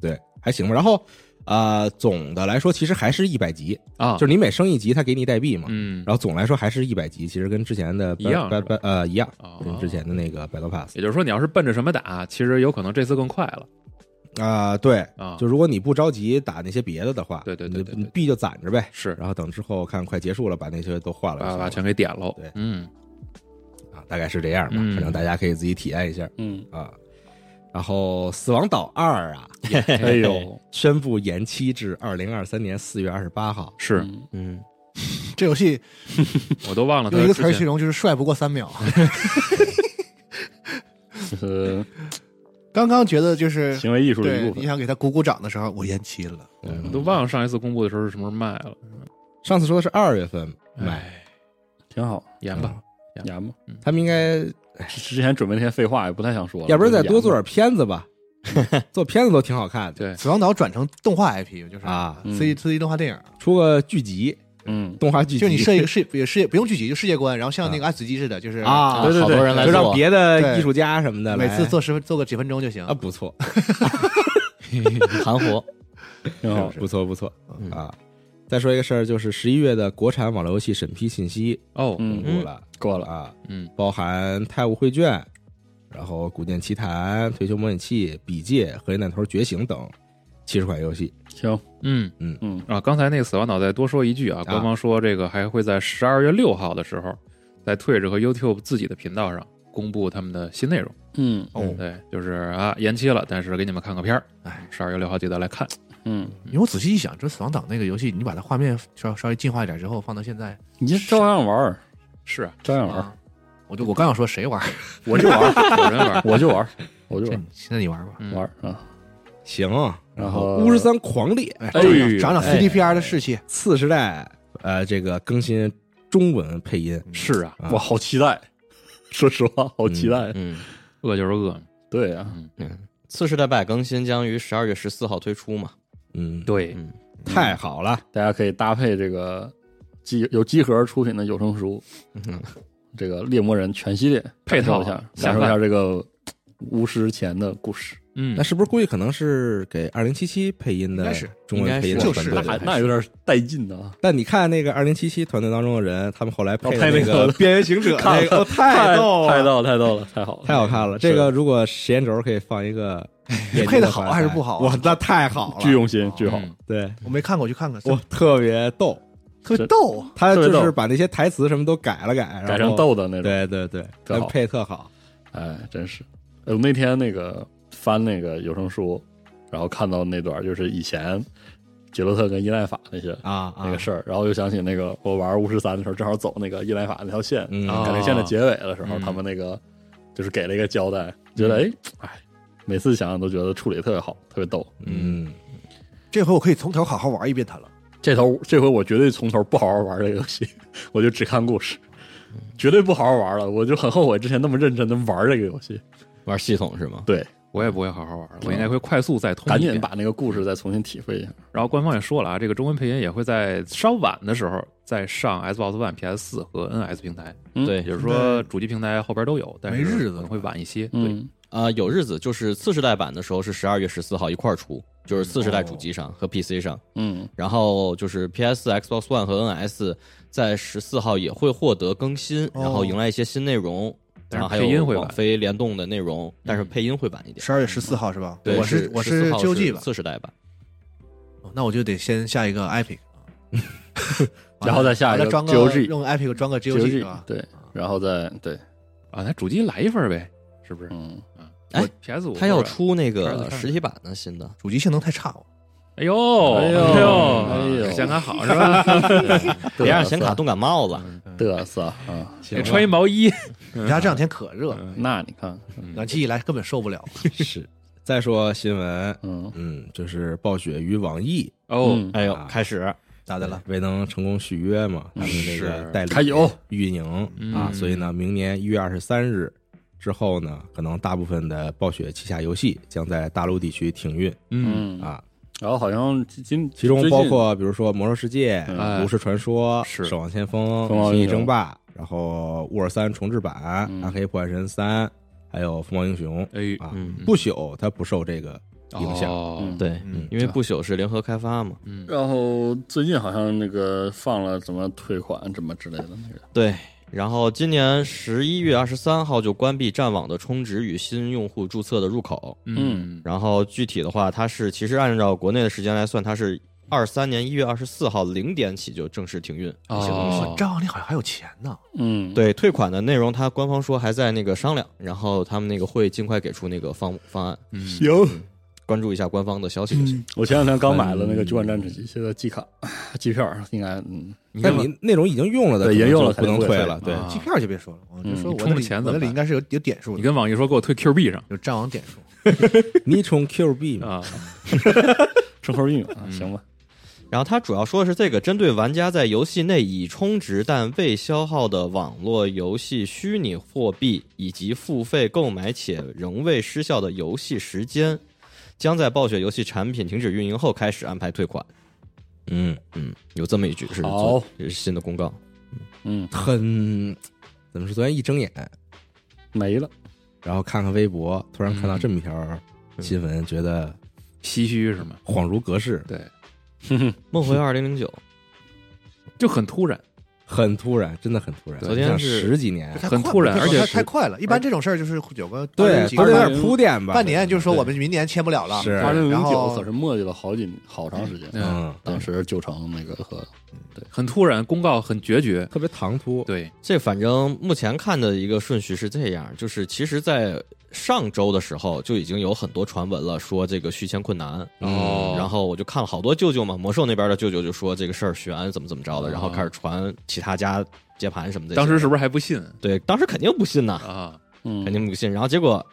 [SPEAKER 3] 对，还行吧。然后呃，总的来说其实还是一百级，
[SPEAKER 4] 啊，
[SPEAKER 3] 就是你每升一级，它给你一代币嘛。
[SPEAKER 4] 嗯，
[SPEAKER 3] 然后总来说还是一百级，其实跟之前的
[SPEAKER 4] 一样
[SPEAKER 3] 拜
[SPEAKER 4] 是吧哦
[SPEAKER 3] 拜呃一样，
[SPEAKER 4] 后
[SPEAKER 3] 跟之前的那个 Battle Pass
[SPEAKER 4] 也就是说，你要是奔着什么打，其实有可能这次更快了
[SPEAKER 3] 啊，对，
[SPEAKER 4] 啊。
[SPEAKER 3] 就如果你不着急打那些别的的话，
[SPEAKER 4] 对对
[SPEAKER 3] 你
[SPEAKER 4] 对
[SPEAKER 3] 就
[SPEAKER 4] 对
[SPEAKER 3] 你
[SPEAKER 4] 对
[SPEAKER 3] 币就攒着呗，
[SPEAKER 4] 是
[SPEAKER 3] 然后等之后看快结束了，把那些都换了就
[SPEAKER 4] 把
[SPEAKER 3] 行
[SPEAKER 4] 把
[SPEAKER 3] 了
[SPEAKER 4] 啊全给点喽
[SPEAKER 3] 对。
[SPEAKER 4] 嗯，
[SPEAKER 3] 啊，大概是这样吧，
[SPEAKER 4] 嗯
[SPEAKER 3] 反正大家可以自己体验一下
[SPEAKER 6] 嗯，
[SPEAKER 3] 啊。然后《死亡岛二》啊，
[SPEAKER 6] 哎呦，
[SPEAKER 3] 宣布延期至二零二三年四月二十八号。
[SPEAKER 4] 是
[SPEAKER 6] 嗯
[SPEAKER 8] 嗯，
[SPEAKER 5] 这游戏
[SPEAKER 4] 我都
[SPEAKER 3] 啊
[SPEAKER 4] 忘了它
[SPEAKER 5] 用一个词儿
[SPEAKER 4] 之
[SPEAKER 5] 形
[SPEAKER 4] 前
[SPEAKER 5] 容，就是帅不过三秒。
[SPEAKER 6] 就是呃
[SPEAKER 5] 刚刚觉得就是
[SPEAKER 6] 行为艺术的一
[SPEAKER 5] 对
[SPEAKER 6] 部
[SPEAKER 5] 你
[SPEAKER 6] 分。
[SPEAKER 5] 想给他鼓鼓掌的时候，我延期了。
[SPEAKER 4] 我都忘了上一次公布的时候是什么时候卖了。
[SPEAKER 3] 上次说的是二月份买，
[SPEAKER 4] 哎，
[SPEAKER 6] 挺好，
[SPEAKER 4] 演
[SPEAKER 3] 嗯
[SPEAKER 4] 吧，
[SPEAKER 6] 演吧。
[SPEAKER 3] 他们应该
[SPEAKER 4] 嗯
[SPEAKER 6] 之前准备那些废话也不太想说了，
[SPEAKER 3] 要不然再多做
[SPEAKER 6] 点
[SPEAKER 3] 点片子吧，做片子都挺好看的
[SPEAKER 4] 对，
[SPEAKER 5] 死亡岛转成动画 IP 就是
[SPEAKER 3] 啊，
[SPEAKER 6] 嗯
[SPEAKER 5] C C 动画电影，
[SPEAKER 3] 出个剧集，
[SPEAKER 6] 嗯，
[SPEAKER 3] 动画剧集，
[SPEAKER 5] 就你设 一个世也世界不用剧集，就世界观，然后像那个爱死机似的，就是
[SPEAKER 3] 啊，
[SPEAKER 8] 对对对好多人来
[SPEAKER 3] 就
[SPEAKER 8] 做
[SPEAKER 3] 让别的
[SPEAKER 5] 对
[SPEAKER 3] 艺术家什么的
[SPEAKER 5] 每
[SPEAKER 3] 来，
[SPEAKER 5] 次做十分做个几分钟就行
[SPEAKER 3] 啊，不 错，
[SPEAKER 8] 含糊，
[SPEAKER 6] 挺好。
[SPEAKER 3] 不错不错
[SPEAKER 8] 嗯
[SPEAKER 3] 啊。再说一个事儿，就是十一月的国产网络游戏审批信息
[SPEAKER 4] 哦，
[SPEAKER 3] 公
[SPEAKER 6] 嗯，
[SPEAKER 3] 布了
[SPEAKER 6] 过了，
[SPEAKER 3] 啊，
[SPEAKER 4] 嗯，
[SPEAKER 3] 包含《泰晤绘卷》，然后《古剑奇谭》《退休模拟器》《笔界》《荷叶弹头觉醒》等七十款游戏。
[SPEAKER 6] 行，
[SPEAKER 4] 嗯
[SPEAKER 3] 嗯
[SPEAKER 6] 嗯
[SPEAKER 4] 啊，刚才那个死亡岛再多说一句啊，官方说这个还会在十二月六号的时候，在 Twitch 和 YouTube 自己的频道上公布他们的新内容。
[SPEAKER 6] 嗯
[SPEAKER 5] 哦
[SPEAKER 4] 对，就是啊，延期了，但是给你们看个片儿。哎，十二月六号记得来看。
[SPEAKER 6] 嗯，
[SPEAKER 5] 因为我仔细一想，这死亡岛那个游戏，你把它画面稍稍微进化一点之后，放到现在
[SPEAKER 6] 你就照样玩儿，
[SPEAKER 4] 是啊，
[SPEAKER 6] 照样玩儿，
[SPEAKER 5] 啊，我就我刚想说谁玩儿，
[SPEAKER 6] 我就玩儿，。
[SPEAKER 4] 有人玩
[SPEAKER 6] 我就玩儿，我就
[SPEAKER 5] 这
[SPEAKER 6] 玩
[SPEAKER 5] 你现在你玩吧。
[SPEAKER 6] 儿
[SPEAKER 4] 嗯
[SPEAKER 6] 玩儿啊。
[SPEAKER 3] 行，
[SPEAKER 6] 然
[SPEAKER 8] 呃
[SPEAKER 3] 然
[SPEAKER 6] 后
[SPEAKER 3] 后《巫师三狂猎》
[SPEAKER 5] 哎，
[SPEAKER 4] 哎
[SPEAKER 5] 涨
[SPEAKER 4] 呦
[SPEAKER 5] 涨涨 CDPR 的士气，
[SPEAKER 3] 次时代，呃，这个更新中文配音，
[SPEAKER 8] 嗯
[SPEAKER 4] 是啊，
[SPEAKER 3] 啊
[SPEAKER 6] 我好期待，说实话，好期待。
[SPEAKER 8] 嗯
[SPEAKER 4] 饿就是饿。
[SPEAKER 6] 对啊，
[SPEAKER 8] 嗯，次世代版更新将于十二月十四号推出嘛，
[SPEAKER 3] 嗯，
[SPEAKER 4] 对
[SPEAKER 8] 嗯，
[SPEAKER 3] 太好了，
[SPEAKER 6] 大家可以搭配这个机由机盒出品的有声书，
[SPEAKER 8] 嗯
[SPEAKER 6] 这个《猎魔人》全系列
[SPEAKER 4] 配套
[SPEAKER 6] 感受一下，
[SPEAKER 4] 下饭
[SPEAKER 6] 感受一下这个巫师前的故事。
[SPEAKER 4] 嗯
[SPEAKER 3] 那，是不是估计可能是给二零七七配音
[SPEAKER 5] 应
[SPEAKER 3] 的
[SPEAKER 5] 该是
[SPEAKER 3] 中文配音的
[SPEAKER 5] 应该
[SPEAKER 3] 团队
[SPEAKER 5] 是就是
[SPEAKER 3] 的？
[SPEAKER 6] 那那有点带劲的啊！
[SPEAKER 3] 但你看那个二零七七团队当中的人，他们后来配
[SPEAKER 6] 哦配那
[SPEAKER 3] 那
[SPEAKER 6] 个
[SPEAKER 3] 个《边缘行者》
[SPEAKER 6] 看
[SPEAKER 3] 那个，哦太逗
[SPEAKER 6] 太
[SPEAKER 3] 了，
[SPEAKER 6] 逗了，太逗了，太好了，
[SPEAKER 3] 太好看了。
[SPEAKER 6] 是
[SPEAKER 3] 这个如果时间轴可以放一个
[SPEAKER 5] 你配的好还是不好啊
[SPEAKER 3] 哇，那太好了，
[SPEAKER 6] 巨用心，巨好。
[SPEAKER 4] 嗯
[SPEAKER 3] 对，
[SPEAKER 5] 我没看过，我去看看。
[SPEAKER 3] 我特别逗。
[SPEAKER 5] 特别逗啊，
[SPEAKER 3] 他
[SPEAKER 6] 特别
[SPEAKER 3] 就
[SPEAKER 6] 逗
[SPEAKER 3] 是把那些台词什么都改了改，
[SPEAKER 6] 改
[SPEAKER 3] 然
[SPEAKER 6] 成
[SPEAKER 3] 后，
[SPEAKER 6] 豆的那种。
[SPEAKER 3] 对对对，
[SPEAKER 6] 特好
[SPEAKER 3] 但配特好。
[SPEAKER 6] 哎，真是。呃我那天那个翻那个有声书，然后看到那段就是以前杰洛特跟伊奈法那些
[SPEAKER 3] 啊啊
[SPEAKER 6] 那个事儿，然后又想起那个我玩巫师三的时候，正好走那个伊奈法那条线，
[SPEAKER 3] 嗯
[SPEAKER 6] 感觉
[SPEAKER 4] 哦
[SPEAKER 6] 线的结尾的时候，
[SPEAKER 4] 嗯
[SPEAKER 6] 他们那个就是给了一个交代，觉得哎哎，每次想想都觉得处理得特别好，特别逗。
[SPEAKER 3] 嗯，
[SPEAKER 5] 这回我可以从头好好玩一遍它了。
[SPEAKER 6] 这头这回我绝对从头不好好玩这个游戏，我就只看故事， 绝对不好好玩了。我就很后悔之前那么认真的玩这个游戏。
[SPEAKER 8] 玩系统 是吗？
[SPEAKER 6] 对，
[SPEAKER 4] 我也不会好好玩了，我应该会快速再通
[SPEAKER 6] 赶
[SPEAKER 4] 一遍
[SPEAKER 6] 紧把那个故事再重新体会一下。
[SPEAKER 4] 然后官方也说了啊，这个中文配音也会在稍晚的时候再上 Xbox One、PS 4和 NS 平台，
[SPEAKER 6] 嗯
[SPEAKER 8] 对
[SPEAKER 4] 也，就是说主机平台后边都有，但是
[SPEAKER 5] 没日子
[SPEAKER 4] 可能会晚一些。对，
[SPEAKER 6] 嗯，
[SPEAKER 8] 啊，有日子就是次世代版的时候是十二月十四号一块儿出，就是次
[SPEAKER 3] 哦
[SPEAKER 8] 世代主机上和 PC 上，
[SPEAKER 6] 嗯，
[SPEAKER 8] 然后就是 PS、Xbox One 和 NS 在十四号也会获得更新，然后迎来一些新内容，
[SPEAKER 4] 但
[SPEAKER 8] 然
[SPEAKER 4] 是
[SPEAKER 8] 后还
[SPEAKER 4] 配音
[SPEAKER 8] 有
[SPEAKER 4] 会晚
[SPEAKER 8] 网飞联动的内容，但是配音会晚一点。
[SPEAKER 5] 十二月十四号是吧？
[SPEAKER 8] 对
[SPEAKER 5] 我是我
[SPEAKER 8] 14号
[SPEAKER 5] GOG 吧，
[SPEAKER 8] 次世代版，
[SPEAKER 5] 哦那我就得先下一个 Epic，
[SPEAKER 6] 然后再下一
[SPEAKER 5] 完
[SPEAKER 6] 个
[SPEAKER 5] 了装个
[SPEAKER 6] GOG
[SPEAKER 5] 用 Epic 装个 GOG 是
[SPEAKER 6] GOG
[SPEAKER 5] 吧？
[SPEAKER 6] 对，然后再对，
[SPEAKER 4] 啊，那主机来一份儿呗，是不是？
[SPEAKER 6] 嗯，
[SPEAKER 4] 啊
[SPEAKER 8] 哎
[SPEAKER 4] ，PS 5
[SPEAKER 8] 它要，出那
[SPEAKER 4] 看着
[SPEAKER 8] 个
[SPEAKER 4] 看着
[SPEAKER 8] 实体版的新的，
[SPEAKER 5] 主机性能太差了，
[SPEAKER 4] 哎呦，
[SPEAKER 6] 哎呦哎呦
[SPEAKER 4] 显卡好是吧？
[SPEAKER 6] 啊
[SPEAKER 8] 别让显卡冻感冒了。
[SPEAKER 6] 嘚瑟啊！
[SPEAKER 4] 得穿一毛衣，
[SPEAKER 6] 嗯
[SPEAKER 5] 我家这两天可热，
[SPEAKER 6] 那你看，
[SPEAKER 5] 暖气一来根本受不了。
[SPEAKER 3] 是再说新闻，
[SPEAKER 6] 嗯，
[SPEAKER 3] 嗯，就是暴雪与网易
[SPEAKER 4] 哦
[SPEAKER 6] 嗯，
[SPEAKER 8] 哎呦
[SPEAKER 3] 啊，
[SPEAKER 8] 开始
[SPEAKER 5] 咋的了？
[SPEAKER 3] 未能成功续约嘛，他们那个
[SPEAKER 4] 是
[SPEAKER 3] 代理
[SPEAKER 6] 还有
[SPEAKER 3] 运营啊，
[SPEAKER 4] 嗯
[SPEAKER 3] 所以呢，明年一月二十三日之后呢，可能大部分的暴雪旗下游戏将在大陆地区停运
[SPEAKER 6] 嗯，
[SPEAKER 3] 啊，
[SPEAKER 6] 然后好像今
[SPEAKER 3] 其中
[SPEAKER 6] 最近哎
[SPEAKER 3] 包括比如说《魔兽世界》
[SPEAKER 6] 嗯
[SPEAKER 3] 《炉石传说》
[SPEAKER 4] 是
[SPEAKER 3] 守望先锋》
[SPEAKER 6] 疯
[SPEAKER 3] 《
[SPEAKER 6] 狂英
[SPEAKER 3] 星际
[SPEAKER 6] 雄
[SPEAKER 3] 争霸》，然后《沃尔三重置版》
[SPEAKER 6] 嗯
[SPEAKER 3] 暗黑破坏神三》，还有《疯狂英雄》
[SPEAKER 4] 哎，哦
[SPEAKER 3] 啊
[SPEAKER 8] 嗯，
[SPEAKER 3] 不朽它不受这个啊影响。
[SPEAKER 4] 响
[SPEAKER 6] 嗯
[SPEAKER 8] 对，
[SPEAKER 5] 嗯
[SPEAKER 8] 因为不朽是联合开发嘛，
[SPEAKER 4] 嗯，
[SPEAKER 6] 然后最近好像那个放了怎么退款怎么之类的那个，
[SPEAKER 8] 对。然后今年十一月二十三号就关闭战网的充值与新用户注册的入口。
[SPEAKER 4] 嗯，
[SPEAKER 8] 然后具体的话，它是其实按照国内的时间来算，它是二三年一月二十四号零点起就正式停运一些东西。
[SPEAKER 4] 哦
[SPEAKER 5] 我账号里好像还有钱呢，
[SPEAKER 6] 嗯，，
[SPEAKER 8] 对退款的内容，它官方说还在那个商量，然后他们那个会尽快给出那个方方案。
[SPEAKER 4] 嗯，
[SPEAKER 6] 行，
[SPEAKER 8] 关注一下官方的消息就行。
[SPEAKER 6] 我前两天刚买了那个《主管战士》，现在季卡、机票应该嗯，
[SPEAKER 3] 但你那种已经用了的，
[SPEAKER 6] 对已经用了
[SPEAKER 3] 可能就不能
[SPEAKER 6] 肯定会
[SPEAKER 3] 退了。对，
[SPEAKER 4] 啊
[SPEAKER 5] 机票就别说了，我就
[SPEAKER 6] 嗯
[SPEAKER 5] 说我
[SPEAKER 4] 充
[SPEAKER 5] 那
[SPEAKER 4] 了
[SPEAKER 5] 里
[SPEAKER 4] 钱
[SPEAKER 5] 我
[SPEAKER 4] 怎么
[SPEAKER 5] 那里
[SPEAKER 4] 办
[SPEAKER 5] 应该是有有点数
[SPEAKER 4] 你
[SPEAKER 5] 的，
[SPEAKER 4] 跟网易说给我退 Q 币上
[SPEAKER 5] 有战网点数。
[SPEAKER 3] 你充 Q B 嘛，
[SPEAKER 4] 啊，
[SPEAKER 6] 正号运啊，行吧，
[SPEAKER 8] 然后它主要说的是这个针对玩家在游戏内已充值但未消耗的网络游戏虚拟货币，以及付费购买且仍未失效的游戏时间，将在暴雪游戏产品停止运营后开始安排退款。
[SPEAKER 3] 嗯，
[SPEAKER 8] 嗯，有这么一句是
[SPEAKER 6] 好
[SPEAKER 8] 做是新的公告。
[SPEAKER 6] 嗯，
[SPEAKER 3] 很怎么说？昨天一睁眼，
[SPEAKER 6] 没了，
[SPEAKER 3] 然后看看微博，突然看到
[SPEAKER 4] 嗯
[SPEAKER 3] 这么一条新闻，觉得
[SPEAKER 4] 唏嘘是吗？
[SPEAKER 3] 恍如隔世，
[SPEAKER 4] 对，
[SPEAKER 8] 梦回二零零九，
[SPEAKER 4] 就很突然，
[SPEAKER 3] 很突然，真的很突然。
[SPEAKER 8] 昨天
[SPEAKER 3] 像
[SPEAKER 8] 是
[SPEAKER 3] 十几年，
[SPEAKER 5] 太
[SPEAKER 4] 很
[SPEAKER 5] 快
[SPEAKER 4] 突
[SPEAKER 5] 了
[SPEAKER 4] 然
[SPEAKER 5] 这
[SPEAKER 4] 而
[SPEAKER 5] 手
[SPEAKER 4] 且
[SPEAKER 5] 太
[SPEAKER 4] 是
[SPEAKER 5] 太快了。一般这种事儿就是有个
[SPEAKER 3] 对，
[SPEAKER 5] 几
[SPEAKER 3] 都
[SPEAKER 5] 个
[SPEAKER 3] 有
[SPEAKER 5] 月
[SPEAKER 3] 点铺垫吧，
[SPEAKER 5] 半年，就说我们明年签不了了。
[SPEAKER 3] 是
[SPEAKER 6] 二零零
[SPEAKER 5] 然
[SPEAKER 6] 九
[SPEAKER 5] 后
[SPEAKER 6] 可是磨叽了好几好长时间，
[SPEAKER 4] 对
[SPEAKER 3] 嗯，
[SPEAKER 6] 当时九成那个和
[SPEAKER 4] 很突然，公告很决绝，
[SPEAKER 3] 特别唐突。
[SPEAKER 4] 对，
[SPEAKER 8] 这反正目前看的一个顺序是这样，就是其实，在上周的时候就已经有很多传闻了，说这个续签困难。嗯
[SPEAKER 4] 哦
[SPEAKER 8] 然后我就看了好多舅舅嘛，魔兽那边的舅舅就说这个事儿悬，怎么怎么着的，然后开始传其他家接盘什么的。
[SPEAKER 4] 哦当时是不是还不信
[SPEAKER 8] 对，当时肯定不信呐，
[SPEAKER 4] 啊？
[SPEAKER 6] 嗯
[SPEAKER 8] 肯定不信。然后结果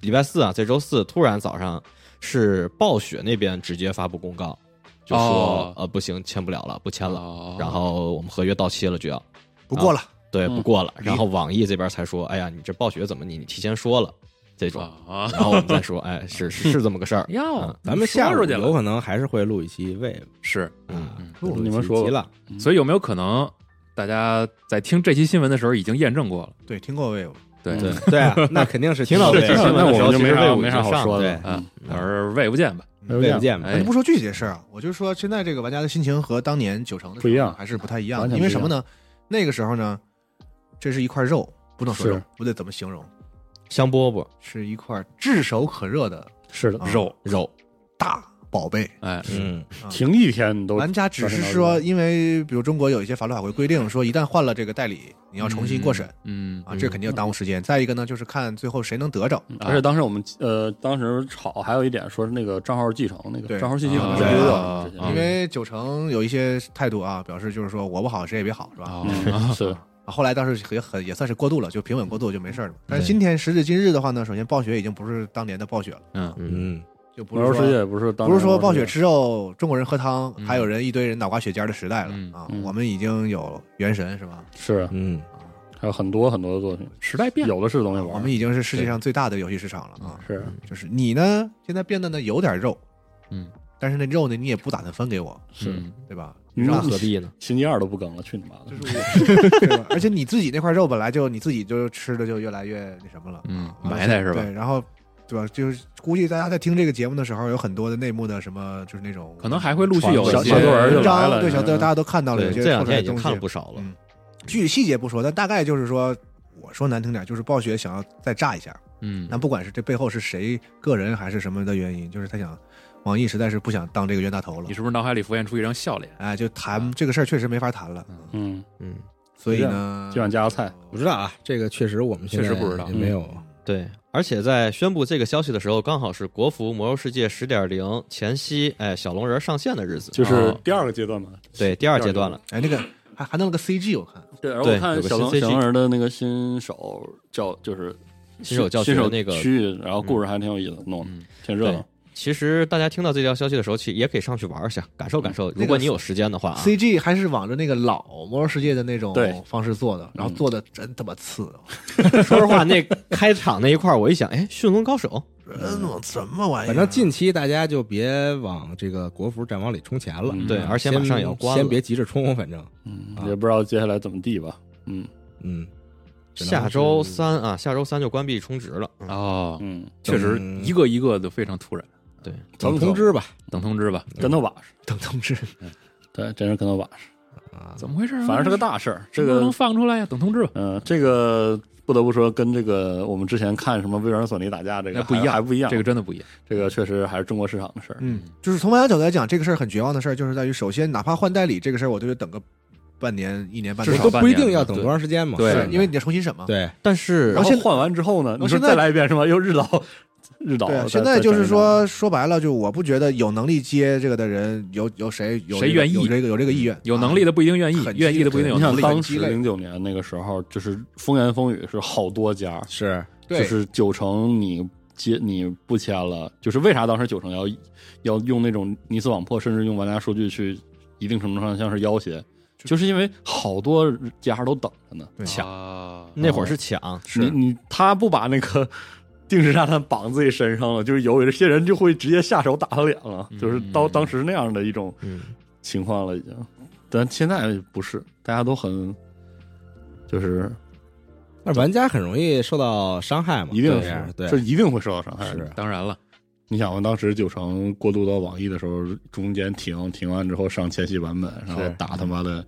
[SPEAKER 8] 礼拜四啊，这周四突然早上是暴雪那边直接发布公告，就说、
[SPEAKER 4] 哦
[SPEAKER 8] 呃不行，签不了了，不签了，
[SPEAKER 4] 哦
[SPEAKER 8] 然后我们合约到期了就要。
[SPEAKER 5] 不过了，
[SPEAKER 8] 对，
[SPEAKER 6] 嗯
[SPEAKER 8] 不过了。然后网易这边才说，哎呀，你这暴雪怎么你你提前说了这种，
[SPEAKER 4] 啊，
[SPEAKER 8] 然后我们再说，哎，是是是这么个事儿。
[SPEAKER 4] 哟
[SPEAKER 8] 嗯
[SPEAKER 3] 咱们下
[SPEAKER 4] 哦说
[SPEAKER 3] 午
[SPEAKER 4] 出去了
[SPEAKER 3] 有可能还是会录一期 Wave，
[SPEAKER 4] 是，
[SPEAKER 8] 嗯，
[SPEAKER 3] 嗯，
[SPEAKER 6] 嗯
[SPEAKER 3] 录
[SPEAKER 6] 你们
[SPEAKER 3] 几
[SPEAKER 6] 说嗯
[SPEAKER 3] 集
[SPEAKER 6] 吧
[SPEAKER 3] 了，
[SPEAKER 4] 所以有没有可能大家在听这期新闻的时候已经验证过了？
[SPEAKER 5] 对，听过未有？
[SPEAKER 4] 对
[SPEAKER 8] 对，
[SPEAKER 3] 对啊，那肯定是
[SPEAKER 8] 听到
[SPEAKER 3] 这
[SPEAKER 8] 这期
[SPEAKER 3] 个
[SPEAKER 8] 新
[SPEAKER 6] 那
[SPEAKER 8] 闻
[SPEAKER 6] 我
[SPEAKER 8] 的时
[SPEAKER 6] 们
[SPEAKER 8] 候，
[SPEAKER 6] 就
[SPEAKER 8] 其
[SPEAKER 6] 没
[SPEAKER 8] 实
[SPEAKER 6] 啥
[SPEAKER 8] 魏武
[SPEAKER 6] 没啥好说的，嗯
[SPEAKER 4] 啊，到时候魏不见吧，
[SPEAKER 3] Wave 见吧
[SPEAKER 4] 哎，
[SPEAKER 5] 咱不说具体的事儿啊，我就说现在这个玩家的心情和当年九成的时候
[SPEAKER 6] 不一样
[SPEAKER 5] 还是不太一样
[SPEAKER 6] 完
[SPEAKER 5] 的。
[SPEAKER 6] 全
[SPEAKER 5] 因
[SPEAKER 6] 不一样
[SPEAKER 5] 为什么呢？那个时候呢，这是一块肉，不能说
[SPEAKER 6] 是
[SPEAKER 5] 肉，不得怎么形容，
[SPEAKER 8] 香饽饽
[SPEAKER 5] 是一块炙手可热的
[SPEAKER 6] 是的，
[SPEAKER 5] 肉
[SPEAKER 8] 肉，
[SPEAKER 5] 大宝贝。
[SPEAKER 4] 哎，
[SPEAKER 3] 嗯，
[SPEAKER 6] 停一天你都
[SPEAKER 5] 玩家只是说，因为比如中国有一些法律法规规定，说一旦换了这个代理，你要重新过审
[SPEAKER 4] 嗯，
[SPEAKER 5] 啊，这肯定要耽误时间。再一个呢，就是看最后谁能得着。
[SPEAKER 6] 而且当时我们呃，当时吵还有一点说是那个账号继承那个
[SPEAKER 5] 对
[SPEAKER 6] 账号信息可能是
[SPEAKER 5] 啊
[SPEAKER 6] 丢掉
[SPEAKER 4] 啊
[SPEAKER 6] 了，
[SPEAKER 4] 啊
[SPEAKER 5] 因为九成有一些态度啊，表示就是说我不好，谁也别好，是吧？
[SPEAKER 4] 啊，
[SPEAKER 6] 嗯是
[SPEAKER 5] 啊，后来当时也很也算是过渡了，就平稳过渡就没事儿了。但是今天时至今日的话呢，首先暴雪已经不是当年的暴雪了，
[SPEAKER 4] 嗯，
[SPEAKER 8] 嗯，
[SPEAKER 3] 嗯，
[SPEAKER 5] 就不
[SPEAKER 6] 魔兽
[SPEAKER 5] 是
[SPEAKER 6] 世
[SPEAKER 5] 说
[SPEAKER 6] 界不是当
[SPEAKER 5] 不是说
[SPEAKER 6] 年
[SPEAKER 5] 暴
[SPEAKER 6] 魔兽世
[SPEAKER 5] 雪
[SPEAKER 6] 界
[SPEAKER 5] 吃肉，中国人喝汤，还有
[SPEAKER 4] 嗯
[SPEAKER 5] 人一堆人脑瓜血尖儿的时代了
[SPEAKER 4] 嗯
[SPEAKER 5] 啊
[SPEAKER 6] 嗯。
[SPEAKER 5] 我们已经有原神是吧？
[SPEAKER 6] 是
[SPEAKER 3] 嗯，
[SPEAKER 6] 还有很多很多的作品，
[SPEAKER 4] 时代变了，
[SPEAKER 6] 有的是东西
[SPEAKER 5] 我
[SPEAKER 6] 玩
[SPEAKER 5] 们
[SPEAKER 6] 儿，
[SPEAKER 5] 已经是世界上最大的游戏市场了啊。
[SPEAKER 6] 是
[SPEAKER 5] 就是你呢，现在变得呢有点肉，
[SPEAKER 4] 嗯，
[SPEAKER 5] 但是那肉呢你也不打算分给我，
[SPEAKER 6] 是，
[SPEAKER 5] 对吧？
[SPEAKER 8] 那
[SPEAKER 6] 那
[SPEAKER 8] 何必呢？
[SPEAKER 6] 星期二都不更了，去你妈的！
[SPEAKER 5] 对吧？而且你自己那块肉本来就你自己就吃的就越来越那什么了，
[SPEAKER 4] 嗯，
[SPEAKER 5] 而且
[SPEAKER 4] 埋汰是吧？
[SPEAKER 5] 啊对，然后对吧？就是估计大家在听这个节目的时候，有很多的内幕的什么，就是那种
[SPEAKER 4] 可能还会陆续有
[SPEAKER 6] 小
[SPEAKER 4] 一些
[SPEAKER 6] 小作文就
[SPEAKER 5] 文
[SPEAKER 6] 来
[SPEAKER 5] 章，
[SPEAKER 6] 了，
[SPEAKER 5] 对小
[SPEAKER 6] 作
[SPEAKER 5] 大家都看到了，
[SPEAKER 8] 对，
[SPEAKER 5] 有些
[SPEAKER 8] 这两
[SPEAKER 5] 出来的
[SPEAKER 8] 天已经
[SPEAKER 5] 东西
[SPEAKER 8] 看了不少了。
[SPEAKER 5] 嗯具体细节不说，但大概就是说。我说难听点，就是暴雪想要再炸一下，
[SPEAKER 4] 嗯
[SPEAKER 5] 但不管是这背后是谁个人还是什么的原因，就是他想，网易实在是不想当这个冤大头了
[SPEAKER 4] 你，是不是脑海里浮现出一张笑脸？
[SPEAKER 5] 哎，就谈这个事儿确实没法谈了，
[SPEAKER 6] 啊嗯，
[SPEAKER 8] 嗯，
[SPEAKER 5] 所以呢，
[SPEAKER 6] 就想加个菜，
[SPEAKER 5] 嗯
[SPEAKER 3] 不知道啊，这个确实我们
[SPEAKER 4] 确实
[SPEAKER 3] 现在
[SPEAKER 4] 不知道
[SPEAKER 3] 也没有，
[SPEAKER 8] 对。而且在宣布这个消息的时候，刚好是国服《魔兽世界》十点零前夕，哎，小龙人上线的日子，
[SPEAKER 6] 就是第二个阶段嘛。
[SPEAKER 8] 对第二阶段了。
[SPEAKER 5] 哎，那个还还弄了个 CG，我看
[SPEAKER 6] 对，然后
[SPEAKER 8] 对
[SPEAKER 6] 我看
[SPEAKER 8] 有个
[SPEAKER 6] 小龙
[SPEAKER 8] 新 CG
[SPEAKER 6] 小龙人的那个新手叫就是
[SPEAKER 8] 新手教学
[SPEAKER 6] 新手
[SPEAKER 8] 那个
[SPEAKER 6] 区域，然后故事还挺有意思，弄的
[SPEAKER 4] 嗯
[SPEAKER 6] 挺热
[SPEAKER 8] 对
[SPEAKER 6] 闹。
[SPEAKER 8] 其实大家听到这条消息的时候，其实也可以上去玩一下，感受感受。如果你有时间的话啊，
[SPEAKER 5] CG 还是往着那个老《魔兽世界》的那种
[SPEAKER 6] 对嗯
[SPEAKER 5] 方式做的，然后做的真他妈次，
[SPEAKER 8] 说实话，那开场那一块儿，我一想，哎，驯龙高手，
[SPEAKER 6] 嗯
[SPEAKER 5] 真嗯我什么玩意儿？啊
[SPEAKER 3] 反正近期大家就别往这个国服战网里充钱了，
[SPEAKER 6] 嗯
[SPEAKER 8] 对，而且马上也要关了。
[SPEAKER 3] 先别急着冲，反正
[SPEAKER 6] 嗯
[SPEAKER 3] 啊，
[SPEAKER 6] 也不知道接下来怎么地吧。嗯
[SPEAKER 3] 嗯，只能
[SPEAKER 8] 下周
[SPEAKER 3] 是
[SPEAKER 8] 三啊，下周三就关闭充值了。嗯
[SPEAKER 4] 哦，
[SPEAKER 6] 嗯，
[SPEAKER 4] 确实
[SPEAKER 3] 嗯
[SPEAKER 4] 一个一个都非常突然。
[SPEAKER 3] 等通知吧。
[SPEAKER 4] 等通知吧，
[SPEAKER 5] 嗯
[SPEAKER 6] 跟头瓦是，
[SPEAKER 5] 等通知，
[SPEAKER 6] 对，真是跟头瓦是，
[SPEAKER 3] 啊，
[SPEAKER 4] 怎么回事啊？
[SPEAKER 6] 反正是个大事儿。
[SPEAKER 5] 嗯
[SPEAKER 6] 这
[SPEAKER 4] 这个
[SPEAKER 6] 个
[SPEAKER 4] 能放出来呀？等通知吧。
[SPEAKER 6] 嗯，这个不得不说，跟这个我们之前看什么微软、索尼打架这个
[SPEAKER 4] 那不一
[SPEAKER 6] 还
[SPEAKER 4] 样
[SPEAKER 6] 还不一样。
[SPEAKER 4] 这个真的不一样。
[SPEAKER 6] 这个确实还是中国市场的事儿。
[SPEAKER 5] 嗯，就是从玩家角度来讲，这个事儿很绝望的事儿，就是在于首先，哪怕换代理这个事儿，我都得等个半年、一年半
[SPEAKER 6] 至
[SPEAKER 5] 年，
[SPEAKER 6] 少
[SPEAKER 3] 都
[SPEAKER 6] 半
[SPEAKER 3] 不一
[SPEAKER 6] 年
[SPEAKER 3] 定要
[SPEAKER 6] 了
[SPEAKER 3] 等
[SPEAKER 6] 对
[SPEAKER 3] 多长时间嘛。
[SPEAKER 4] 对
[SPEAKER 5] 是因为你得重新审嘛。
[SPEAKER 3] 对，
[SPEAKER 8] 但是
[SPEAKER 6] 然
[SPEAKER 5] 而
[SPEAKER 6] 后
[SPEAKER 5] 且
[SPEAKER 6] 换完之后呢，你说
[SPEAKER 5] 现在
[SPEAKER 6] 再来一遍是吧？又日倒，日倒。
[SPEAKER 5] 对，啊
[SPEAKER 6] 再
[SPEAKER 5] 现在就是，
[SPEAKER 6] 再整一
[SPEAKER 5] 说，说白了，就我不觉得有能力接这个的人有有谁有
[SPEAKER 4] 谁
[SPEAKER 5] 这个
[SPEAKER 4] 愿意嗯
[SPEAKER 5] 有这个有这个意愿，啊
[SPEAKER 4] 有能力的不一定愿意
[SPEAKER 5] 很，
[SPEAKER 4] 愿意的不一定
[SPEAKER 6] 整
[SPEAKER 4] 有
[SPEAKER 6] 你
[SPEAKER 4] 能
[SPEAKER 6] 想
[SPEAKER 4] 力。
[SPEAKER 6] 当
[SPEAKER 5] 很
[SPEAKER 6] 时
[SPEAKER 5] 激嗯烈
[SPEAKER 6] 零九年那个时候，就是风言风语是好多家，
[SPEAKER 3] 是
[SPEAKER 6] 就
[SPEAKER 5] 对，
[SPEAKER 6] 是九成你接你不签了，就是为啥当时九成要要用那种你死网破，甚至用玩家数据去一定程度上像是要挟，就是因为好多家都等着呢。
[SPEAKER 5] 抢
[SPEAKER 4] 啊
[SPEAKER 8] 那会儿是抢，
[SPEAKER 6] 你你他不把那个定时炸弹绑自己身上了，就是有这些人就会直接下手打他脸了，就是到当时那样的一种
[SPEAKER 8] 嗯，
[SPEAKER 6] 情况了已经。但现在不是，大家都很就是
[SPEAKER 3] 那玩家很容易受到伤害嘛，
[SPEAKER 6] 一定
[SPEAKER 3] 这
[SPEAKER 6] 是
[SPEAKER 3] 样
[SPEAKER 6] 这
[SPEAKER 3] 对，
[SPEAKER 6] 一定会受到伤害的。
[SPEAKER 3] 是
[SPEAKER 4] 当然了，
[SPEAKER 6] 你想，当时九成过渡到网易的时候，中间停停完之后上千禧版本，然后
[SPEAKER 3] 是
[SPEAKER 6] 打他妈的，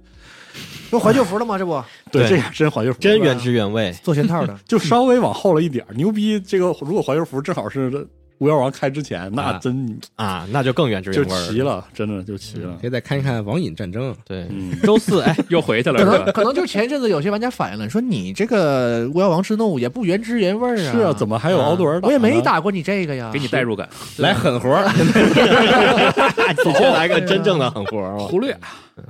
[SPEAKER 5] 不怀旧服了吗？这不
[SPEAKER 6] 对，
[SPEAKER 8] 对
[SPEAKER 6] 这个真怀旧服，，
[SPEAKER 8] 真原汁原味。
[SPEAKER 5] 做全 套的
[SPEAKER 6] 就稍微往后了一点儿。牛逼，这个如果怀旧服正好是巫妖王开之前，那
[SPEAKER 8] 啊
[SPEAKER 6] 真
[SPEAKER 8] 啊，那就更原汁
[SPEAKER 6] 就
[SPEAKER 8] 原味
[SPEAKER 6] 齐
[SPEAKER 8] 儿。
[SPEAKER 6] 了，真的就齐了
[SPEAKER 3] 可。以再看一看《网瘾战争》。
[SPEAKER 8] 对，
[SPEAKER 6] 嗯，
[SPEAKER 8] 周四哎，
[SPEAKER 4] 又回去了，
[SPEAKER 5] 可
[SPEAKER 4] 是
[SPEAKER 5] 能
[SPEAKER 4] 吧？
[SPEAKER 5] 可能就是前一阵子有些玩家反映了，说你这个《巫妖王之怒》也不原汁原味儿啊，
[SPEAKER 6] 是啊，怎么还有奥多尔？
[SPEAKER 5] 我也没，打过你这个呀，
[SPEAKER 4] 给你代入感，
[SPEAKER 3] 来狠活儿，
[SPEAKER 8] 你先来个真正的狠活儿哦 吧。
[SPEAKER 4] 忽略，嗯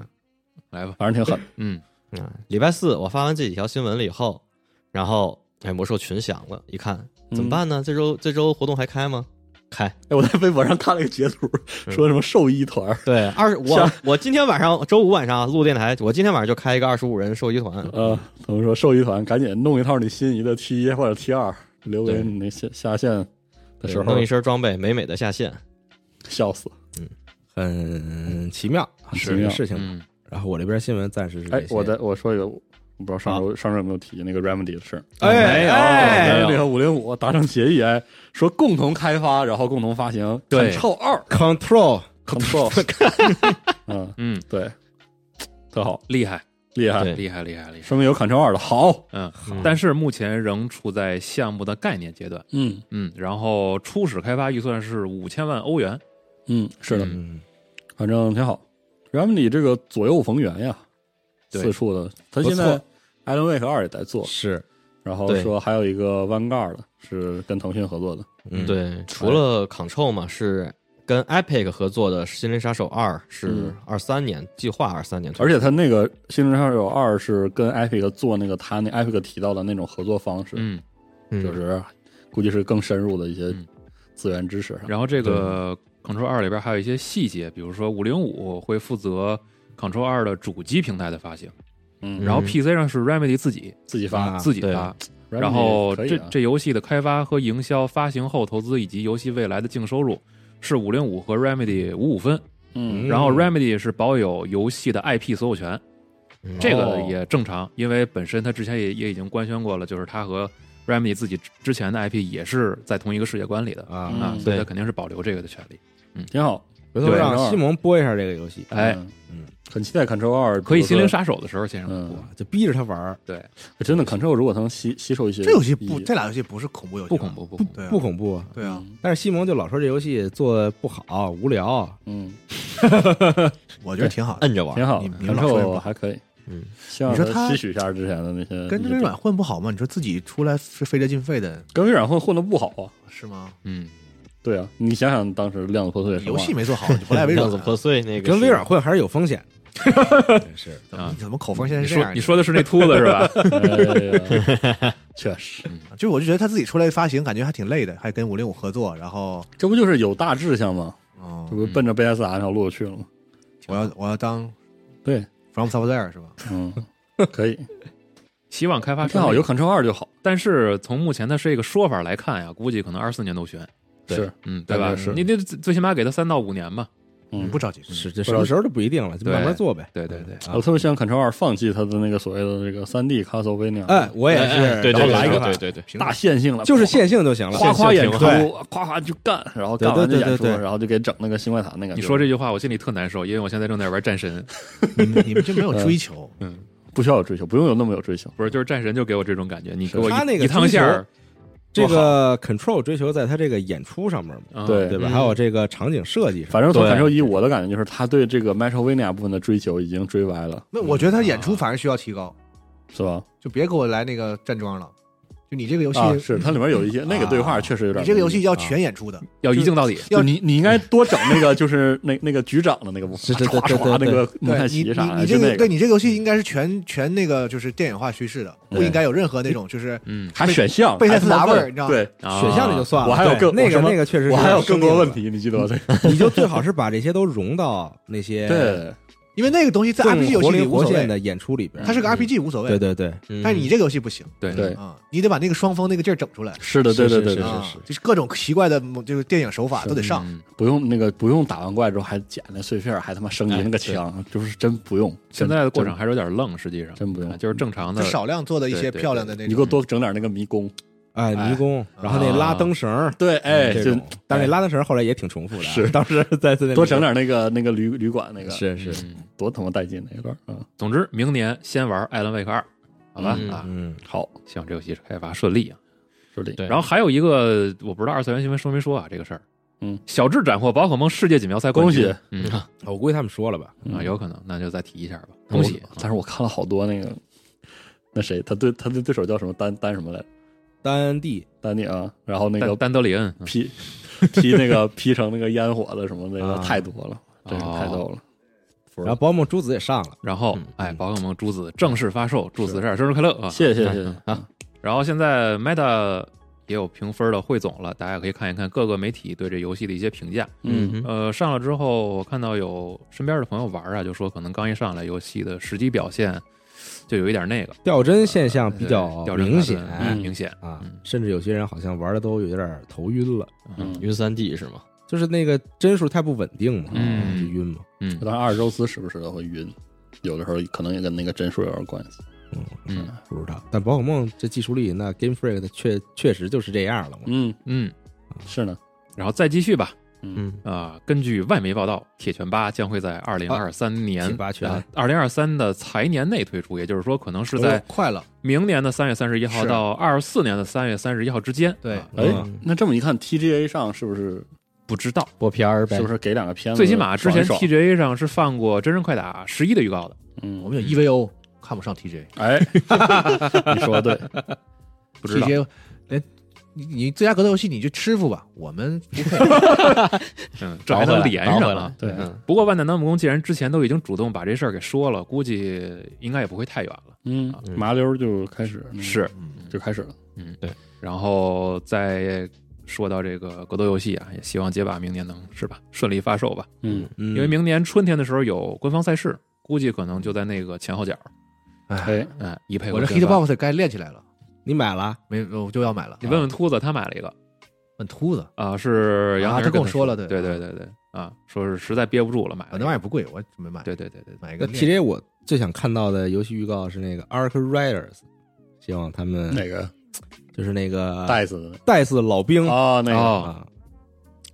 [SPEAKER 4] 来吧，
[SPEAKER 6] 反正挺狠。
[SPEAKER 4] 嗯，
[SPEAKER 8] 嗯，礼拜四我发完这几条新闻了以后，然后哎，魔兽群响了，一看怎么办呢？这周这周活动还开吗？嗯开，
[SPEAKER 6] 哎，我在微博上看了一个截图，说什么兽医团儿，
[SPEAKER 8] 对，二 十我我今天晚上周五晚上啊录电台，我今天晚上就开一个二十五人兽医团，
[SPEAKER 6] 呃，他们说兽医团赶紧弄一套你心仪的 T 一或者 T 二，留给
[SPEAKER 8] 对
[SPEAKER 6] 你那下下线的时候
[SPEAKER 8] 弄一，身装备，美美的下线。
[SPEAKER 6] 笑死。
[SPEAKER 3] 很奇妙，
[SPEAKER 6] 是
[SPEAKER 3] 这个事情。
[SPEAKER 4] 嗯，
[SPEAKER 3] 然后我这边新闻暂时是这
[SPEAKER 6] 哎，
[SPEAKER 3] 些
[SPEAKER 6] 我再我说一个，我不知道上周上周有没有提那个 Remedy 的事儿。
[SPEAKER 8] 哎
[SPEAKER 6] 但是那
[SPEAKER 8] 哎，
[SPEAKER 6] 个五零五达成协议，哎，说共同开发，然后共同发行。
[SPEAKER 4] 对
[SPEAKER 6] 臭二
[SPEAKER 3] Control
[SPEAKER 6] ，Control，嗯，
[SPEAKER 4] 嗯，
[SPEAKER 6] 对，特好，
[SPEAKER 4] 厉害，
[SPEAKER 6] 厉害，
[SPEAKER 8] 对
[SPEAKER 4] 厉害，厉害，厉害。
[SPEAKER 6] 说明有 Control 二了，好，
[SPEAKER 4] 嗯，但是目前仍处在项目的概念阶段，
[SPEAKER 6] 嗯
[SPEAKER 4] 嗯，然后初始开发预算是五千万欧元，
[SPEAKER 6] 嗯，是的，
[SPEAKER 3] 嗯，
[SPEAKER 6] 反正挺好。Remedy 这个左右逢源呀，
[SPEAKER 4] 对
[SPEAKER 6] 四处的，他
[SPEAKER 3] 不
[SPEAKER 6] 现在
[SPEAKER 3] 错
[SPEAKER 6] Alan Wake 二也在做，
[SPEAKER 3] 是，
[SPEAKER 6] 然后
[SPEAKER 8] 对
[SPEAKER 6] 说还有一个 Vanguard 的是跟腾讯合作的，
[SPEAKER 3] 嗯，
[SPEAKER 8] 对，除了 Control 嘛，是跟 Epic 合作的《心灵杀手二》，是
[SPEAKER 6] 嗯
[SPEAKER 8] 二三年计划二三年推出，
[SPEAKER 6] 而且他那个《心灵杀手二》是跟 Epic 做那个他那 Epic 提到的那种合作方式，
[SPEAKER 4] 嗯，
[SPEAKER 8] 嗯
[SPEAKER 6] 就是估计是更深入的一些
[SPEAKER 4] 嗯
[SPEAKER 6] 资源支持上。
[SPEAKER 4] 然后这个 Control 二里边还有一些细节，比如说五零五会负责 Control 二的主机平台的发行，
[SPEAKER 6] 嗯
[SPEAKER 4] 然后
[SPEAKER 8] 嗯
[SPEAKER 4] PC 上是 Remedy 自己
[SPEAKER 6] 自己发，
[SPEAKER 3] 啊
[SPEAKER 4] 自己
[SPEAKER 8] 对
[SPEAKER 4] 发，
[SPEAKER 6] Remedy
[SPEAKER 4] 然后
[SPEAKER 6] 可以
[SPEAKER 4] 这
[SPEAKER 6] 啊
[SPEAKER 4] 这游戏的开发和营销、发行后投资以及游戏未来的净收入是五零五和 Remedy 五五分，
[SPEAKER 6] 嗯
[SPEAKER 3] 嗯
[SPEAKER 4] 然后 Remedy 是保有游戏的 IP 所有权，
[SPEAKER 8] 嗯
[SPEAKER 4] 这个也正常，因为本身它之前也也已经官宣过了，就是它和 Remedy 自己之之前的 IP 也是在同一个世界观里的
[SPEAKER 3] 啊，
[SPEAKER 4] 啊，
[SPEAKER 6] 嗯
[SPEAKER 4] 所以它
[SPEAKER 8] 对
[SPEAKER 4] 肯定是保留这个的权利。
[SPEAKER 6] 挺好，
[SPEAKER 3] 回头
[SPEAKER 4] 对
[SPEAKER 3] 让
[SPEAKER 6] 正好
[SPEAKER 3] 西蒙播一下这个游戏，
[SPEAKER 4] 哎，
[SPEAKER 6] 嗯，很期待 Control 二
[SPEAKER 4] 可以心灵
[SPEAKER 6] 杀，
[SPEAKER 4] 杀手的时候先上播
[SPEAKER 6] 嗯，哎
[SPEAKER 3] 就逼着他玩儿，
[SPEAKER 4] 对，
[SPEAKER 6] 真的 Control 如果能吸吸收一些
[SPEAKER 5] 这游戏不，
[SPEAKER 6] 意义
[SPEAKER 5] 这俩游戏不是恐怖游戏，
[SPEAKER 4] 不恐，怖不恐怖，
[SPEAKER 5] 对啊
[SPEAKER 3] 不恐怖。
[SPEAKER 5] 对啊，
[SPEAKER 3] 但是西蒙就老说这游戏做得不好、无聊，
[SPEAKER 6] 嗯，
[SPEAKER 5] 我觉得挺好的。
[SPEAKER 8] 摁着玩
[SPEAKER 6] 挺
[SPEAKER 8] 儿。
[SPEAKER 6] 好
[SPEAKER 5] 你你们老说也不
[SPEAKER 6] Control
[SPEAKER 5] 好
[SPEAKER 6] 还可以，
[SPEAKER 8] 嗯，
[SPEAKER 6] 希望
[SPEAKER 5] 你说他
[SPEAKER 6] 吸取一下之前的那些
[SPEAKER 5] 跟微软混不好吗？你说自己出来是费这劲费的，
[SPEAKER 6] 跟微软混混的不好啊，
[SPEAKER 5] 是吗？
[SPEAKER 4] 嗯，
[SPEAKER 6] 对啊，你想想当时量子破碎什么玩意 儿
[SPEAKER 5] 游戏没做好，你不赖微
[SPEAKER 8] 量
[SPEAKER 5] 软
[SPEAKER 8] 子破碎那个
[SPEAKER 3] 跟
[SPEAKER 8] 是
[SPEAKER 3] 微软混还是有风险。
[SPEAKER 5] 真是
[SPEAKER 4] 啊
[SPEAKER 5] 怎么口风现在
[SPEAKER 4] 你
[SPEAKER 5] 是这
[SPEAKER 4] 说
[SPEAKER 5] 样？
[SPEAKER 4] 你说的是那秃子是吧？
[SPEAKER 6] 哎 呀确实，
[SPEAKER 5] 啊就是我就觉得他自己出来发行，感觉还挺累的，还跟五零五合作，然后
[SPEAKER 6] 这不就是有大志向吗？
[SPEAKER 5] 哦
[SPEAKER 6] 这，不奔
[SPEAKER 3] 嗯
[SPEAKER 6] 着贝塞斯达那条路去了吗？
[SPEAKER 5] 我要我要当
[SPEAKER 6] 对，
[SPEAKER 5] From Software 是吧？
[SPEAKER 6] 嗯，可以，
[SPEAKER 4] 希望开发
[SPEAKER 6] 正
[SPEAKER 4] 顺
[SPEAKER 6] 好
[SPEAKER 4] 利
[SPEAKER 6] 有 Ctrl 二就好，
[SPEAKER 4] 但是从目前的这个说法来看呀，估计可能二四年都悬，
[SPEAKER 8] 对
[SPEAKER 6] 是，
[SPEAKER 4] 嗯，对吧
[SPEAKER 6] 感觉是？
[SPEAKER 4] 你得最起码给他三到五年吧。
[SPEAKER 6] 嗯，
[SPEAKER 5] 不着急，
[SPEAKER 3] 是这什么时候都不一定了，就慢慢做呗。
[SPEAKER 4] 对对对，
[SPEAKER 3] 啊
[SPEAKER 6] 我特别希望 Ctrl 二放弃它的那个所谓的这个三 D Castlevania，
[SPEAKER 3] 哎，，我也是，
[SPEAKER 8] 对对
[SPEAKER 3] 然后
[SPEAKER 8] 对
[SPEAKER 3] 来一
[SPEAKER 8] 对
[SPEAKER 3] 个
[SPEAKER 8] 对对对，
[SPEAKER 5] 平
[SPEAKER 6] 大线性了，
[SPEAKER 3] 就是
[SPEAKER 6] 线。
[SPEAKER 3] 线性就行了。
[SPEAKER 6] 啊夸夸演出
[SPEAKER 5] 线性，
[SPEAKER 6] 夸夸就干，然后干完就
[SPEAKER 3] 对对对
[SPEAKER 6] 演出，
[SPEAKER 3] 对对
[SPEAKER 6] 然后就给整那个新怪塔那个。
[SPEAKER 4] 你说这句话我心里特难受，因为我现在正在玩战神，
[SPEAKER 5] 你们你们就没有追求，
[SPEAKER 6] 不需要有追求，不用有那么有追求。
[SPEAKER 4] 不是就是战神就给我这种感觉，你给我
[SPEAKER 3] 他那
[SPEAKER 4] 一
[SPEAKER 3] 个
[SPEAKER 4] 一趟线儿，
[SPEAKER 3] 这个 Control 追求在它这个演出上面嘛，
[SPEAKER 4] 啊
[SPEAKER 6] 对
[SPEAKER 3] 对吧？
[SPEAKER 8] 嗯
[SPEAKER 3] 还有这个场景设计上，
[SPEAKER 6] 反正从
[SPEAKER 8] 对
[SPEAKER 6] 感受一，我的感觉就是他对这个 Metrovania 部分的追求已经追歪了，
[SPEAKER 5] 那我觉得他演
[SPEAKER 6] 啊
[SPEAKER 5] 出反而需要提高，
[SPEAKER 6] 是吧？
[SPEAKER 5] 就别给我来那个站桩了。就你这个游戏，
[SPEAKER 6] 啊，是它里面有一些那个对话确实有点。
[SPEAKER 5] 嗯啊你这个游戏要全演出的，
[SPEAKER 4] 要一镜到底。
[SPEAKER 5] 要
[SPEAKER 6] 就你你应该多整那个就是那那个局长的那个部分，
[SPEAKER 3] 是对对
[SPEAKER 6] 唰
[SPEAKER 3] 对对
[SPEAKER 6] 唰嗯那个蒙太
[SPEAKER 5] 对你
[SPEAKER 6] 奇啥
[SPEAKER 5] 你
[SPEAKER 6] 的，
[SPEAKER 5] 你
[SPEAKER 6] 就
[SPEAKER 5] 这
[SPEAKER 6] 那
[SPEAKER 5] 对
[SPEAKER 6] 个
[SPEAKER 5] 你这个游戏应该是全全那个就是电影化叙事的，不
[SPEAKER 6] 对
[SPEAKER 5] 应该有任何那种就是
[SPEAKER 4] 嗯，
[SPEAKER 6] 还选项，
[SPEAKER 5] 贝塞斯达
[SPEAKER 6] 还他妈
[SPEAKER 5] 味儿
[SPEAKER 6] 问
[SPEAKER 5] 你知道吗
[SPEAKER 6] 对，
[SPEAKER 4] 啊
[SPEAKER 3] 选项那就算了。
[SPEAKER 6] 我还有
[SPEAKER 3] 对
[SPEAKER 6] 更
[SPEAKER 3] 那
[SPEAKER 6] 我
[SPEAKER 3] 个
[SPEAKER 6] 什么
[SPEAKER 3] 那个确实是
[SPEAKER 6] 我还有
[SPEAKER 3] 生
[SPEAKER 6] 更
[SPEAKER 3] 硬
[SPEAKER 6] 多
[SPEAKER 3] 了
[SPEAKER 6] 问，题，你记得吗？对
[SPEAKER 3] 你就最好是把这些都融到那些
[SPEAKER 6] 对，
[SPEAKER 5] 因为那个东西在
[SPEAKER 3] 更
[SPEAKER 5] RPG 游戏
[SPEAKER 3] 活
[SPEAKER 5] 里
[SPEAKER 3] 灵
[SPEAKER 5] 无
[SPEAKER 3] 活
[SPEAKER 5] 所
[SPEAKER 3] 现
[SPEAKER 5] 谓，
[SPEAKER 3] 的演出里边。
[SPEAKER 5] 它是个 RPG 无所
[SPEAKER 3] 对
[SPEAKER 5] 谓，
[SPEAKER 3] 对对，
[SPEAKER 5] 但是你这个游戏不行
[SPEAKER 4] 对
[SPEAKER 6] 嗯对
[SPEAKER 5] 啊，你得把那个双方那个劲儿整出来。
[SPEAKER 6] 是的，对对对对，
[SPEAKER 5] 啊，就是各种奇怪的就是电影手法都得上，
[SPEAKER 4] 嗯
[SPEAKER 6] 不用那个不用打完怪之后还捡那碎片儿，还他妈升级
[SPEAKER 8] 哎
[SPEAKER 6] 那个枪，就是真不用。
[SPEAKER 4] 现
[SPEAKER 6] 真
[SPEAKER 4] 在的过程
[SPEAKER 6] 真
[SPEAKER 4] 还是有点愣，实际上啊
[SPEAKER 6] 真不用
[SPEAKER 4] 就是正常
[SPEAKER 5] 就
[SPEAKER 4] 的。
[SPEAKER 5] 少量做的一些
[SPEAKER 4] 对对
[SPEAKER 5] 漂亮的那
[SPEAKER 6] 你给我
[SPEAKER 5] 种。
[SPEAKER 6] 多整点那个迷宫。
[SPEAKER 3] 哎，迷宫，然后那拉灯绳儿，
[SPEAKER 6] 对，啊哎，
[SPEAKER 3] 这
[SPEAKER 6] 就
[SPEAKER 3] 种但是那拉灯绳儿后来也挺重复的啊，
[SPEAKER 6] 是
[SPEAKER 3] 当时在在那里
[SPEAKER 6] 多整点那个那个旅旅馆那个，
[SPEAKER 3] 是是，
[SPEAKER 4] 嗯，
[SPEAKER 6] 多他妈带劲那一段啊！
[SPEAKER 4] 总之明年先玩《艾伦·威克二》，好吧
[SPEAKER 8] 嗯
[SPEAKER 4] 啊，
[SPEAKER 3] 嗯，
[SPEAKER 6] 好，
[SPEAKER 4] 希望这游戏开发顺利啊。
[SPEAKER 6] 是的，
[SPEAKER 8] 对
[SPEAKER 4] 然后还有一个我不知道二次元新闻说没说啊这个事儿，
[SPEAKER 6] 嗯，
[SPEAKER 4] 小智斩获宝可梦世界锦标赛冠军，嗯啊，
[SPEAKER 3] 我估计他们说了吧，
[SPEAKER 6] 嗯
[SPEAKER 4] 有可能，那就再提一下吧，恭喜啊
[SPEAKER 6] 我！但是我看了好多那个，那谁，他对他的对手叫什么丹丹什么来着？
[SPEAKER 3] 丹帝
[SPEAKER 6] 丹尼啊，然后那
[SPEAKER 4] 丹
[SPEAKER 6] 个
[SPEAKER 4] 丹德里恩，嗯
[SPEAKER 6] 劈劈那个劈成那个烟火的什么那个
[SPEAKER 3] 啊
[SPEAKER 6] 太多了，真是太逗了。
[SPEAKER 3] 然后包梦朱子也上了，
[SPEAKER 4] 然后
[SPEAKER 8] 嗯
[SPEAKER 4] 哎，宝可梦朱子正式发售，祝子十二生日快乐啊！
[SPEAKER 6] 谢谢谢谢
[SPEAKER 8] 啊
[SPEAKER 4] 然后现在 Meta 也有评分的汇总了，大家可以看一看各个媒体对这游戏的一些评价。
[SPEAKER 6] 嗯，
[SPEAKER 8] 嗯
[SPEAKER 4] 呃，上了之后，我看到有身边的朋友玩啊，就说可能刚一上来，游戏的实际表现就有一点那个呃
[SPEAKER 3] 掉帧现象比
[SPEAKER 4] 对
[SPEAKER 3] 较
[SPEAKER 4] 掉帧
[SPEAKER 3] 明显
[SPEAKER 4] 感嗯明显
[SPEAKER 3] 啊
[SPEAKER 4] 嗯，
[SPEAKER 3] 甚至有些人好像玩的都有点头晕了，
[SPEAKER 6] 嗯
[SPEAKER 8] 晕三 D 是吗？
[SPEAKER 3] 就是那个帧数太不稳定嘛，
[SPEAKER 4] 嗯
[SPEAKER 3] 就晕嘛，
[SPEAKER 4] 嗯
[SPEAKER 6] 当然阿尔宙斯时不时的会晕，有的时候可能也跟那个帧数有点关系。
[SPEAKER 4] 嗯
[SPEAKER 3] 不知道。但宝可梦这技术力，那 Game Freak 的确确实就是这样了嘛，
[SPEAKER 6] 嗯，
[SPEAKER 4] 嗯，
[SPEAKER 6] 是呢，
[SPEAKER 4] 然后再继续吧。
[SPEAKER 6] 嗯
[SPEAKER 4] 啊、根据外媒报道，《铁拳八》将会在二零二三年呃
[SPEAKER 3] 铁八拳
[SPEAKER 4] 二零二三的财年内推出，也就是说，可能是
[SPEAKER 5] 哎呦
[SPEAKER 4] 在
[SPEAKER 5] 快了，
[SPEAKER 4] 明年的三月三十一号
[SPEAKER 5] 是
[SPEAKER 4] 到二四年的三月三十一号之间。
[SPEAKER 5] 对
[SPEAKER 4] 啊
[SPEAKER 6] 哎
[SPEAKER 3] 嗯，
[SPEAKER 6] 那这么一看，TGA 上是不是
[SPEAKER 4] 不知道，
[SPEAKER 8] 播片儿呗，
[SPEAKER 6] 是不是给两个片子？
[SPEAKER 4] 最起码之前
[SPEAKER 6] 爽一爽
[SPEAKER 4] TGA 上是放过《真人快打十一》的预告的，
[SPEAKER 5] 我
[SPEAKER 6] 嗯，
[SPEAKER 5] 们有 EVO 看不上 TJ，
[SPEAKER 6] 哎， 你说的对，
[SPEAKER 4] 不知道
[SPEAKER 5] TJ 连你你最佳格斗游戏你就吃傅吧，我们不配。
[SPEAKER 4] 嗯，这还能连上
[SPEAKER 8] 倒回
[SPEAKER 4] 啊
[SPEAKER 8] 来？
[SPEAKER 6] 对
[SPEAKER 8] 嗯
[SPEAKER 4] 不过万代南梦宫既然之前都已经主动把这事儿给说了，估计应该也不会太远了。
[SPEAKER 6] 嗯，麻溜就开始
[SPEAKER 4] 是，
[SPEAKER 5] 嗯
[SPEAKER 6] 就开始了，
[SPEAKER 4] 然后再说到这个格斗游戏啊，也希望街霸明年能是吧顺利发售吧。
[SPEAKER 6] 嗯，
[SPEAKER 3] 因
[SPEAKER 4] 因为明年春天的时候有官方赛事，估计可能就在那个前后脚，
[SPEAKER 5] 哎，
[SPEAKER 6] 哎，
[SPEAKER 4] 哎，一配合
[SPEAKER 5] 我这
[SPEAKER 4] 跟发
[SPEAKER 5] Hitbox 该练起来了，
[SPEAKER 3] 你买了，
[SPEAKER 5] 没我就要买了。
[SPEAKER 4] 你问问秃子，他买了一个
[SPEAKER 5] 问秃子，
[SPEAKER 4] 啊，是杨
[SPEAKER 5] 啊
[SPEAKER 4] 宁
[SPEAKER 5] 他跟我
[SPEAKER 4] 他
[SPEAKER 5] 说了
[SPEAKER 4] 对
[SPEAKER 5] 对
[SPEAKER 4] 对对对啊，说是实在憋不住了，买了
[SPEAKER 5] 啊
[SPEAKER 4] 一
[SPEAKER 5] 那
[SPEAKER 4] 个
[SPEAKER 5] 玩意儿不贵，我准备买，
[SPEAKER 4] 对对对对，对
[SPEAKER 5] 买一
[SPEAKER 3] 那
[SPEAKER 5] 个练。
[SPEAKER 3] TJ 我最想看到的游戏预告是那个 Ark Riders，希望他
[SPEAKER 4] 嗯
[SPEAKER 3] 们
[SPEAKER 6] 哪个
[SPEAKER 3] 就是那个
[SPEAKER 6] 袋子
[SPEAKER 3] 戴斯老兵
[SPEAKER 6] 的哦，那个
[SPEAKER 4] 哦，
[SPEAKER 3] 啊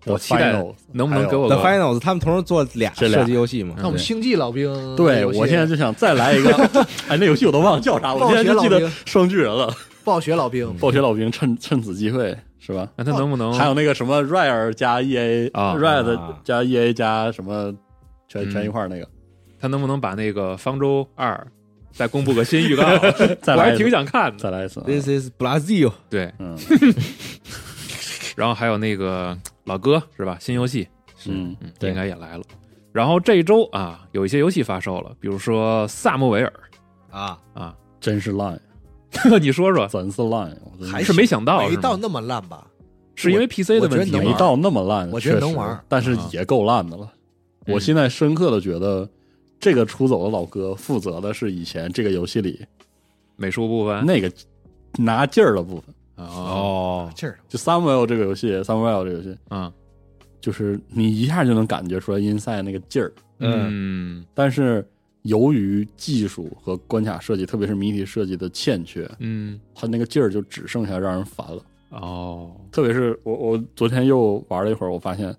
[SPEAKER 4] 我期待
[SPEAKER 6] Finals，
[SPEAKER 4] 能不能
[SPEAKER 6] 还有
[SPEAKER 4] 给我
[SPEAKER 3] ，The
[SPEAKER 4] 个
[SPEAKER 3] Finals 他们同时做俩
[SPEAKER 6] 这俩
[SPEAKER 3] 射击游戏嘛，
[SPEAKER 5] 那我们星际老兵，
[SPEAKER 6] 对我现在就想再来 一个，哎，那游戏我都忘了叫啥，我
[SPEAKER 5] 暴
[SPEAKER 6] 现在
[SPEAKER 5] 雪
[SPEAKER 6] 就
[SPEAKER 5] 老
[SPEAKER 6] 记得
[SPEAKER 5] 兵，
[SPEAKER 6] 双巨人了，
[SPEAKER 5] 暴雪老兵，
[SPEAKER 6] 暴雪老兵趁趁此机会是吧？
[SPEAKER 4] 那他能不能
[SPEAKER 6] 还有那个什么 Rare 加 EA
[SPEAKER 4] 嗯啊
[SPEAKER 6] Rare
[SPEAKER 3] 啊
[SPEAKER 6] 加 EA 加什么全
[SPEAKER 4] 嗯
[SPEAKER 6] 全一块儿那个，
[SPEAKER 4] 他能不能把那个方舟二再公布个新预告？
[SPEAKER 6] 再
[SPEAKER 4] 我
[SPEAKER 6] 来
[SPEAKER 4] 还
[SPEAKER 6] 一
[SPEAKER 4] 挺
[SPEAKER 6] 次，
[SPEAKER 4] 想看的。
[SPEAKER 6] 再来一次啊，
[SPEAKER 3] This is Brazil，
[SPEAKER 4] 对，
[SPEAKER 6] 嗯
[SPEAKER 4] 然后还有那个老哥是吧？新游戏
[SPEAKER 6] 嗯，
[SPEAKER 4] 嗯，
[SPEAKER 8] 对
[SPEAKER 4] 应该也来了。然后这一周啊，有一些游戏发售了，比如说《萨姆维尔
[SPEAKER 5] 啊，》
[SPEAKER 4] 啊，
[SPEAKER 6] 真是烂，
[SPEAKER 4] 你说说，
[SPEAKER 6] 真是烂，我真
[SPEAKER 5] 还
[SPEAKER 4] 是没想到，
[SPEAKER 5] 没
[SPEAKER 4] 是
[SPEAKER 5] 到
[SPEAKER 4] 吗
[SPEAKER 5] 那么烂吧？
[SPEAKER 4] 是因为 PC 的
[SPEAKER 5] 我觉
[SPEAKER 4] 问
[SPEAKER 5] 得
[SPEAKER 4] 题
[SPEAKER 5] 能
[SPEAKER 6] 没
[SPEAKER 4] 吗
[SPEAKER 5] 玩？
[SPEAKER 6] 到那么烂，
[SPEAKER 5] 我觉
[SPEAKER 6] 确实
[SPEAKER 5] 得能玩
[SPEAKER 6] 但是
[SPEAKER 4] 啊
[SPEAKER 6] 也够烂的了。我
[SPEAKER 4] 嗯
[SPEAKER 6] 现在深刻的觉得，这个出走的老哥负责的是以前这个游戏里
[SPEAKER 4] 美术部
[SPEAKER 5] 啊
[SPEAKER 4] 分
[SPEAKER 6] 那个拿劲儿的部分。
[SPEAKER 4] 哦，
[SPEAKER 5] 劲儿
[SPEAKER 6] 就 Samuel 这个游戏，Samuel 这个游戏，
[SPEAKER 5] 啊
[SPEAKER 4] 嗯
[SPEAKER 6] 就是你一下就能感觉出来 Inside 那个劲儿，
[SPEAKER 4] 嗯
[SPEAKER 6] 但是由于技术和关卡设计，特别是谜题设计的欠缺，
[SPEAKER 4] 嗯
[SPEAKER 6] 它那个劲儿就只剩下让人烦了。
[SPEAKER 4] 哦
[SPEAKER 6] 特别是我我昨天又玩了一会儿，我发现，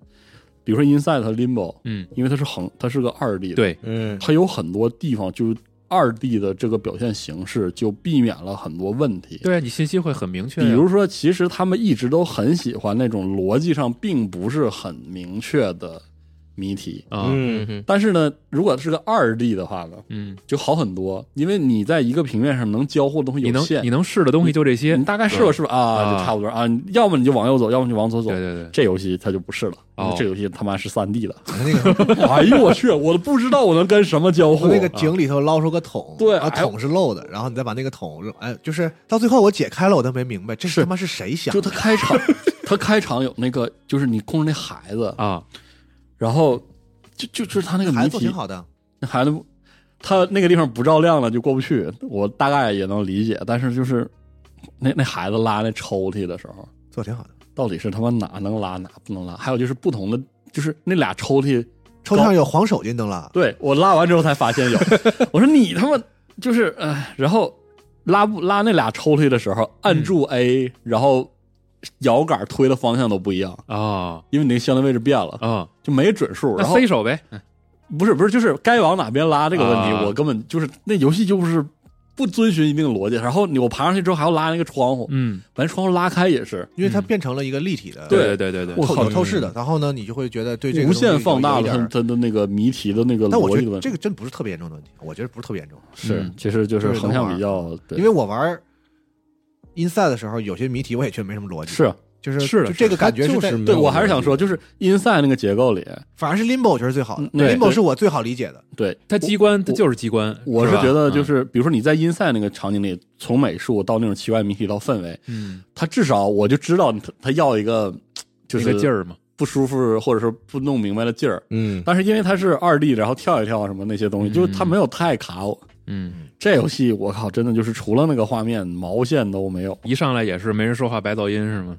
[SPEAKER 6] 比如说 Inside 和 Limbo，
[SPEAKER 4] 嗯，
[SPEAKER 6] 因为它是横，它是个二 D 的，
[SPEAKER 4] 对，
[SPEAKER 3] 嗯
[SPEAKER 6] 它有很多地方就是二 D 的这个表现形式就避免了很多问题。
[SPEAKER 4] 对啊，你信息会很明确啊，
[SPEAKER 6] 比如说，其实他们一直都很喜欢那种逻辑上并不是很明确的谜题，
[SPEAKER 4] 啊
[SPEAKER 8] 嗯
[SPEAKER 3] 嗯
[SPEAKER 8] 哼，
[SPEAKER 6] 但是呢，如果是个二 D 的话呢，
[SPEAKER 4] 嗯，
[SPEAKER 6] 就好很多，因为你在一个平面上能交互的东西
[SPEAKER 4] 你
[SPEAKER 6] 有
[SPEAKER 4] 能
[SPEAKER 6] 限，
[SPEAKER 4] 你能试的东西就这些，
[SPEAKER 6] 你大概试了是吧？啊，
[SPEAKER 4] 啊
[SPEAKER 6] 就差不多啊，你要么你就往右走，要么你就往左走
[SPEAKER 4] 对。对对，
[SPEAKER 6] 这游戏它就不是了，因为
[SPEAKER 4] 哦
[SPEAKER 6] 这游戏他妈是三 D 的。
[SPEAKER 5] 啊那个
[SPEAKER 6] 哎呦我去，我都不知道我能跟什么交互。
[SPEAKER 5] 从那个井里头捞出个桶，
[SPEAKER 6] 哦对
[SPEAKER 5] 啊，
[SPEAKER 6] 哎
[SPEAKER 5] 桶是漏的，然后你再把那个桶扔，哎，就是到最后我解开了，我都没明白这是
[SPEAKER 6] 是
[SPEAKER 5] 他妈是谁想
[SPEAKER 6] 就
[SPEAKER 5] 的，
[SPEAKER 6] 他开 场，他开场有那个，就是你控制那孩子，
[SPEAKER 4] 啊，
[SPEAKER 6] 然后就就就是他那个
[SPEAKER 5] 孩
[SPEAKER 6] 谜
[SPEAKER 5] 子做
[SPEAKER 6] 题
[SPEAKER 5] 挺，好的，
[SPEAKER 6] 那孩子不他那个地方不照亮了就过不去，我大概也能理解，但是就是那那孩子拉那抽屉的时候，
[SPEAKER 5] 做挺好的，
[SPEAKER 6] 到底是他妈哪能拉哪不能拉？还有就是不同的，就是那俩抽屉，
[SPEAKER 5] 抽屉上有黄手巾灯了，
[SPEAKER 6] 对我拉完之后才发现 有，我说你他妈就是哎，然后拉不拉那俩抽屉的时候，按住 A，、然后摇杆推的方向都不一样。
[SPEAKER 4] 哦
[SPEAKER 6] 因为你那个相对位置变了，
[SPEAKER 4] 哦，
[SPEAKER 6] 就没准数。
[SPEAKER 4] 那
[SPEAKER 6] 然后
[SPEAKER 4] C 手呗，
[SPEAKER 6] 不是不是，就是该往哪边拉这个问题，
[SPEAKER 4] 啊
[SPEAKER 6] 我根本就是那游戏就是不遵循一定逻辑。然后你我爬上去之后还要拉那个窗户，
[SPEAKER 4] 嗯，
[SPEAKER 6] 把那窗户拉开也是
[SPEAKER 5] 因为它变成了一个立体的，
[SPEAKER 6] 对
[SPEAKER 4] 对对对对
[SPEAKER 6] 我
[SPEAKER 4] 对，
[SPEAKER 5] 透
[SPEAKER 6] 靠
[SPEAKER 5] 有透视的，然后呢，你就会觉得对这个
[SPEAKER 6] 无
[SPEAKER 5] 东西有
[SPEAKER 6] 限放大
[SPEAKER 5] 有一
[SPEAKER 6] 了
[SPEAKER 5] 点儿
[SPEAKER 6] 它它的那个谜题的那个
[SPEAKER 5] 但我
[SPEAKER 6] 逻
[SPEAKER 5] 觉
[SPEAKER 6] 辑的
[SPEAKER 5] 得
[SPEAKER 6] 问
[SPEAKER 5] 这
[SPEAKER 6] 题。
[SPEAKER 5] 个真不是特别严重的问题，我觉得不是特别严重，
[SPEAKER 6] 是
[SPEAKER 4] 嗯，
[SPEAKER 6] 其实就是横向比较，对
[SPEAKER 5] 啊因为我玩 Inside 的时候，有些谜题我也觉得没什么逻辑，
[SPEAKER 6] 是啊
[SPEAKER 5] 就是
[SPEAKER 4] 是的
[SPEAKER 5] 就这个感觉
[SPEAKER 3] 就是
[SPEAKER 5] 在
[SPEAKER 3] 没有
[SPEAKER 6] 对我还是想说，
[SPEAKER 3] 逻辑
[SPEAKER 6] 就是 inside 那个结构里，
[SPEAKER 5] 反而是 Limbo 我觉得是最好的
[SPEAKER 6] 嗯对
[SPEAKER 5] ，Limbo
[SPEAKER 6] 对
[SPEAKER 5] 是我最好理解的，
[SPEAKER 6] 对
[SPEAKER 4] 它机关它就是机关，
[SPEAKER 6] 我是
[SPEAKER 4] 吧嗯
[SPEAKER 6] 觉得就是，比如说你在 inside 那个场景里，从美术到那种奇怪谜题到氛围，
[SPEAKER 4] 嗯，
[SPEAKER 6] 他至少我就知道他他要一个就
[SPEAKER 4] 那
[SPEAKER 6] 是
[SPEAKER 4] 个劲儿嘛，
[SPEAKER 6] 不舒服或者说不弄明白的劲儿。
[SPEAKER 3] 嗯，
[SPEAKER 6] 但是因为它是二 D，然后跳一跳啊什么那些东西，
[SPEAKER 4] 嗯
[SPEAKER 6] 就是它没有太卡我。
[SPEAKER 4] 嗯，
[SPEAKER 6] 这游戏我靠，真的就是除了那个画面，毛线都没有。
[SPEAKER 4] 一上来也是没人说话白噪音是吗？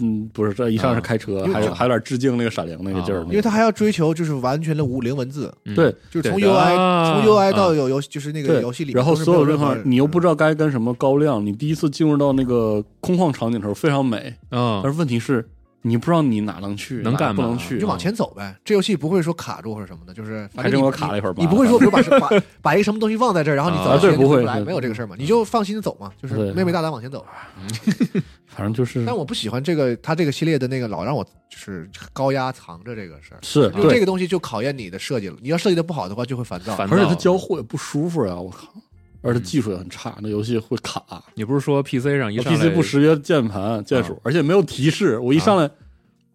[SPEAKER 6] 嗯，不是，这一上是开车，
[SPEAKER 5] 因为
[SPEAKER 6] 还有还有点致敬那个《闪灵》那个劲儿
[SPEAKER 4] 啊，
[SPEAKER 5] 因为它还要追求就是完全的无零文字，
[SPEAKER 4] 嗯
[SPEAKER 6] 对，
[SPEAKER 5] 就是从
[SPEAKER 4] 对
[SPEAKER 5] UI、
[SPEAKER 4] 啊
[SPEAKER 5] 从 UI 到有游、就是那个
[SPEAKER 6] 对
[SPEAKER 5] 游戏里面
[SPEAKER 6] 然后
[SPEAKER 5] 都是
[SPEAKER 6] 所有
[SPEAKER 5] 没
[SPEAKER 6] 地
[SPEAKER 5] 任何嗯
[SPEAKER 6] 方你又不知道该跟什么高亮，你第一次进入到那个空旷场景的时候非常美，
[SPEAKER 4] 嗯
[SPEAKER 6] 但是问题是你不知道你哪能去，
[SPEAKER 4] 能
[SPEAKER 6] 哪
[SPEAKER 4] 干
[SPEAKER 6] 不
[SPEAKER 4] 嘛
[SPEAKER 6] 能
[SPEAKER 5] 你
[SPEAKER 6] 去
[SPEAKER 5] 就。往前走呗。这游戏不会说卡住或者什么的，就是反
[SPEAKER 6] 还
[SPEAKER 5] 正
[SPEAKER 6] 真
[SPEAKER 5] 你
[SPEAKER 6] 给我卡了一会儿
[SPEAKER 5] 你
[SPEAKER 6] 吧
[SPEAKER 5] 不会说比如把把把一个什么东西忘在这儿，然后你走
[SPEAKER 4] 啊
[SPEAKER 5] 到时间
[SPEAKER 6] 对不
[SPEAKER 5] 就
[SPEAKER 6] 会
[SPEAKER 5] 来，
[SPEAKER 6] 对
[SPEAKER 5] 没有这个事儿嘛，你就放心的走嘛，就是
[SPEAKER 6] 对
[SPEAKER 5] 妹妹大胆往前走。
[SPEAKER 6] 反正就是
[SPEAKER 5] 但我不喜欢这个他这个系列的那个老让我就是高压藏着这个事儿，
[SPEAKER 6] 是
[SPEAKER 5] 就这
[SPEAKER 6] 对，
[SPEAKER 5] 个东西就考验你的设计了。你要设计的不好的话，就会烦躁。
[SPEAKER 4] 烦
[SPEAKER 6] 而且它
[SPEAKER 4] 躁
[SPEAKER 6] 交互也不舒服呀，我靠！而且技术也很差，那游戏会卡。
[SPEAKER 4] 你不是说 PC 嗯上一上来嗯
[SPEAKER 6] PC 哦不识别键盘键鼠，而且没有提示。我一上来，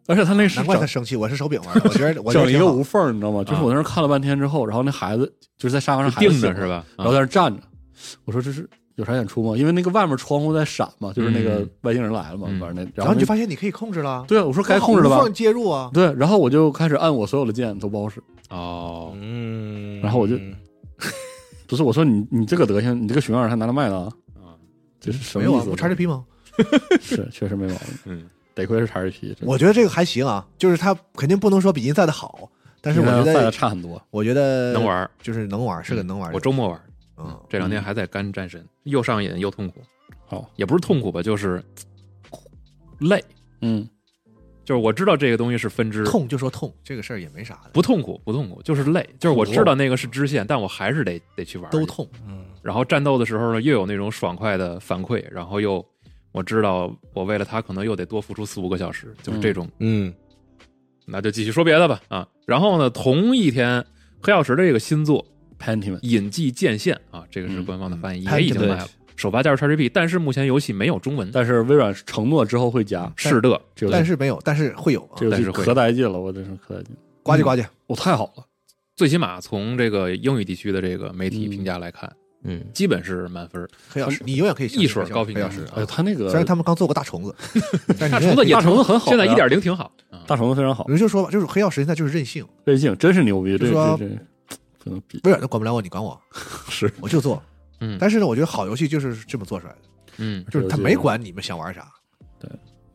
[SPEAKER 6] 而且他那是
[SPEAKER 5] 难怪他
[SPEAKER 6] 整
[SPEAKER 5] 生气，我是手柄玩的，我 觉得我觉得
[SPEAKER 6] 整一个
[SPEAKER 5] 挺好
[SPEAKER 6] 无缝儿，你知道吗？就是我在那儿看了半天之后，然后那孩子就是在沙发上
[SPEAKER 4] 是嗯定
[SPEAKER 6] 着
[SPEAKER 4] 着是？吧？啊
[SPEAKER 6] 然后
[SPEAKER 5] 啊
[SPEAKER 6] 在那儿站着，我说这是有啥演出吗？因为那个外面窗户在闪嘛，就是那个
[SPEAKER 4] 嗯
[SPEAKER 6] 外星人来了嘛，
[SPEAKER 4] 嗯
[SPEAKER 6] 反正那
[SPEAKER 5] 然
[SPEAKER 6] 那
[SPEAKER 5] 后你就发现你可以控制了，
[SPEAKER 6] 对啊，我说该控制了
[SPEAKER 5] 无
[SPEAKER 6] 吧
[SPEAKER 5] 缝？接入啊，
[SPEAKER 6] 对，然后我就开始按我所有的键都不好使，
[SPEAKER 4] 哦，
[SPEAKER 3] 嗯，
[SPEAKER 6] 然后我就 不是我说你你这个德行，你这个熊样还拿来卖呢？
[SPEAKER 4] 啊，
[SPEAKER 6] 这是什
[SPEAKER 5] 没
[SPEAKER 6] 么
[SPEAKER 5] 有
[SPEAKER 6] 意
[SPEAKER 5] 啊，
[SPEAKER 6] 思？
[SPEAKER 5] 不 XGP 吗？
[SPEAKER 6] 是确实没毛病，
[SPEAKER 4] 嗯，
[SPEAKER 6] 得亏是 XGP，
[SPEAKER 5] 我觉得这个还行啊，就是它肯定不能说比 Inside 好， 但是我觉
[SPEAKER 6] 赛的
[SPEAKER 5] 得，
[SPEAKER 6] 差很多。
[SPEAKER 5] 我觉得
[SPEAKER 4] 能玩，儿，
[SPEAKER 5] 就是能玩，是个能玩的。
[SPEAKER 4] 我周末玩儿，
[SPEAKER 5] 嗯，
[SPEAKER 4] 这两天还在干战神，又上瘾又痛苦，
[SPEAKER 6] 好，
[SPEAKER 4] 也不是痛苦吧，就是累，
[SPEAKER 6] 嗯，
[SPEAKER 4] 就是我知道这个东西是分支，
[SPEAKER 5] 痛就说痛，这个事儿也没啥的，
[SPEAKER 4] 不痛苦不痛苦，就是累，就是我知道那个是支线，但我还是得得去玩，
[SPEAKER 5] 都。痛。
[SPEAKER 4] 然后战斗的时候呢，又有那种爽快的反馈，然后又我知道我为了他可能又得多付出四五个小时，就是这种。
[SPEAKER 3] 嗯
[SPEAKER 4] 那就继续说别的吧啊。然后呢，同一天黑曜石这个新作《
[SPEAKER 6] Pentiment
[SPEAKER 4] 隐迹剑线》啊，这个是
[SPEAKER 6] 嗯
[SPEAKER 4] 官方的翻译，
[SPEAKER 5] 嗯
[SPEAKER 4] 也已经卖了，首发价是 XGP，但是目前游戏没有中文，
[SPEAKER 6] 但是微软承诺之后会加，
[SPEAKER 4] 是的，
[SPEAKER 6] 这游
[SPEAKER 5] 但
[SPEAKER 6] 戏
[SPEAKER 5] 是没有，但是会有啊
[SPEAKER 6] 这游
[SPEAKER 4] 但
[SPEAKER 6] 戏
[SPEAKER 4] 是会
[SPEAKER 6] 可带劲了，我真是可带劲。
[SPEAKER 5] 呱唧呱唧，
[SPEAKER 6] 我太好了，
[SPEAKER 4] 最起码从这个英语地区的这个媒体评价来看，
[SPEAKER 8] 嗯，
[SPEAKER 4] 基本是满分。
[SPEAKER 5] 黑曜石，你永远可以啊
[SPEAKER 4] 一水儿高
[SPEAKER 5] 黑
[SPEAKER 4] 频
[SPEAKER 5] 曜
[SPEAKER 4] 价
[SPEAKER 5] 石
[SPEAKER 4] 值。
[SPEAKER 6] 哎呦，他那个
[SPEAKER 5] 虽然他们刚做过大 虫子，但是
[SPEAKER 4] 大
[SPEAKER 5] 你
[SPEAKER 4] 虫子也
[SPEAKER 6] 大虫子很好
[SPEAKER 4] 现在
[SPEAKER 6] 呀嗯
[SPEAKER 4] 一点零挺好。啊
[SPEAKER 6] 大虫子非常好
[SPEAKER 5] 有，人就说吧，就是黑曜石现在就是任性，
[SPEAKER 6] 任性真是牛逼，
[SPEAKER 5] 嗯就
[SPEAKER 6] 这
[SPEAKER 5] 说
[SPEAKER 6] 这这不能比，
[SPEAKER 5] 微软都管不了我，你管 我，
[SPEAKER 6] 是
[SPEAKER 5] 我就做。
[SPEAKER 4] 嗯
[SPEAKER 5] 但是呢，我觉得好游戏就是这么做出来的，
[SPEAKER 4] 嗯，
[SPEAKER 5] 就是他没管你们想玩啥，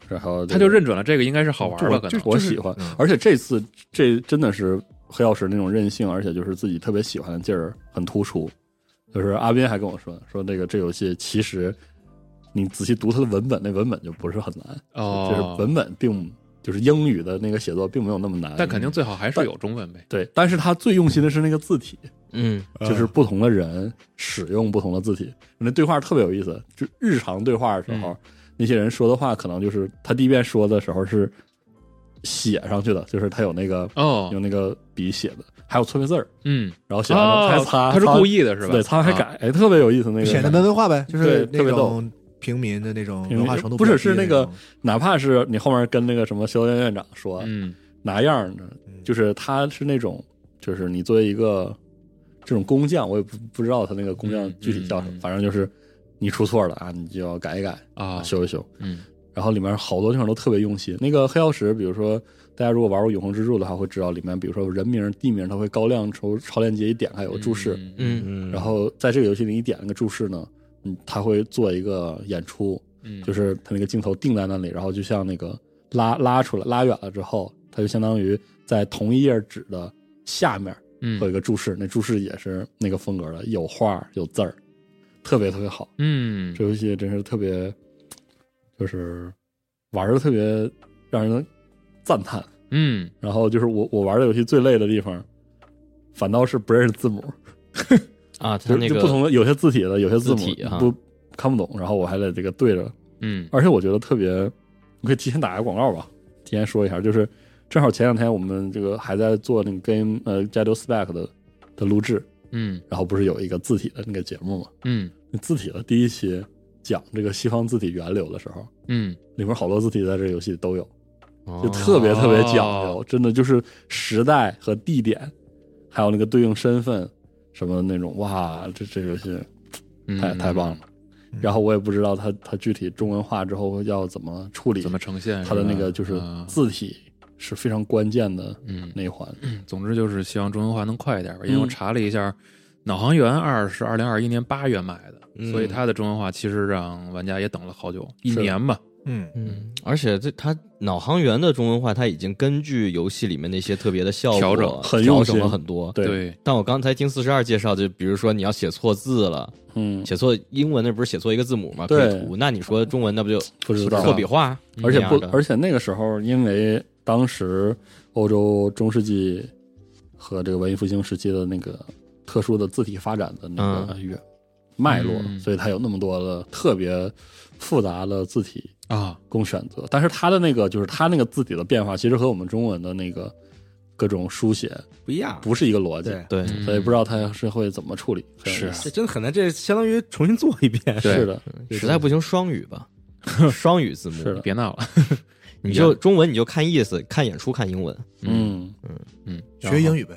[SPEAKER 6] 然后
[SPEAKER 4] 他就认准了这个应该是好玩
[SPEAKER 6] 这
[SPEAKER 4] 了，
[SPEAKER 6] 我
[SPEAKER 4] 可
[SPEAKER 6] 这
[SPEAKER 4] 能
[SPEAKER 6] 我喜欢
[SPEAKER 5] 嗯，
[SPEAKER 6] 而且这次这真的是黑曜石那种任性，而且就是自己特别喜欢的劲儿很突出。就是阿斌还跟我说说那个这游戏其实你仔细读它的文本，那文本就不是很难，
[SPEAKER 4] 哦
[SPEAKER 6] 就是文本并就是英语的那个写作并没有那么难，
[SPEAKER 4] 但肯定最好还是有中文呗。
[SPEAKER 6] 对。但是他最用心的是那个字体，
[SPEAKER 8] 嗯，
[SPEAKER 6] 就是不同的人使用不同的字体。那对话特别有意思，就日常对话的时
[SPEAKER 4] 嗯
[SPEAKER 6] 候，那些人说的话，可能就是他第一遍说的时候是写上去的，就是他有那个、
[SPEAKER 4] 哦，
[SPEAKER 6] 用那个笔写的，还有错别字儿，
[SPEAKER 4] 嗯，
[SPEAKER 6] 然后写完了还擦，
[SPEAKER 4] 哦他是
[SPEAKER 6] 擦完
[SPEAKER 4] 故意的是吧？
[SPEAKER 6] 对，擦完还
[SPEAKER 4] 啊，
[SPEAKER 6] 改，哎，特别有意思。那个
[SPEAKER 5] 显得文文化呗，就是
[SPEAKER 6] 对
[SPEAKER 5] 那
[SPEAKER 6] 特别逗
[SPEAKER 5] 种平民的那种
[SPEAKER 6] 平民
[SPEAKER 5] 文化程度
[SPEAKER 6] 不是
[SPEAKER 5] 比较低的
[SPEAKER 6] 是那
[SPEAKER 5] 种
[SPEAKER 6] 个哪怕是你后面跟那个什么修道院院长说、
[SPEAKER 4] 嗯
[SPEAKER 6] 哪样呢，就是他是那种，就是你作为一个这种工匠，我也不不知道他那个工匠
[SPEAKER 4] 嗯
[SPEAKER 6] 具体叫什么，
[SPEAKER 4] 嗯嗯
[SPEAKER 6] 反正就是你出错了啊，你就要改一改，
[SPEAKER 4] 啊，
[SPEAKER 6] 修一修。
[SPEAKER 4] 嗯
[SPEAKER 6] 然后里面好多地方都特别用心。那个黑曜石，比如说大家如果玩过《永恒之柱》的话，会知道里面，比如说人名、地名，它会高亮超超链接一点开有注释。
[SPEAKER 4] 嗯
[SPEAKER 3] 嗯
[SPEAKER 6] 然后在这个游戏里，你点那个注释呢，嗯，它会做一个演出，
[SPEAKER 4] 嗯，
[SPEAKER 6] 就是是它那个镜头定在那里，然后就像那个拉拉出来、拉远了之后，它就相当于在同一页纸的下面
[SPEAKER 4] 嗯
[SPEAKER 6] 会有一个注释，那注释也是那个风格的，有画儿有字儿，特别特别好。
[SPEAKER 4] 嗯
[SPEAKER 6] 这游戏真是特别，就是玩的特别让人赞叹。
[SPEAKER 4] 嗯
[SPEAKER 6] 然后就是我我玩的游戏最累的地方，反倒是不认识字母，
[SPEAKER 8] 啊，
[SPEAKER 6] 就
[SPEAKER 8] 他
[SPEAKER 6] 是
[SPEAKER 8] 那
[SPEAKER 6] 就
[SPEAKER 8] 个
[SPEAKER 6] 不同的有些字体的，有些字
[SPEAKER 8] 字体
[SPEAKER 6] 母
[SPEAKER 8] 啊
[SPEAKER 6] 不看不懂，然后我还得这个对着
[SPEAKER 4] 嗯
[SPEAKER 6] 而且我觉得特别，我可以提前打个广告吧，提前说一下，就是正好前两天我们这个还在做那个 game 呃 Shadow Spec 的的录制，
[SPEAKER 4] 嗯
[SPEAKER 6] 然后不是有一个字体的那个节目嘛？
[SPEAKER 4] 嗯
[SPEAKER 6] 那字体的第一期讲这个西方字体源流的时候，
[SPEAKER 4] 嗯，
[SPEAKER 6] 里面好多字体在这个游戏都有，就
[SPEAKER 8] 哦
[SPEAKER 6] 特别特别讲究，真的就是时代和地点，还有那个对应身份什么的那种，哇，这这游戏
[SPEAKER 4] 嗯
[SPEAKER 6] 太太棒了。然后我也不知道它它具体中文化之后要怎么处理，
[SPEAKER 4] 怎么呈现
[SPEAKER 6] 它的那个就是
[SPEAKER 4] 啊
[SPEAKER 6] 字体是非常关键的
[SPEAKER 4] 嗯
[SPEAKER 6] 那一环。
[SPEAKER 4] 总之就是希望中文化能快一点吧，因为我
[SPEAKER 6] 嗯
[SPEAKER 4] 查了一下，《脑航员二》是二零二一年八月买的，
[SPEAKER 8] 嗯
[SPEAKER 4] 所以它的中文化其实让玩家也等了好久，一
[SPEAKER 6] 是的
[SPEAKER 4] 年吧。
[SPEAKER 5] 嗯，
[SPEAKER 8] 嗯，而且这他脑航员的中文化，他已经根据游戏里面那些特别的效果
[SPEAKER 4] 调整
[SPEAKER 6] 很
[SPEAKER 8] 调
[SPEAKER 6] 用
[SPEAKER 8] 整了
[SPEAKER 6] 心
[SPEAKER 8] 很多。
[SPEAKER 6] 对，
[SPEAKER 8] 但我刚才听四十二介绍，就比如说你要写错字了，
[SPEAKER 6] 嗯，
[SPEAKER 8] 写错英文那不是写错一个字母吗？
[SPEAKER 6] 对
[SPEAKER 8] 配图，那你说中文那不就
[SPEAKER 6] 不知道
[SPEAKER 8] 错笔画？
[SPEAKER 6] 而且不
[SPEAKER 8] 那样的，
[SPEAKER 6] 而且那个时候，因为当时欧洲中世纪和这个文艺复兴时期的那个特殊的字体发展的那个远脉络，
[SPEAKER 4] 嗯
[SPEAKER 6] 所以它有那么多的特别复杂的字体
[SPEAKER 4] 啊，
[SPEAKER 6] 供选择。但是它的那个就是它那个字体的变化，其实和我们中文的那个各种书写
[SPEAKER 3] 不一样，
[SPEAKER 6] 不是一个逻辑，
[SPEAKER 3] 对
[SPEAKER 8] 对，
[SPEAKER 4] 嗯
[SPEAKER 6] 所以不知道它是会怎么处理。很
[SPEAKER 4] 啊
[SPEAKER 6] 有意思
[SPEAKER 3] 这真的很难，这相当于重新做一遍。
[SPEAKER 4] 对
[SPEAKER 6] 是的，嗯
[SPEAKER 8] 实在不行双语吧，双语字
[SPEAKER 6] 是
[SPEAKER 8] 幕
[SPEAKER 6] 的，
[SPEAKER 4] 别闹了，
[SPEAKER 8] 你就中文你就看意思，看演出看英文，
[SPEAKER 6] 嗯，
[SPEAKER 5] 学英语呗，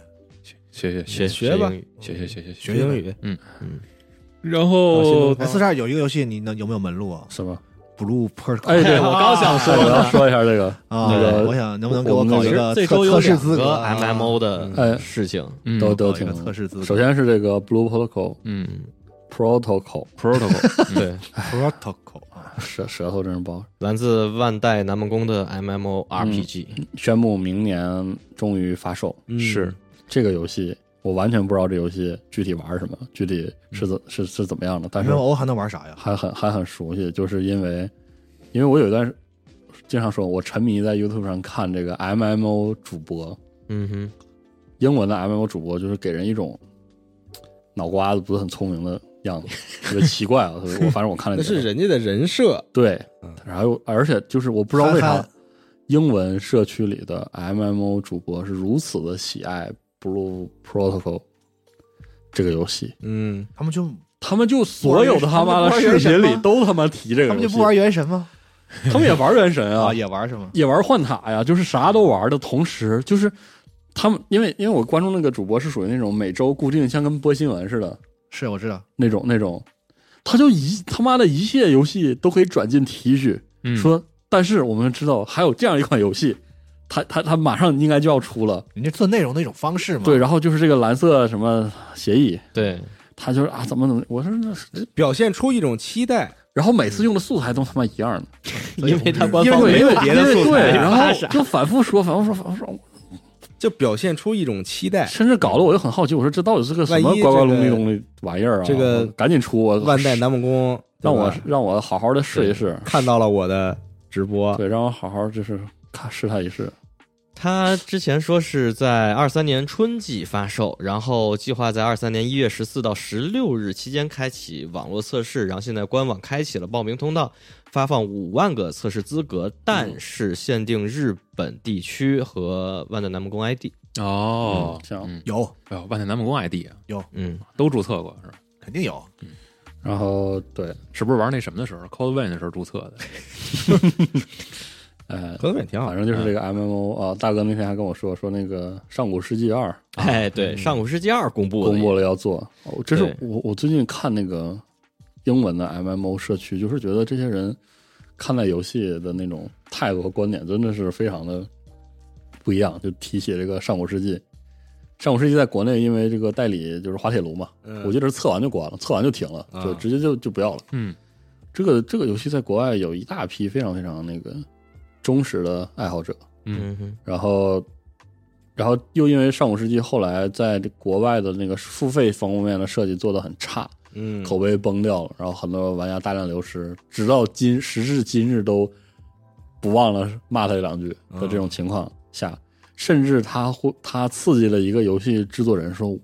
[SPEAKER 4] 学学
[SPEAKER 8] 学
[SPEAKER 3] 学吧
[SPEAKER 8] 英语
[SPEAKER 4] 学学学学学。
[SPEAKER 5] 学英
[SPEAKER 3] 英
[SPEAKER 5] 语嗯
[SPEAKER 3] 语
[SPEAKER 4] 嗯然后
[SPEAKER 5] 哎，四十二有一个游戏，你能有没有门路啊
[SPEAKER 6] 什么？
[SPEAKER 5] ？Blue Pearl，
[SPEAKER 6] 哎，对，
[SPEAKER 8] 我刚想说
[SPEAKER 6] 我要说一下这个，
[SPEAKER 5] 啊
[SPEAKER 6] 那个，
[SPEAKER 5] 我想能不能给我
[SPEAKER 6] 我
[SPEAKER 5] 搞
[SPEAKER 6] 们
[SPEAKER 5] 一个
[SPEAKER 8] 这
[SPEAKER 5] 测
[SPEAKER 8] 周有
[SPEAKER 5] 测试
[SPEAKER 8] 两
[SPEAKER 5] 资格
[SPEAKER 8] 个
[SPEAKER 5] 啊
[SPEAKER 8] MMO
[SPEAKER 6] 哎
[SPEAKER 8] 的事情，
[SPEAKER 4] 嗯
[SPEAKER 6] 都都
[SPEAKER 5] 搞一
[SPEAKER 6] 挺
[SPEAKER 5] 个测试资格
[SPEAKER 6] 首先是这个 Blue Protocol
[SPEAKER 4] 嗯
[SPEAKER 6] Protocol，
[SPEAKER 4] ，protocol
[SPEAKER 8] 对，
[SPEAKER 5] Protocol 啊，
[SPEAKER 6] 舌舌头真是不好。
[SPEAKER 8] 来自万代南梦宫的 MMORPG，
[SPEAKER 6] 宣布明年终于发售，
[SPEAKER 4] 是
[SPEAKER 6] 这个游戏我完全不知道这游戏具体玩什么，具体是怎是是怎么样的，但
[SPEAKER 5] 没
[SPEAKER 6] 是
[SPEAKER 5] 有欧还能玩啥呀？
[SPEAKER 6] 还很还很熟悉，就是因为因为我有一段经常说，我沉迷在 YouTube 上看这个 MMO 主播，
[SPEAKER 8] 嗯哼，
[SPEAKER 6] 英文的 MMO 主播就是给人一种脑瓜子不是很聪明的样子，特别奇怪啊！特别我反正我看 了
[SPEAKER 3] 那
[SPEAKER 6] 几个
[SPEAKER 3] 是人家的人设，
[SPEAKER 6] 对
[SPEAKER 3] 嗯，
[SPEAKER 6] 然后而且就是我不知道为
[SPEAKER 5] 憨
[SPEAKER 6] 啥
[SPEAKER 5] 憨
[SPEAKER 6] 英文社区里的 MMO 主播是如此的喜爱 Blue Protocol 这个游戏，
[SPEAKER 3] 嗯，
[SPEAKER 5] 他们就
[SPEAKER 6] 他们就所有的他妈的
[SPEAKER 5] 不玩
[SPEAKER 6] 视
[SPEAKER 5] 原
[SPEAKER 6] 频
[SPEAKER 5] 神
[SPEAKER 6] 里
[SPEAKER 5] 吗
[SPEAKER 6] 都他妈提这
[SPEAKER 5] 他
[SPEAKER 6] 个游
[SPEAKER 5] 们就
[SPEAKER 6] 戏，
[SPEAKER 5] 不玩，原神吗？
[SPEAKER 6] 他们也玩原神啊，
[SPEAKER 5] 也玩是吗？
[SPEAKER 6] 也玩幻塔呀，就是啥都玩的同时，就是他们因为因为我关注那个主播是属于那种每周固定像跟播新闻似的
[SPEAKER 5] 是我知道，
[SPEAKER 6] 那种那种，他就一他妈的一切游戏都可以转进题序，
[SPEAKER 4] 嗯，
[SPEAKER 6] 说但是我们知道还有这样一款游戏，它它它马上应该就要出了，
[SPEAKER 5] 人家做内容的一种方式嘛。
[SPEAKER 6] 对，，然后就是这个蓝色什么协议，
[SPEAKER 8] 对，
[SPEAKER 6] 他就是啊怎么怎么，我说那是，
[SPEAKER 3] 表现出一种期待，
[SPEAKER 6] 然后每次用的素材都他妈一样的。
[SPEAKER 8] 因为它官
[SPEAKER 3] 因为
[SPEAKER 8] 方
[SPEAKER 3] 没有
[SPEAKER 8] 打
[SPEAKER 3] 别的素材
[SPEAKER 6] 对，
[SPEAKER 3] 哎
[SPEAKER 6] 然后就反复说，反复说，反复说，
[SPEAKER 3] 就表现出一种期待。
[SPEAKER 6] 甚至搞得我就很好奇，我说这到底是个什么
[SPEAKER 3] 万一
[SPEAKER 6] 乖乖
[SPEAKER 3] 这个
[SPEAKER 6] 隆咚咚的玩意儿啊？
[SPEAKER 3] 这个
[SPEAKER 6] 赶紧出我
[SPEAKER 3] 万代南梦宫
[SPEAKER 6] 让我
[SPEAKER 3] 对吧
[SPEAKER 6] 让我好好的试一试，
[SPEAKER 3] 看到了我的直播，
[SPEAKER 6] 对，让我好好就是看试探一试。
[SPEAKER 8] 他之前说是在二三年春季发售，然后计划在二三年一月十四到十六日期间开启网络测试，然后现在官网开启了报名通道，发放五万个测试资格，但是限定日本地区和万代南梦宫 ID。
[SPEAKER 4] 哦，
[SPEAKER 6] 嗯这样
[SPEAKER 4] 嗯
[SPEAKER 5] 有
[SPEAKER 4] 哎呦，万代南梦宫 ID 啊，
[SPEAKER 8] 嗯，
[SPEAKER 4] 都注册过是吧？
[SPEAKER 5] 肯定有，
[SPEAKER 6] 然后对，
[SPEAKER 4] 是不是玩那什么的时候，Cold Vein 的时候注册的？
[SPEAKER 6] 呃，
[SPEAKER 3] 可能挺好
[SPEAKER 6] 反。正就是这个 MMO 啊，大哥那天还跟我说说那个《上古世纪二》
[SPEAKER 8] 哎，对，《上古世纪二》公布了，
[SPEAKER 6] 公布了要做，哦这是
[SPEAKER 8] 对
[SPEAKER 6] 我我最近看那个英文的 MMO 社区，就是觉得这些人看待游戏的那种态度和观点真的是非常的不一样。就提起这个上古世纪，上古世纪在国内因为这个代理就是滑铁卢嘛，
[SPEAKER 3] 嗯
[SPEAKER 6] 我记得是测完就关了，测完就停了，
[SPEAKER 3] 啊
[SPEAKER 6] 就直接就就不要了。
[SPEAKER 4] 嗯，
[SPEAKER 6] 这个这个游戏在国外有一大批非常非常那个忠实的爱好者，
[SPEAKER 8] 嗯哼，
[SPEAKER 6] 然后，然后又因为上古世纪后来在这国外的那个付费方面的设计做的很差，
[SPEAKER 3] 嗯，
[SPEAKER 6] 口碑崩掉了，然后很多玩家大量流失，直到今时至今日都不忘了骂他两句的这种情况下，甚至他会他刺激了一个游戏制作人说：“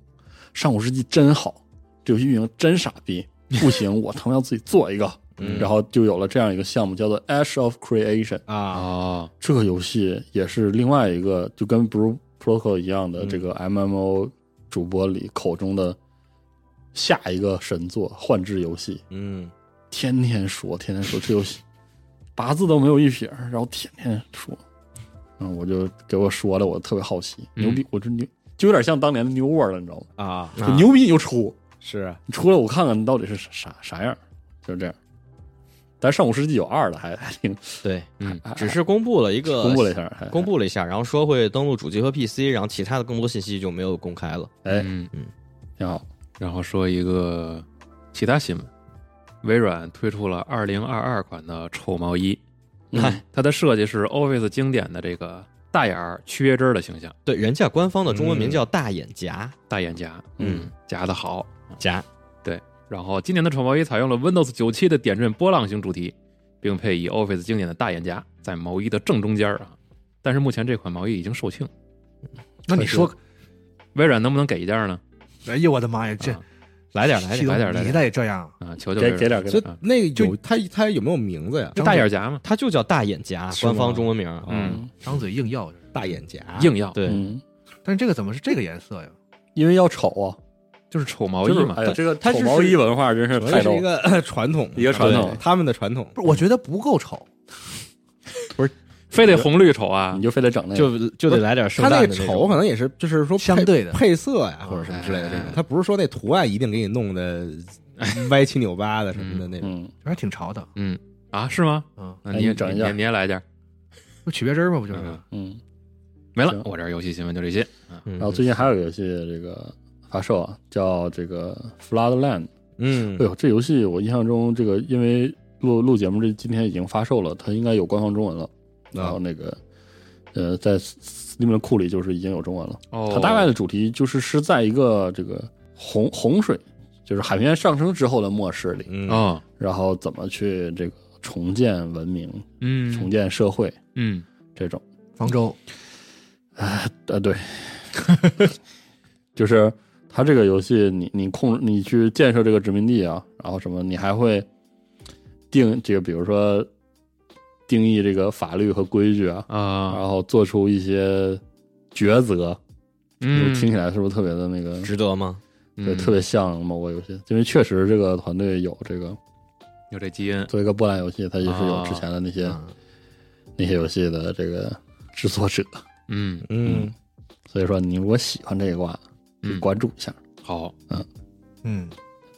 [SPEAKER 6] 上古世纪真好，这游戏运营真傻逼，不行，我他妈要自己做一个。”
[SPEAKER 8] 嗯
[SPEAKER 6] 然后就有了这样一个项目，叫做《Ash of Creation》。
[SPEAKER 3] 啊，
[SPEAKER 4] 哦，
[SPEAKER 6] 这个游戏也是另外一个，就跟 Blue Protocol 一样的这个 MMO 主播里口中的下一个神作幻之游戏，
[SPEAKER 3] 嗯，
[SPEAKER 6] 天天说，天天说这游戏八字都没有一撇儿，然后天天说，嗯，我就给我说的，我特别好奇，
[SPEAKER 4] 嗯
[SPEAKER 6] 牛逼，我就牛，就有点像当年的 New World 了，你知道吗？
[SPEAKER 3] 啊，
[SPEAKER 6] 就牛逼你就出，
[SPEAKER 3] 是
[SPEAKER 6] 你出来我看看你到底是啥啥啥样儿，就是这样。但是上古世纪有二的，还还挺
[SPEAKER 8] 对，
[SPEAKER 4] 嗯，
[SPEAKER 8] 只是公布了一个，
[SPEAKER 6] 公布了一下，还
[SPEAKER 8] 啊公布了一下，然后说会登录主机和 PC，然后其他的更多信息就没有公开了。
[SPEAKER 6] 哎
[SPEAKER 4] 嗯，
[SPEAKER 6] 挺好。
[SPEAKER 4] 然后说一个其他新闻，微软推出了2022款的臭毛衣，
[SPEAKER 6] 嗯
[SPEAKER 4] 它的设计是 Office 经典的这个大眼儿缺针儿的形象，
[SPEAKER 8] 对，人家官方的中文名叫大眼夹
[SPEAKER 4] 大眼夹，
[SPEAKER 8] 嗯，
[SPEAKER 4] 夹的好。
[SPEAKER 8] 夹，
[SPEAKER 4] 然后今年的丑毛衣采用了 Windows 9 7的点阵波浪形主题，并配以 Office 经典的大眼夹在毛衣的正中间儿啊。但是目前这款毛衣已经售罄，
[SPEAKER 5] 那你说，
[SPEAKER 4] 微软能不能给一件呢？
[SPEAKER 5] 哎呦我的妈呀，这
[SPEAKER 4] 啊来点儿，来
[SPEAKER 5] 系
[SPEAKER 4] 点儿，来
[SPEAKER 5] 统
[SPEAKER 4] 点儿，来
[SPEAKER 5] 你
[SPEAKER 4] 点
[SPEAKER 5] 那也这样，
[SPEAKER 4] 儿啊！求求
[SPEAKER 6] 给
[SPEAKER 4] 微软
[SPEAKER 6] 给点儿给
[SPEAKER 3] 这
[SPEAKER 6] 点
[SPEAKER 4] 啊
[SPEAKER 3] 那个有他他有没有名字呀？
[SPEAKER 4] 这大眼夹嘛，
[SPEAKER 8] 它就叫大眼夹，
[SPEAKER 3] 是吗
[SPEAKER 8] 官方中文名。啊
[SPEAKER 4] 嗯，
[SPEAKER 5] 张嘴硬要。
[SPEAKER 3] 大眼夹，
[SPEAKER 4] 硬要
[SPEAKER 8] 对，
[SPEAKER 6] 嗯，
[SPEAKER 5] 但是这个怎么是这个颜色呀？
[SPEAKER 6] 因为要丑啊，
[SPEAKER 4] 就是丑毛衣
[SPEAKER 6] 就是
[SPEAKER 4] 嘛
[SPEAKER 6] 哎，呀，这个
[SPEAKER 8] 它
[SPEAKER 6] 丑
[SPEAKER 8] 就是
[SPEAKER 6] 毛衣文化真是
[SPEAKER 3] 主
[SPEAKER 6] 太
[SPEAKER 3] 要是
[SPEAKER 6] 逗
[SPEAKER 3] 一
[SPEAKER 6] 了。
[SPEAKER 3] 个 传统，
[SPEAKER 6] 一个传统
[SPEAKER 3] 他们的传统。
[SPEAKER 5] 不是，我觉得不够丑，
[SPEAKER 4] 非得红绿丑啊
[SPEAKER 6] 你，就非得整那个，
[SPEAKER 8] 就就得来点
[SPEAKER 3] 他
[SPEAKER 8] 圣
[SPEAKER 3] 那
[SPEAKER 8] 诞
[SPEAKER 3] 个
[SPEAKER 8] 的
[SPEAKER 3] 丑可能也是，就是说配
[SPEAKER 5] 相对的
[SPEAKER 3] 配色呀，或者什么之类的这种
[SPEAKER 4] 哎，
[SPEAKER 3] 他不是说那图案一定给你弄 的歪七扭八的什么的那种。
[SPEAKER 6] 嗯，
[SPEAKER 5] 还挺潮的。
[SPEAKER 4] 嗯啊，是吗？
[SPEAKER 5] 嗯，
[SPEAKER 4] 那
[SPEAKER 6] 哎
[SPEAKER 4] 你也
[SPEAKER 6] 你整一
[SPEAKER 4] 你
[SPEAKER 6] 件
[SPEAKER 4] 也你也来一件儿，
[SPEAKER 5] 不取别针吗？不就是？
[SPEAKER 4] 嗯，
[SPEAKER 6] 嗯。
[SPEAKER 4] 没了
[SPEAKER 6] 行。
[SPEAKER 4] 我这儿游戏新闻就这些，啊
[SPEAKER 8] 嗯
[SPEAKER 6] 然后最近还有个游戏这个发售啊，叫这个《Floodland》。
[SPEAKER 3] 嗯
[SPEAKER 6] 哎，呦，这游戏我印象中这个因为录录节目这今天已经发售了，它应该有官方中文了。然后那个呃，在 Steam 的库里就是已经有中文了。
[SPEAKER 4] 哦，
[SPEAKER 6] 它大概的主题就是是在一个这个洪洪水，就是海平面上升之后的末世里，
[SPEAKER 3] 嗯
[SPEAKER 4] 哦，
[SPEAKER 6] 然后怎么去这个重建文明、
[SPEAKER 4] 嗯，
[SPEAKER 6] 重建社会
[SPEAKER 4] 嗯，
[SPEAKER 6] 这种。
[SPEAKER 5] 方舟
[SPEAKER 6] 呃，对， 就是它这个游戏你，你控你去建设这个殖民地啊，然后什么，你还会定这个，比如说定义这个法律和规矩啊，
[SPEAKER 4] 啊，
[SPEAKER 6] 然后做出一些抉择。
[SPEAKER 4] 嗯，
[SPEAKER 6] 听起来是不是特别的那个？
[SPEAKER 8] 值得吗？
[SPEAKER 6] 对，特别像某个游戏，因为确实这个团队有这个
[SPEAKER 4] 有这基因，
[SPEAKER 6] 作为一个波兰游戏，它也是有
[SPEAKER 4] 啊
[SPEAKER 6] 之前的那些、
[SPEAKER 5] 嗯
[SPEAKER 6] 那些游戏的这个制作者。
[SPEAKER 4] 嗯
[SPEAKER 3] 嗯，
[SPEAKER 6] 所以说你如果喜欢这一挂，去
[SPEAKER 4] 嗯
[SPEAKER 6] 关注一下。
[SPEAKER 4] 好
[SPEAKER 5] 嗯，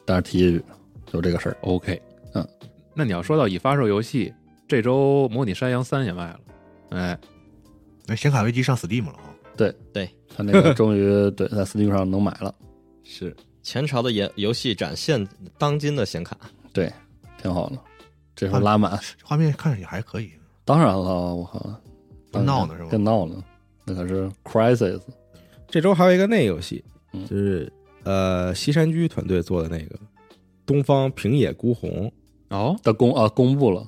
[SPEAKER 6] 但是提一句，就这个事儿，
[SPEAKER 4] ，OK，
[SPEAKER 6] 嗯，
[SPEAKER 4] 那你要说到已发售游戏，这周《模拟山羊三》也卖了，哎，
[SPEAKER 5] 那显卡危机上 Steam 了啊，
[SPEAKER 6] 他那个终于对在 Steam 上能买了，
[SPEAKER 8] 是前朝的游游戏展现当今的显卡，
[SPEAKER 6] 对，挺好的。这时候拉满，
[SPEAKER 5] 画面看上去还可以。
[SPEAKER 6] 当然了，我靠，
[SPEAKER 5] 更闹呢是吧
[SPEAKER 6] 更闹呢，那可是 Crisis
[SPEAKER 3] 这周还有一个那游戏，
[SPEAKER 6] 嗯
[SPEAKER 3] 就是呃西山居团队做的那个《东方平野孤鸿
[SPEAKER 4] 哦，
[SPEAKER 6] 的公啊公布了，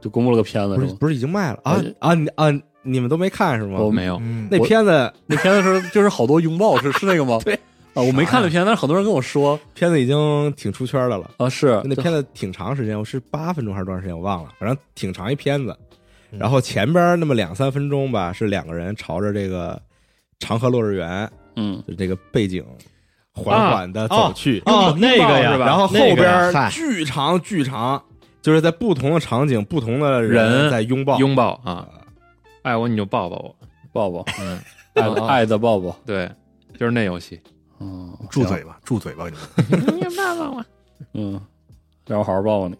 [SPEAKER 6] 就公布了个片》，子
[SPEAKER 3] 不
[SPEAKER 6] 是
[SPEAKER 3] 是
[SPEAKER 6] 吗？
[SPEAKER 3] 不是已经卖了啊
[SPEAKER 6] 哎
[SPEAKER 3] 啊你啊！你们都没看是吗？
[SPEAKER 6] 我
[SPEAKER 4] 没有，
[SPEAKER 5] 嗯，
[SPEAKER 3] 那
[SPEAKER 6] 我
[SPEAKER 3] 片子
[SPEAKER 6] 那片子是就是好多拥抱，是是那个吗？
[SPEAKER 3] 对
[SPEAKER 6] 啊，我没看那片，但是很多人跟我说
[SPEAKER 3] 片子已经挺出圈的了。
[SPEAKER 6] 啊，是
[SPEAKER 3] 那
[SPEAKER 6] 就
[SPEAKER 3] 片子挺长时间，我是八分钟还是多长时间我忘了，反正挺长一片子。
[SPEAKER 8] 嗯
[SPEAKER 3] 然后前边那么两三分钟吧，是两个人朝着这个长河落日园
[SPEAKER 6] 嗯，
[SPEAKER 3] 就这个背景缓缓的走去。
[SPEAKER 8] 啊哦，那个呀，
[SPEAKER 3] 然后后
[SPEAKER 8] 那个呀
[SPEAKER 3] 边
[SPEAKER 8] 嗨
[SPEAKER 3] 巨长巨长，就是在不同的场景、不同的
[SPEAKER 8] 嗯
[SPEAKER 4] 人
[SPEAKER 3] 在拥抱。
[SPEAKER 4] 拥抱啊，爱我你就抱抱我，
[SPEAKER 6] 抱 抱，
[SPEAKER 4] 嗯，
[SPEAKER 6] 爱的
[SPEAKER 4] 啊
[SPEAKER 6] 爱的抱抱，
[SPEAKER 4] 对，就是那游戏，
[SPEAKER 6] 嗯
[SPEAKER 5] 住嘴吧，住嘴吧，你们。
[SPEAKER 6] 嗯，让我好好抱抱你，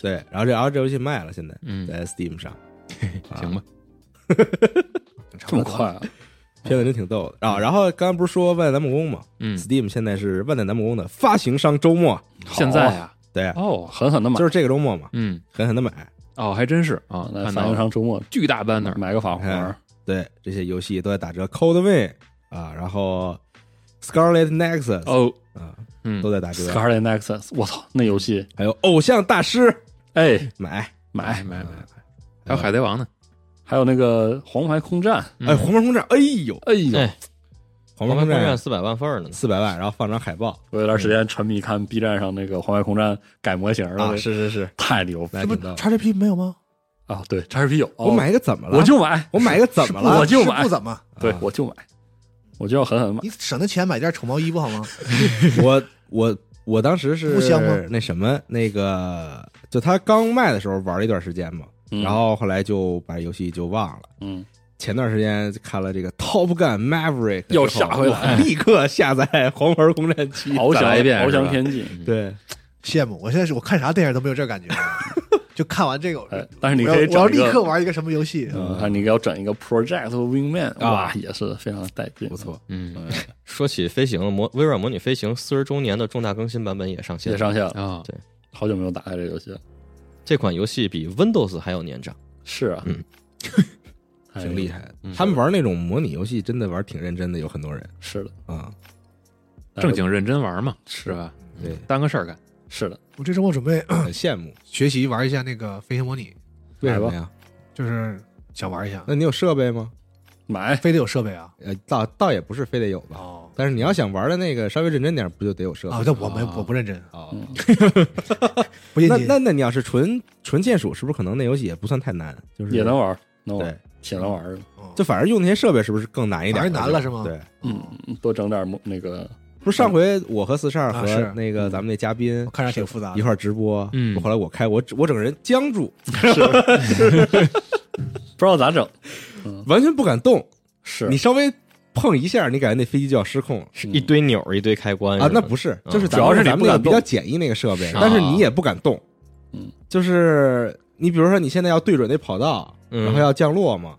[SPEAKER 3] 对，然后这然后这游戏卖了，现在
[SPEAKER 4] 嗯，
[SPEAKER 3] 在 Steam 上，啊
[SPEAKER 4] 行吧，
[SPEAKER 6] 这么快啊？
[SPEAKER 3] 片子真挺逗的啊。然后刚才不是说万代南梦宫吗
[SPEAKER 4] 嗯，
[SPEAKER 3] ？Steam 现在是万代南梦宫的发行商周末，
[SPEAKER 4] 现在啊，
[SPEAKER 3] 对，
[SPEAKER 4] 哦，
[SPEAKER 6] 狠狠的买
[SPEAKER 3] 就是这个周末嘛，
[SPEAKER 4] 嗯，
[SPEAKER 3] 狠狠的买。
[SPEAKER 4] 哦，还真是啊，
[SPEAKER 6] 那
[SPEAKER 4] 看
[SPEAKER 6] 反
[SPEAKER 4] 到
[SPEAKER 6] 应
[SPEAKER 4] 了
[SPEAKER 6] 上嗯周末
[SPEAKER 4] 巨大 banner，
[SPEAKER 6] 买个法环
[SPEAKER 3] 哎，对，这些游戏都在打折，Cold Win 啊，然后 Scarlet Nexus、
[SPEAKER 4] 哦，
[SPEAKER 3] 啊
[SPEAKER 4] 嗯
[SPEAKER 3] 都，在打折，
[SPEAKER 6] Scarlet Nexus，我操，那游戏，
[SPEAKER 3] 还有偶像大师
[SPEAKER 6] 哎，
[SPEAKER 3] 买，
[SPEAKER 4] 买买
[SPEAKER 6] 买，
[SPEAKER 4] 买，还有海贼王呢，
[SPEAKER 6] 还有那个黄牌空战，
[SPEAKER 4] 嗯
[SPEAKER 3] 哎，黄牌空战，哎呦，
[SPEAKER 6] 哎呦，
[SPEAKER 8] 哎
[SPEAKER 3] 黄
[SPEAKER 8] 我
[SPEAKER 3] 牌
[SPEAKER 8] 们
[SPEAKER 3] 空
[SPEAKER 8] 空战
[SPEAKER 3] 战
[SPEAKER 8] 四百万份儿呢，
[SPEAKER 3] 四百万，然后放张海报
[SPEAKER 6] 我有段时间沉迷看 B 站上那个黄牌空战改模型了，
[SPEAKER 3] 是是，
[SPEAKER 6] 太牛逼
[SPEAKER 3] 那
[SPEAKER 6] 了
[SPEAKER 3] 挺逗。
[SPEAKER 5] XGP 没有吗？
[SPEAKER 6] 啊！对，叉 P 有，
[SPEAKER 3] 我
[SPEAKER 6] 哦
[SPEAKER 3] 买一个怎么了？啊
[SPEAKER 6] 我就买，
[SPEAKER 3] 我买一个怎
[SPEAKER 5] 是
[SPEAKER 3] 么
[SPEAKER 5] 不
[SPEAKER 3] 了
[SPEAKER 6] 我？就是买
[SPEAKER 5] 不怎么，
[SPEAKER 6] 对
[SPEAKER 3] 啊
[SPEAKER 6] 我就买，我就要狠狠买。
[SPEAKER 5] 你省那钱买件丑毛衣不好吗？
[SPEAKER 3] 我我我当时是
[SPEAKER 5] 互相吗
[SPEAKER 3] 那什么那个，就他刚卖的时候玩了一段时间嘛，
[SPEAKER 6] 嗯
[SPEAKER 3] 然后后来就把游戏就忘了。
[SPEAKER 6] 嗯，
[SPEAKER 3] 前段时间看了这个《Top Gun Maverick》，
[SPEAKER 6] 又下回来，
[SPEAKER 3] 立刻下载《黄牌空战七》。
[SPEAKER 6] 翱
[SPEAKER 4] 再
[SPEAKER 6] 翔
[SPEAKER 4] 来一遍
[SPEAKER 6] 翱
[SPEAKER 4] 是
[SPEAKER 6] 翔
[SPEAKER 4] 吧
[SPEAKER 6] 天际。
[SPEAKER 3] 对，
[SPEAKER 5] 羡慕！我现在是我看啥电影都没有这感觉，就看完这个，我
[SPEAKER 6] 哎，但是你
[SPEAKER 5] 我要
[SPEAKER 6] 可以
[SPEAKER 5] 我要
[SPEAKER 6] 整一
[SPEAKER 5] 立刻
[SPEAKER 6] 个，
[SPEAKER 5] 玩一个什么游戏？
[SPEAKER 6] 嗯，但你要整一个 Project Wingman，哇，也是非常带劲，不错，
[SPEAKER 4] 嗯
[SPEAKER 8] 说起飞行模，微软模拟飞行四十周年的重大更新版本也上线
[SPEAKER 6] 也
[SPEAKER 8] 了。
[SPEAKER 6] 上线了。
[SPEAKER 4] 啊，
[SPEAKER 6] 好久没有打开这个游戏了，
[SPEAKER 8] 这款游戏比 Windows 还要年长，
[SPEAKER 6] 是啊 哎
[SPEAKER 8] 嗯，
[SPEAKER 6] 太
[SPEAKER 3] 挺厉害的。
[SPEAKER 4] 嗯
[SPEAKER 3] 他们玩那种模拟游戏，真的玩挺认真的，有很多人
[SPEAKER 6] 是的，
[SPEAKER 3] 啊。
[SPEAKER 4] 正经认真玩嘛，
[SPEAKER 6] 是
[SPEAKER 4] 是吧？
[SPEAKER 3] 对，
[SPEAKER 4] 当个事儿干，
[SPEAKER 6] 哎是的，
[SPEAKER 5] 我这周末准备
[SPEAKER 3] 很羡慕。
[SPEAKER 5] 学习玩一下那个飞行模拟，
[SPEAKER 3] 为
[SPEAKER 6] 来
[SPEAKER 3] 什
[SPEAKER 6] 吧
[SPEAKER 3] 么呀？
[SPEAKER 5] 就是想玩一下，
[SPEAKER 3] 那你有设备吗？
[SPEAKER 6] 买
[SPEAKER 5] 非得有设备啊？
[SPEAKER 3] 呃，倒倒也不是非得有吧。
[SPEAKER 5] 哦
[SPEAKER 3] 但是你要想玩的那个稍微认真点，不就得有设备
[SPEAKER 5] 啊，？但我没
[SPEAKER 4] 啊
[SPEAKER 5] 我不认真，
[SPEAKER 3] 哦
[SPEAKER 6] 嗯
[SPEAKER 5] 不认
[SPEAKER 3] 那
[SPEAKER 5] 真。
[SPEAKER 3] 那那你要是纯纯键鼠，是不是可能那游戏也不算太难？啊就是
[SPEAKER 6] 也能玩儿，能玩
[SPEAKER 3] 对
[SPEAKER 6] 儿，，挺能玩儿的。
[SPEAKER 5] 哦
[SPEAKER 3] 就反正用那些设备是不是更难一点？
[SPEAKER 5] 反而难了是吗
[SPEAKER 3] 对，
[SPEAKER 6] 嗯，多整点儿模那个
[SPEAKER 3] 不是上回我和四十二
[SPEAKER 5] 啊
[SPEAKER 3] 和
[SPEAKER 5] 是
[SPEAKER 3] 那个咱们那嘉宾
[SPEAKER 5] 我看着挺复杂
[SPEAKER 3] 一
[SPEAKER 5] 的，
[SPEAKER 3] 块儿直播，
[SPEAKER 4] 嗯
[SPEAKER 3] 后来我开我我整个人僵住，
[SPEAKER 6] 不知道咋整，
[SPEAKER 3] 完全不敢动。
[SPEAKER 6] 是嗯
[SPEAKER 3] 你稍微碰一下，你感觉那飞机就要失控了
[SPEAKER 8] 一堆钮儿一堆开关
[SPEAKER 3] 啊！
[SPEAKER 8] 吧
[SPEAKER 3] 那不是，
[SPEAKER 8] 嗯
[SPEAKER 3] 就是咱
[SPEAKER 6] 主要是你
[SPEAKER 3] 咱们
[SPEAKER 6] 不
[SPEAKER 3] 那
[SPEAKER 6] 敢
[SPEAKER 3] 个比较
[SPEAKER 6] 动
[SPEAKER 3] 简易那个设备，
[SPEAKER 4] 是啊
[SPEAKER 3] 但是你也不敢动。
[SPEAKER 6] 嗯，
[SPEAKER 3] 就是你比如说你现在要对准那跑道，
[SPEAKER 8] 嗯
[SPEAKER 3] 然后要降落嘛，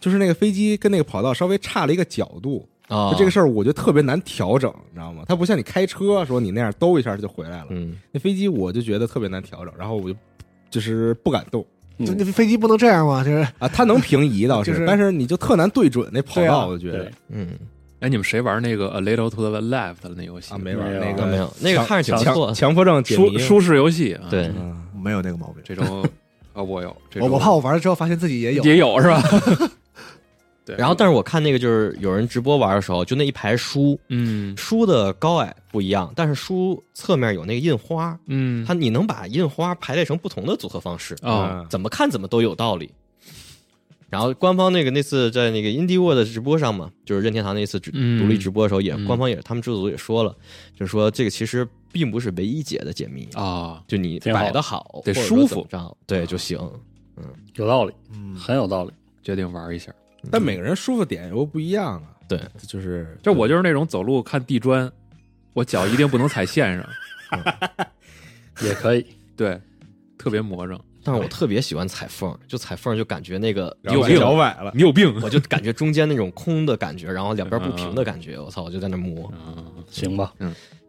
[SPEAKER 3] 就是那个飞机跟那个跑道稍微差了一个角度，
[SPEAKER 8] 啊
[SPEAKER 3] 就这个事儿我觉得特别难调整，你知道吗？它不像你开车说你那样兜一下就回来了，
[SPEAKER 8] 嗯，
[SPEAKER 3] 那飞机我就觉得特别难调整，然后我就就是不敢动
[SPEAKER 6] 嗯
[SPEAKER 5] 就那飞机不能这样吗？就是
[SPEAKER 3] 啊。它能平移倒是，
[SPEAKER 5] 就是
[SPEAKER 3] 但是你就特难对准那跑
[SPEAKER 5] 对啊
[SPEAKER 3] 道，我就觉得
[SPEAKER 6] 对
[SPEAKER 8] 嗯，
[SPEAKER 4] 哎，你们谁玩那个《A Little to the Left》的那游戏嗯
[SPEAKER 3] 啊没玩儿
[SPEAKER 6] 没有
[SPEAKER 3] 那
[SPEAKER 8] 啊
[SPEAKER 3] 个
[SPEAKER 8] 没有那个看着挺不
[SPEAKER 3] 强
[SPEAKER 8] 错
[SPEAKER 3] 强
[SPEAKER 8] 的，
[SPEAKER 3] 强迫症解
[SPEAKER 4] 舒
[SPEAKER 3] 谜
[SPEAKER 4] 舒适游戏啊？，
[SPEAKER 8] 对，
[SPEAKER 3] 嗯
[SPEAKER 5] 没有那个毛病。
[SPEAKER 4] 这周啊，我有，这周
[SPEAKER 5] 我我怕我玩了之后发现自己也有，
[SPEAKER 4] 也有是吧？ 对，
[SPEAKER 8] 然后，但是我看那个就是有人直播玩的时候，就那一排书，
[SPEAKER 4] 嗯
[SPEAKER 8] 书的高矮不一样，但是书侧面有那个印花，
[SPEAKER 4] 嗯，
[SPEAKER 8] 它你能把印花排列成不同的组合方式，
[SPEAKER 4] 啊
[SPEAKER 8] 怎么看怎么都有道理。然后官方那个那次在那个 Indie World 的直播上嘛，就是任天堂那次直
[SPEAKER 4] 嗯
[SPEAKER 8] 独立直播的时候也，
[SPEAKER 4] 嗯
[SPEAKER 8] 官方也他们制作组也说了，就是说这个其实并不是唯一解的解谜，
[SPEAKER 4] 啊，
[SPEAKER 8] 就你
[SPEAKER 6] 挺好
[SPEAKER 8] 摆的好，
[SPEAKER 4] 得
[SPEAKER 8] 或者
[SPEAKER 4] 舒
[SPEAKER 8] 说
[SPEAKER 4] 服啊
[SPEAKER 8] 怎么着，对就行。
[SPEAKER 6] 有道理，
[SPEAKER 5] 嗯，
[SPEAKER 6] 很有道理。
[SPEAKER 4] 决定玩一下。
[SPEAKER 3] 但每个人舒服点又不一样啊。
[SPEAKER 8] 对，
[SPEAKER 3] 就是
[SPEAKER 4] 就我就是那种走路看地砖，我脚一定不能踩线上，
[SPEAKER 6] 也可以。
[SPEAKER 4] 对，特别魔怔。
[SPEAKER 8] 但是我特别喜欢踩缝儿，就踩缝儿就感觉那个
[SPEAKER 3] 然后
[SPEAKER 4] 有病
[SPEAKER 3] 脚崴了，
[SPEAKER 4] 你有病！
[SPEAKER 8] 我就感觉中间那种空的感觉，然后两边不平的感觉，我操，我就在那摸。
[SPEAKER 4] 嗯
[SPEAKER 6] 行吧，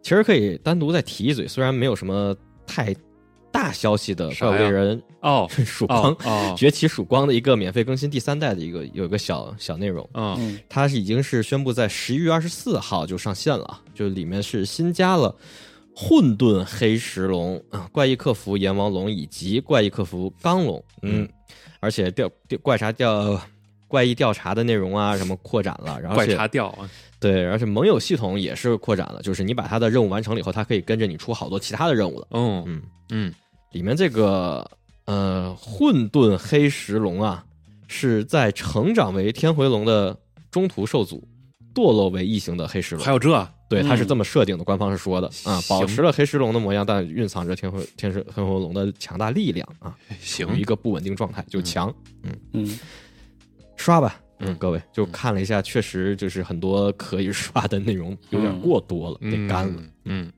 [SPEAKER 8] 其实可以单独再提一嘴，虽然没有什么太大消息的
[SPEAKER 4] 啥
[SPEAKER 8] 怪
[SPEAKER 4] 呀
[SPEAKER 8] 物猎人
[SPEAKER 4] 哦
[SPEAKER 8] 曙光
[SPEAKER 4] 哦、 哦，
[SPEAKER 8] 崛起曙光的一个免费更新第三代的一个有一个小小内容，
[SPEAKER 4] 嗯
[SPEAKER 6] 嗯，
[SPEAKER 8] 它是已经是宣布在十一月二十四号就上线了，就里面是新加了。混沌黑石龙啊，怪异客服阎王龙以及怪异客服钢龙，嗯，而且调调怪查调怪异调查的内容啊，什么扩展了，然后
[SPEAKER 4] 怪
[SPEAKER 8] 是
[SPEAKER 4] 查调啊，
[SPEAKER 8] 对，而且盟友系统也是扩展了，就是你把它的任务完成了以后，它可以跟着你出好多其他的任务了。
[SPEAKER 4] 嗯
[SPEAKER 8] 嗯，
[SPEAKER 4] 嗯
[SPEAKER 8] 里面这个呃混沌黑石龙啊，是在成长为天回龙的中途受阻，堕落为异形的黑石龙
[SPEAKER 4] 还。有这哎
[SPEAKER 8] 对，它是这么设定的，官方是说的啊，保
[SPEAKER 4] 行
[SPEAKER 8] 持了黑石龙的模样，但蕴藏着天回天石天回龙的强大力量啊，
[SPEAKER 4] 行
[SPEAKER 8] 处于一个不稳定状态，就强。
[SPEAKER 6] 嗯，
[SPEAKER 8] 刷吧，
[SPEAKER 4] 嗯
[SPEAKER 8] 嗯，各位就
[SPEAKER 4] 嗯
[SPEAKER 8] 看了一下，确实就是很多可以刷的内容有点
[SPEAKER 6] 嗯
[SPEAKER 8] 过多了，
[SPEAKER 4] 嗯
[SPEAKER 8] 得干了。
[SPEAKER 4] 嗯，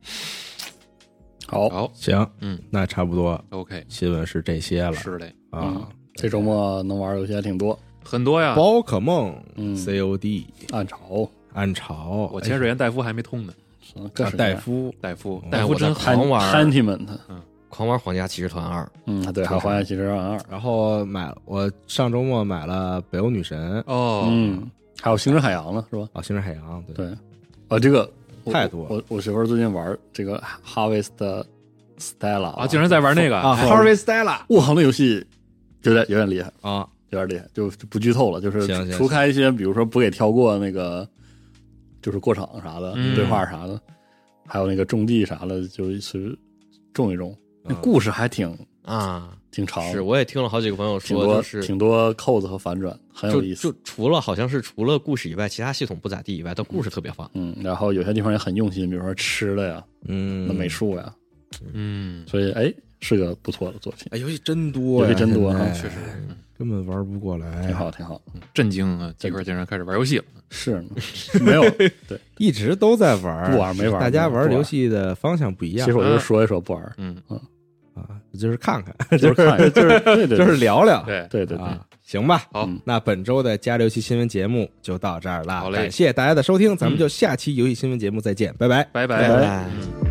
[SPEAKER 6] 好，
[SPEAKER 4] 好
[SPEAKER 3] 行，
[SPEAKER 4] 嗯，
[SPEAKER 3] 那差不多
[SPEAKER 4] ，OK，
[SPEAKER 3] 新闻是这些了
[SPEAKER 4] 是嘞，
[SPEAKER 3] 啊。
[SPEAKER 6] 这周末能玩的游戏还挺多，
[SPEAKER 4] 很多呀。
[SPEAKER 3] 宝可梦
[SPEAKER 6] 嗯
[SPEAKER 3] COD
[SPEAKER 6] 暗潮，
[SPEAKER 3] 暗潮，
[SPEAKER 4] 我潜水员戴夫还没通呢，
[SPEAKER 6] 嗯
[SPEAKER 3] 哎
[SPEAKER 6] 更
[SPEAKER 3] 啊
[SPEAKER 6] 是
[SPEAKER 3] 哎戴夫，
[SPEAKER 4] 戴夫
[SPEAKER 3] 嗯
[SPEAKER 4] 戴夫
[SPEAKER 8] 我在
[SPEAKER 4] 真
[SPEAKER 8] 狂玩，
[SPEAKER 6] Pentiment，
[SPEAKER 8] 狂玩《皇家骑士团二》，
[SPEAKER 6] 嗯，对，还有《花样骑士二二》，
[SPEAKER 3] 然后买我上周末买了北欧女神
[SPEAKER 4] 哦，
[SPEAKER 6] 嗯，还有《星之海洋》了，是吧？
[SPEAKER 3] 啊，星之海洋，对，
[SPEAKER 6] 对，啊，这个我
[SPEAKER 3] 太多了
[SPEAKER 6] 我我媳妇儿最近玩这个 Harvest Stella
[SPEAKER 4] 啊，竟然在玩那个
[SPEAKER 3] 啊
[SPEAKER 4] 哎
[SPEAKER 3] ，Harvey Stella
[SPEAKER 6] 我靠，那游戏有点有点厉害，
[SPEAKER 3] 啊，
[SPEAKER 6] 有点厉害，就就不剧透了，就是
[SPEAKER 3] 行行
[SPEAKER 6] 除开一些，比如说不给跳过那个，就是过场啥的、
[SPEAKER 4] 嗯
[SPEAKER 6] 对话啥的，还有那个种地啥的，就随种一种。那故事还挺
[SPEAKER 8] 啊，
[SPEAKER 6] 挺长，
[SPEAKER 8] 是我也听了好几个朋友
[SPEAKER 6] 挺
[SPEAKER 8] 说，
[SPEAKER 6] 多
[SPEAKER 8] 就是
[SPEAKER 6] 挺多扣子和反转，很有意
[SPEAKER 8] 就
[SPEAKER 6] 思。
[SPEAKER 8] 就除了好像是除了故事以外，其他系统不咋地以外，但故事特别棒。
[SPEAKER 6] 嗯，然后有些地方也很用心，比如说吃的呀、
[SPEAKER 3] 嗯，
[SPEAKER 6] 那美术呀，
[SPEAKER 4] 嗯，
[SPEAKER 6] 所以哎，是个不错的作品，
[SPEAKER 3] 哎，游戏真多呀，
[SPEAKER 6] 游戏真多
[SPEAKER 3] 现在哎
[SPEAKER 6] 啊
[SPEAKER 4] 确实嗯
[SPEAKER 3] 根本玩不过来，
[SPEAKER 6] 挺好，挺好。
[SPEAKER 4] 震惊啊！这会儿竟然开始玩游戏了，
[SPEAKER 6] 是呢没有，对，
[SPEAKER 3] 一直都在玩，
[SPEAKER 6] 不玩没玩
[SPEAKER 3] 大家
[SPEAKER 6] 不玩
[SPEAKER 3] 玩游戏的方向不一
[SPEAKER 6] 其
[SPEAKER 3] 样
[SPEAKER 6] 实我就是说一说不玩，
[SPEAKER 4] 嗯，
[SPEAKER 3] 啊，就是看看，
[SPEAKER 6] 就是看，就是对对，
[SPEAKER 3] 就是聊聊，
[SPEAKER 4] 对，
[SPEAKER 6] 对对对，
[SPEAKER 3] 啊，行吧，
[SPEAKER 4] 好
[SPEAKER 6] 嗯
[SPEAKER 3] 那本周的加游戏新闻节目就到这儿啦
[SPEAKER 4] 好，嘞
[SPEAKER 6] 嗯
[SPEAKER 3] 感谢大家的收听，咱们就下期游戏新闻节目再见，拜拜。
[SPEAKER 4] 拜
[SPEAKER 6] 拜
[SPEAKER 4] 拜
[SPEAKER 6] 拜
[SPEAKER 8] 哎
[SPEAKER 4] 嗯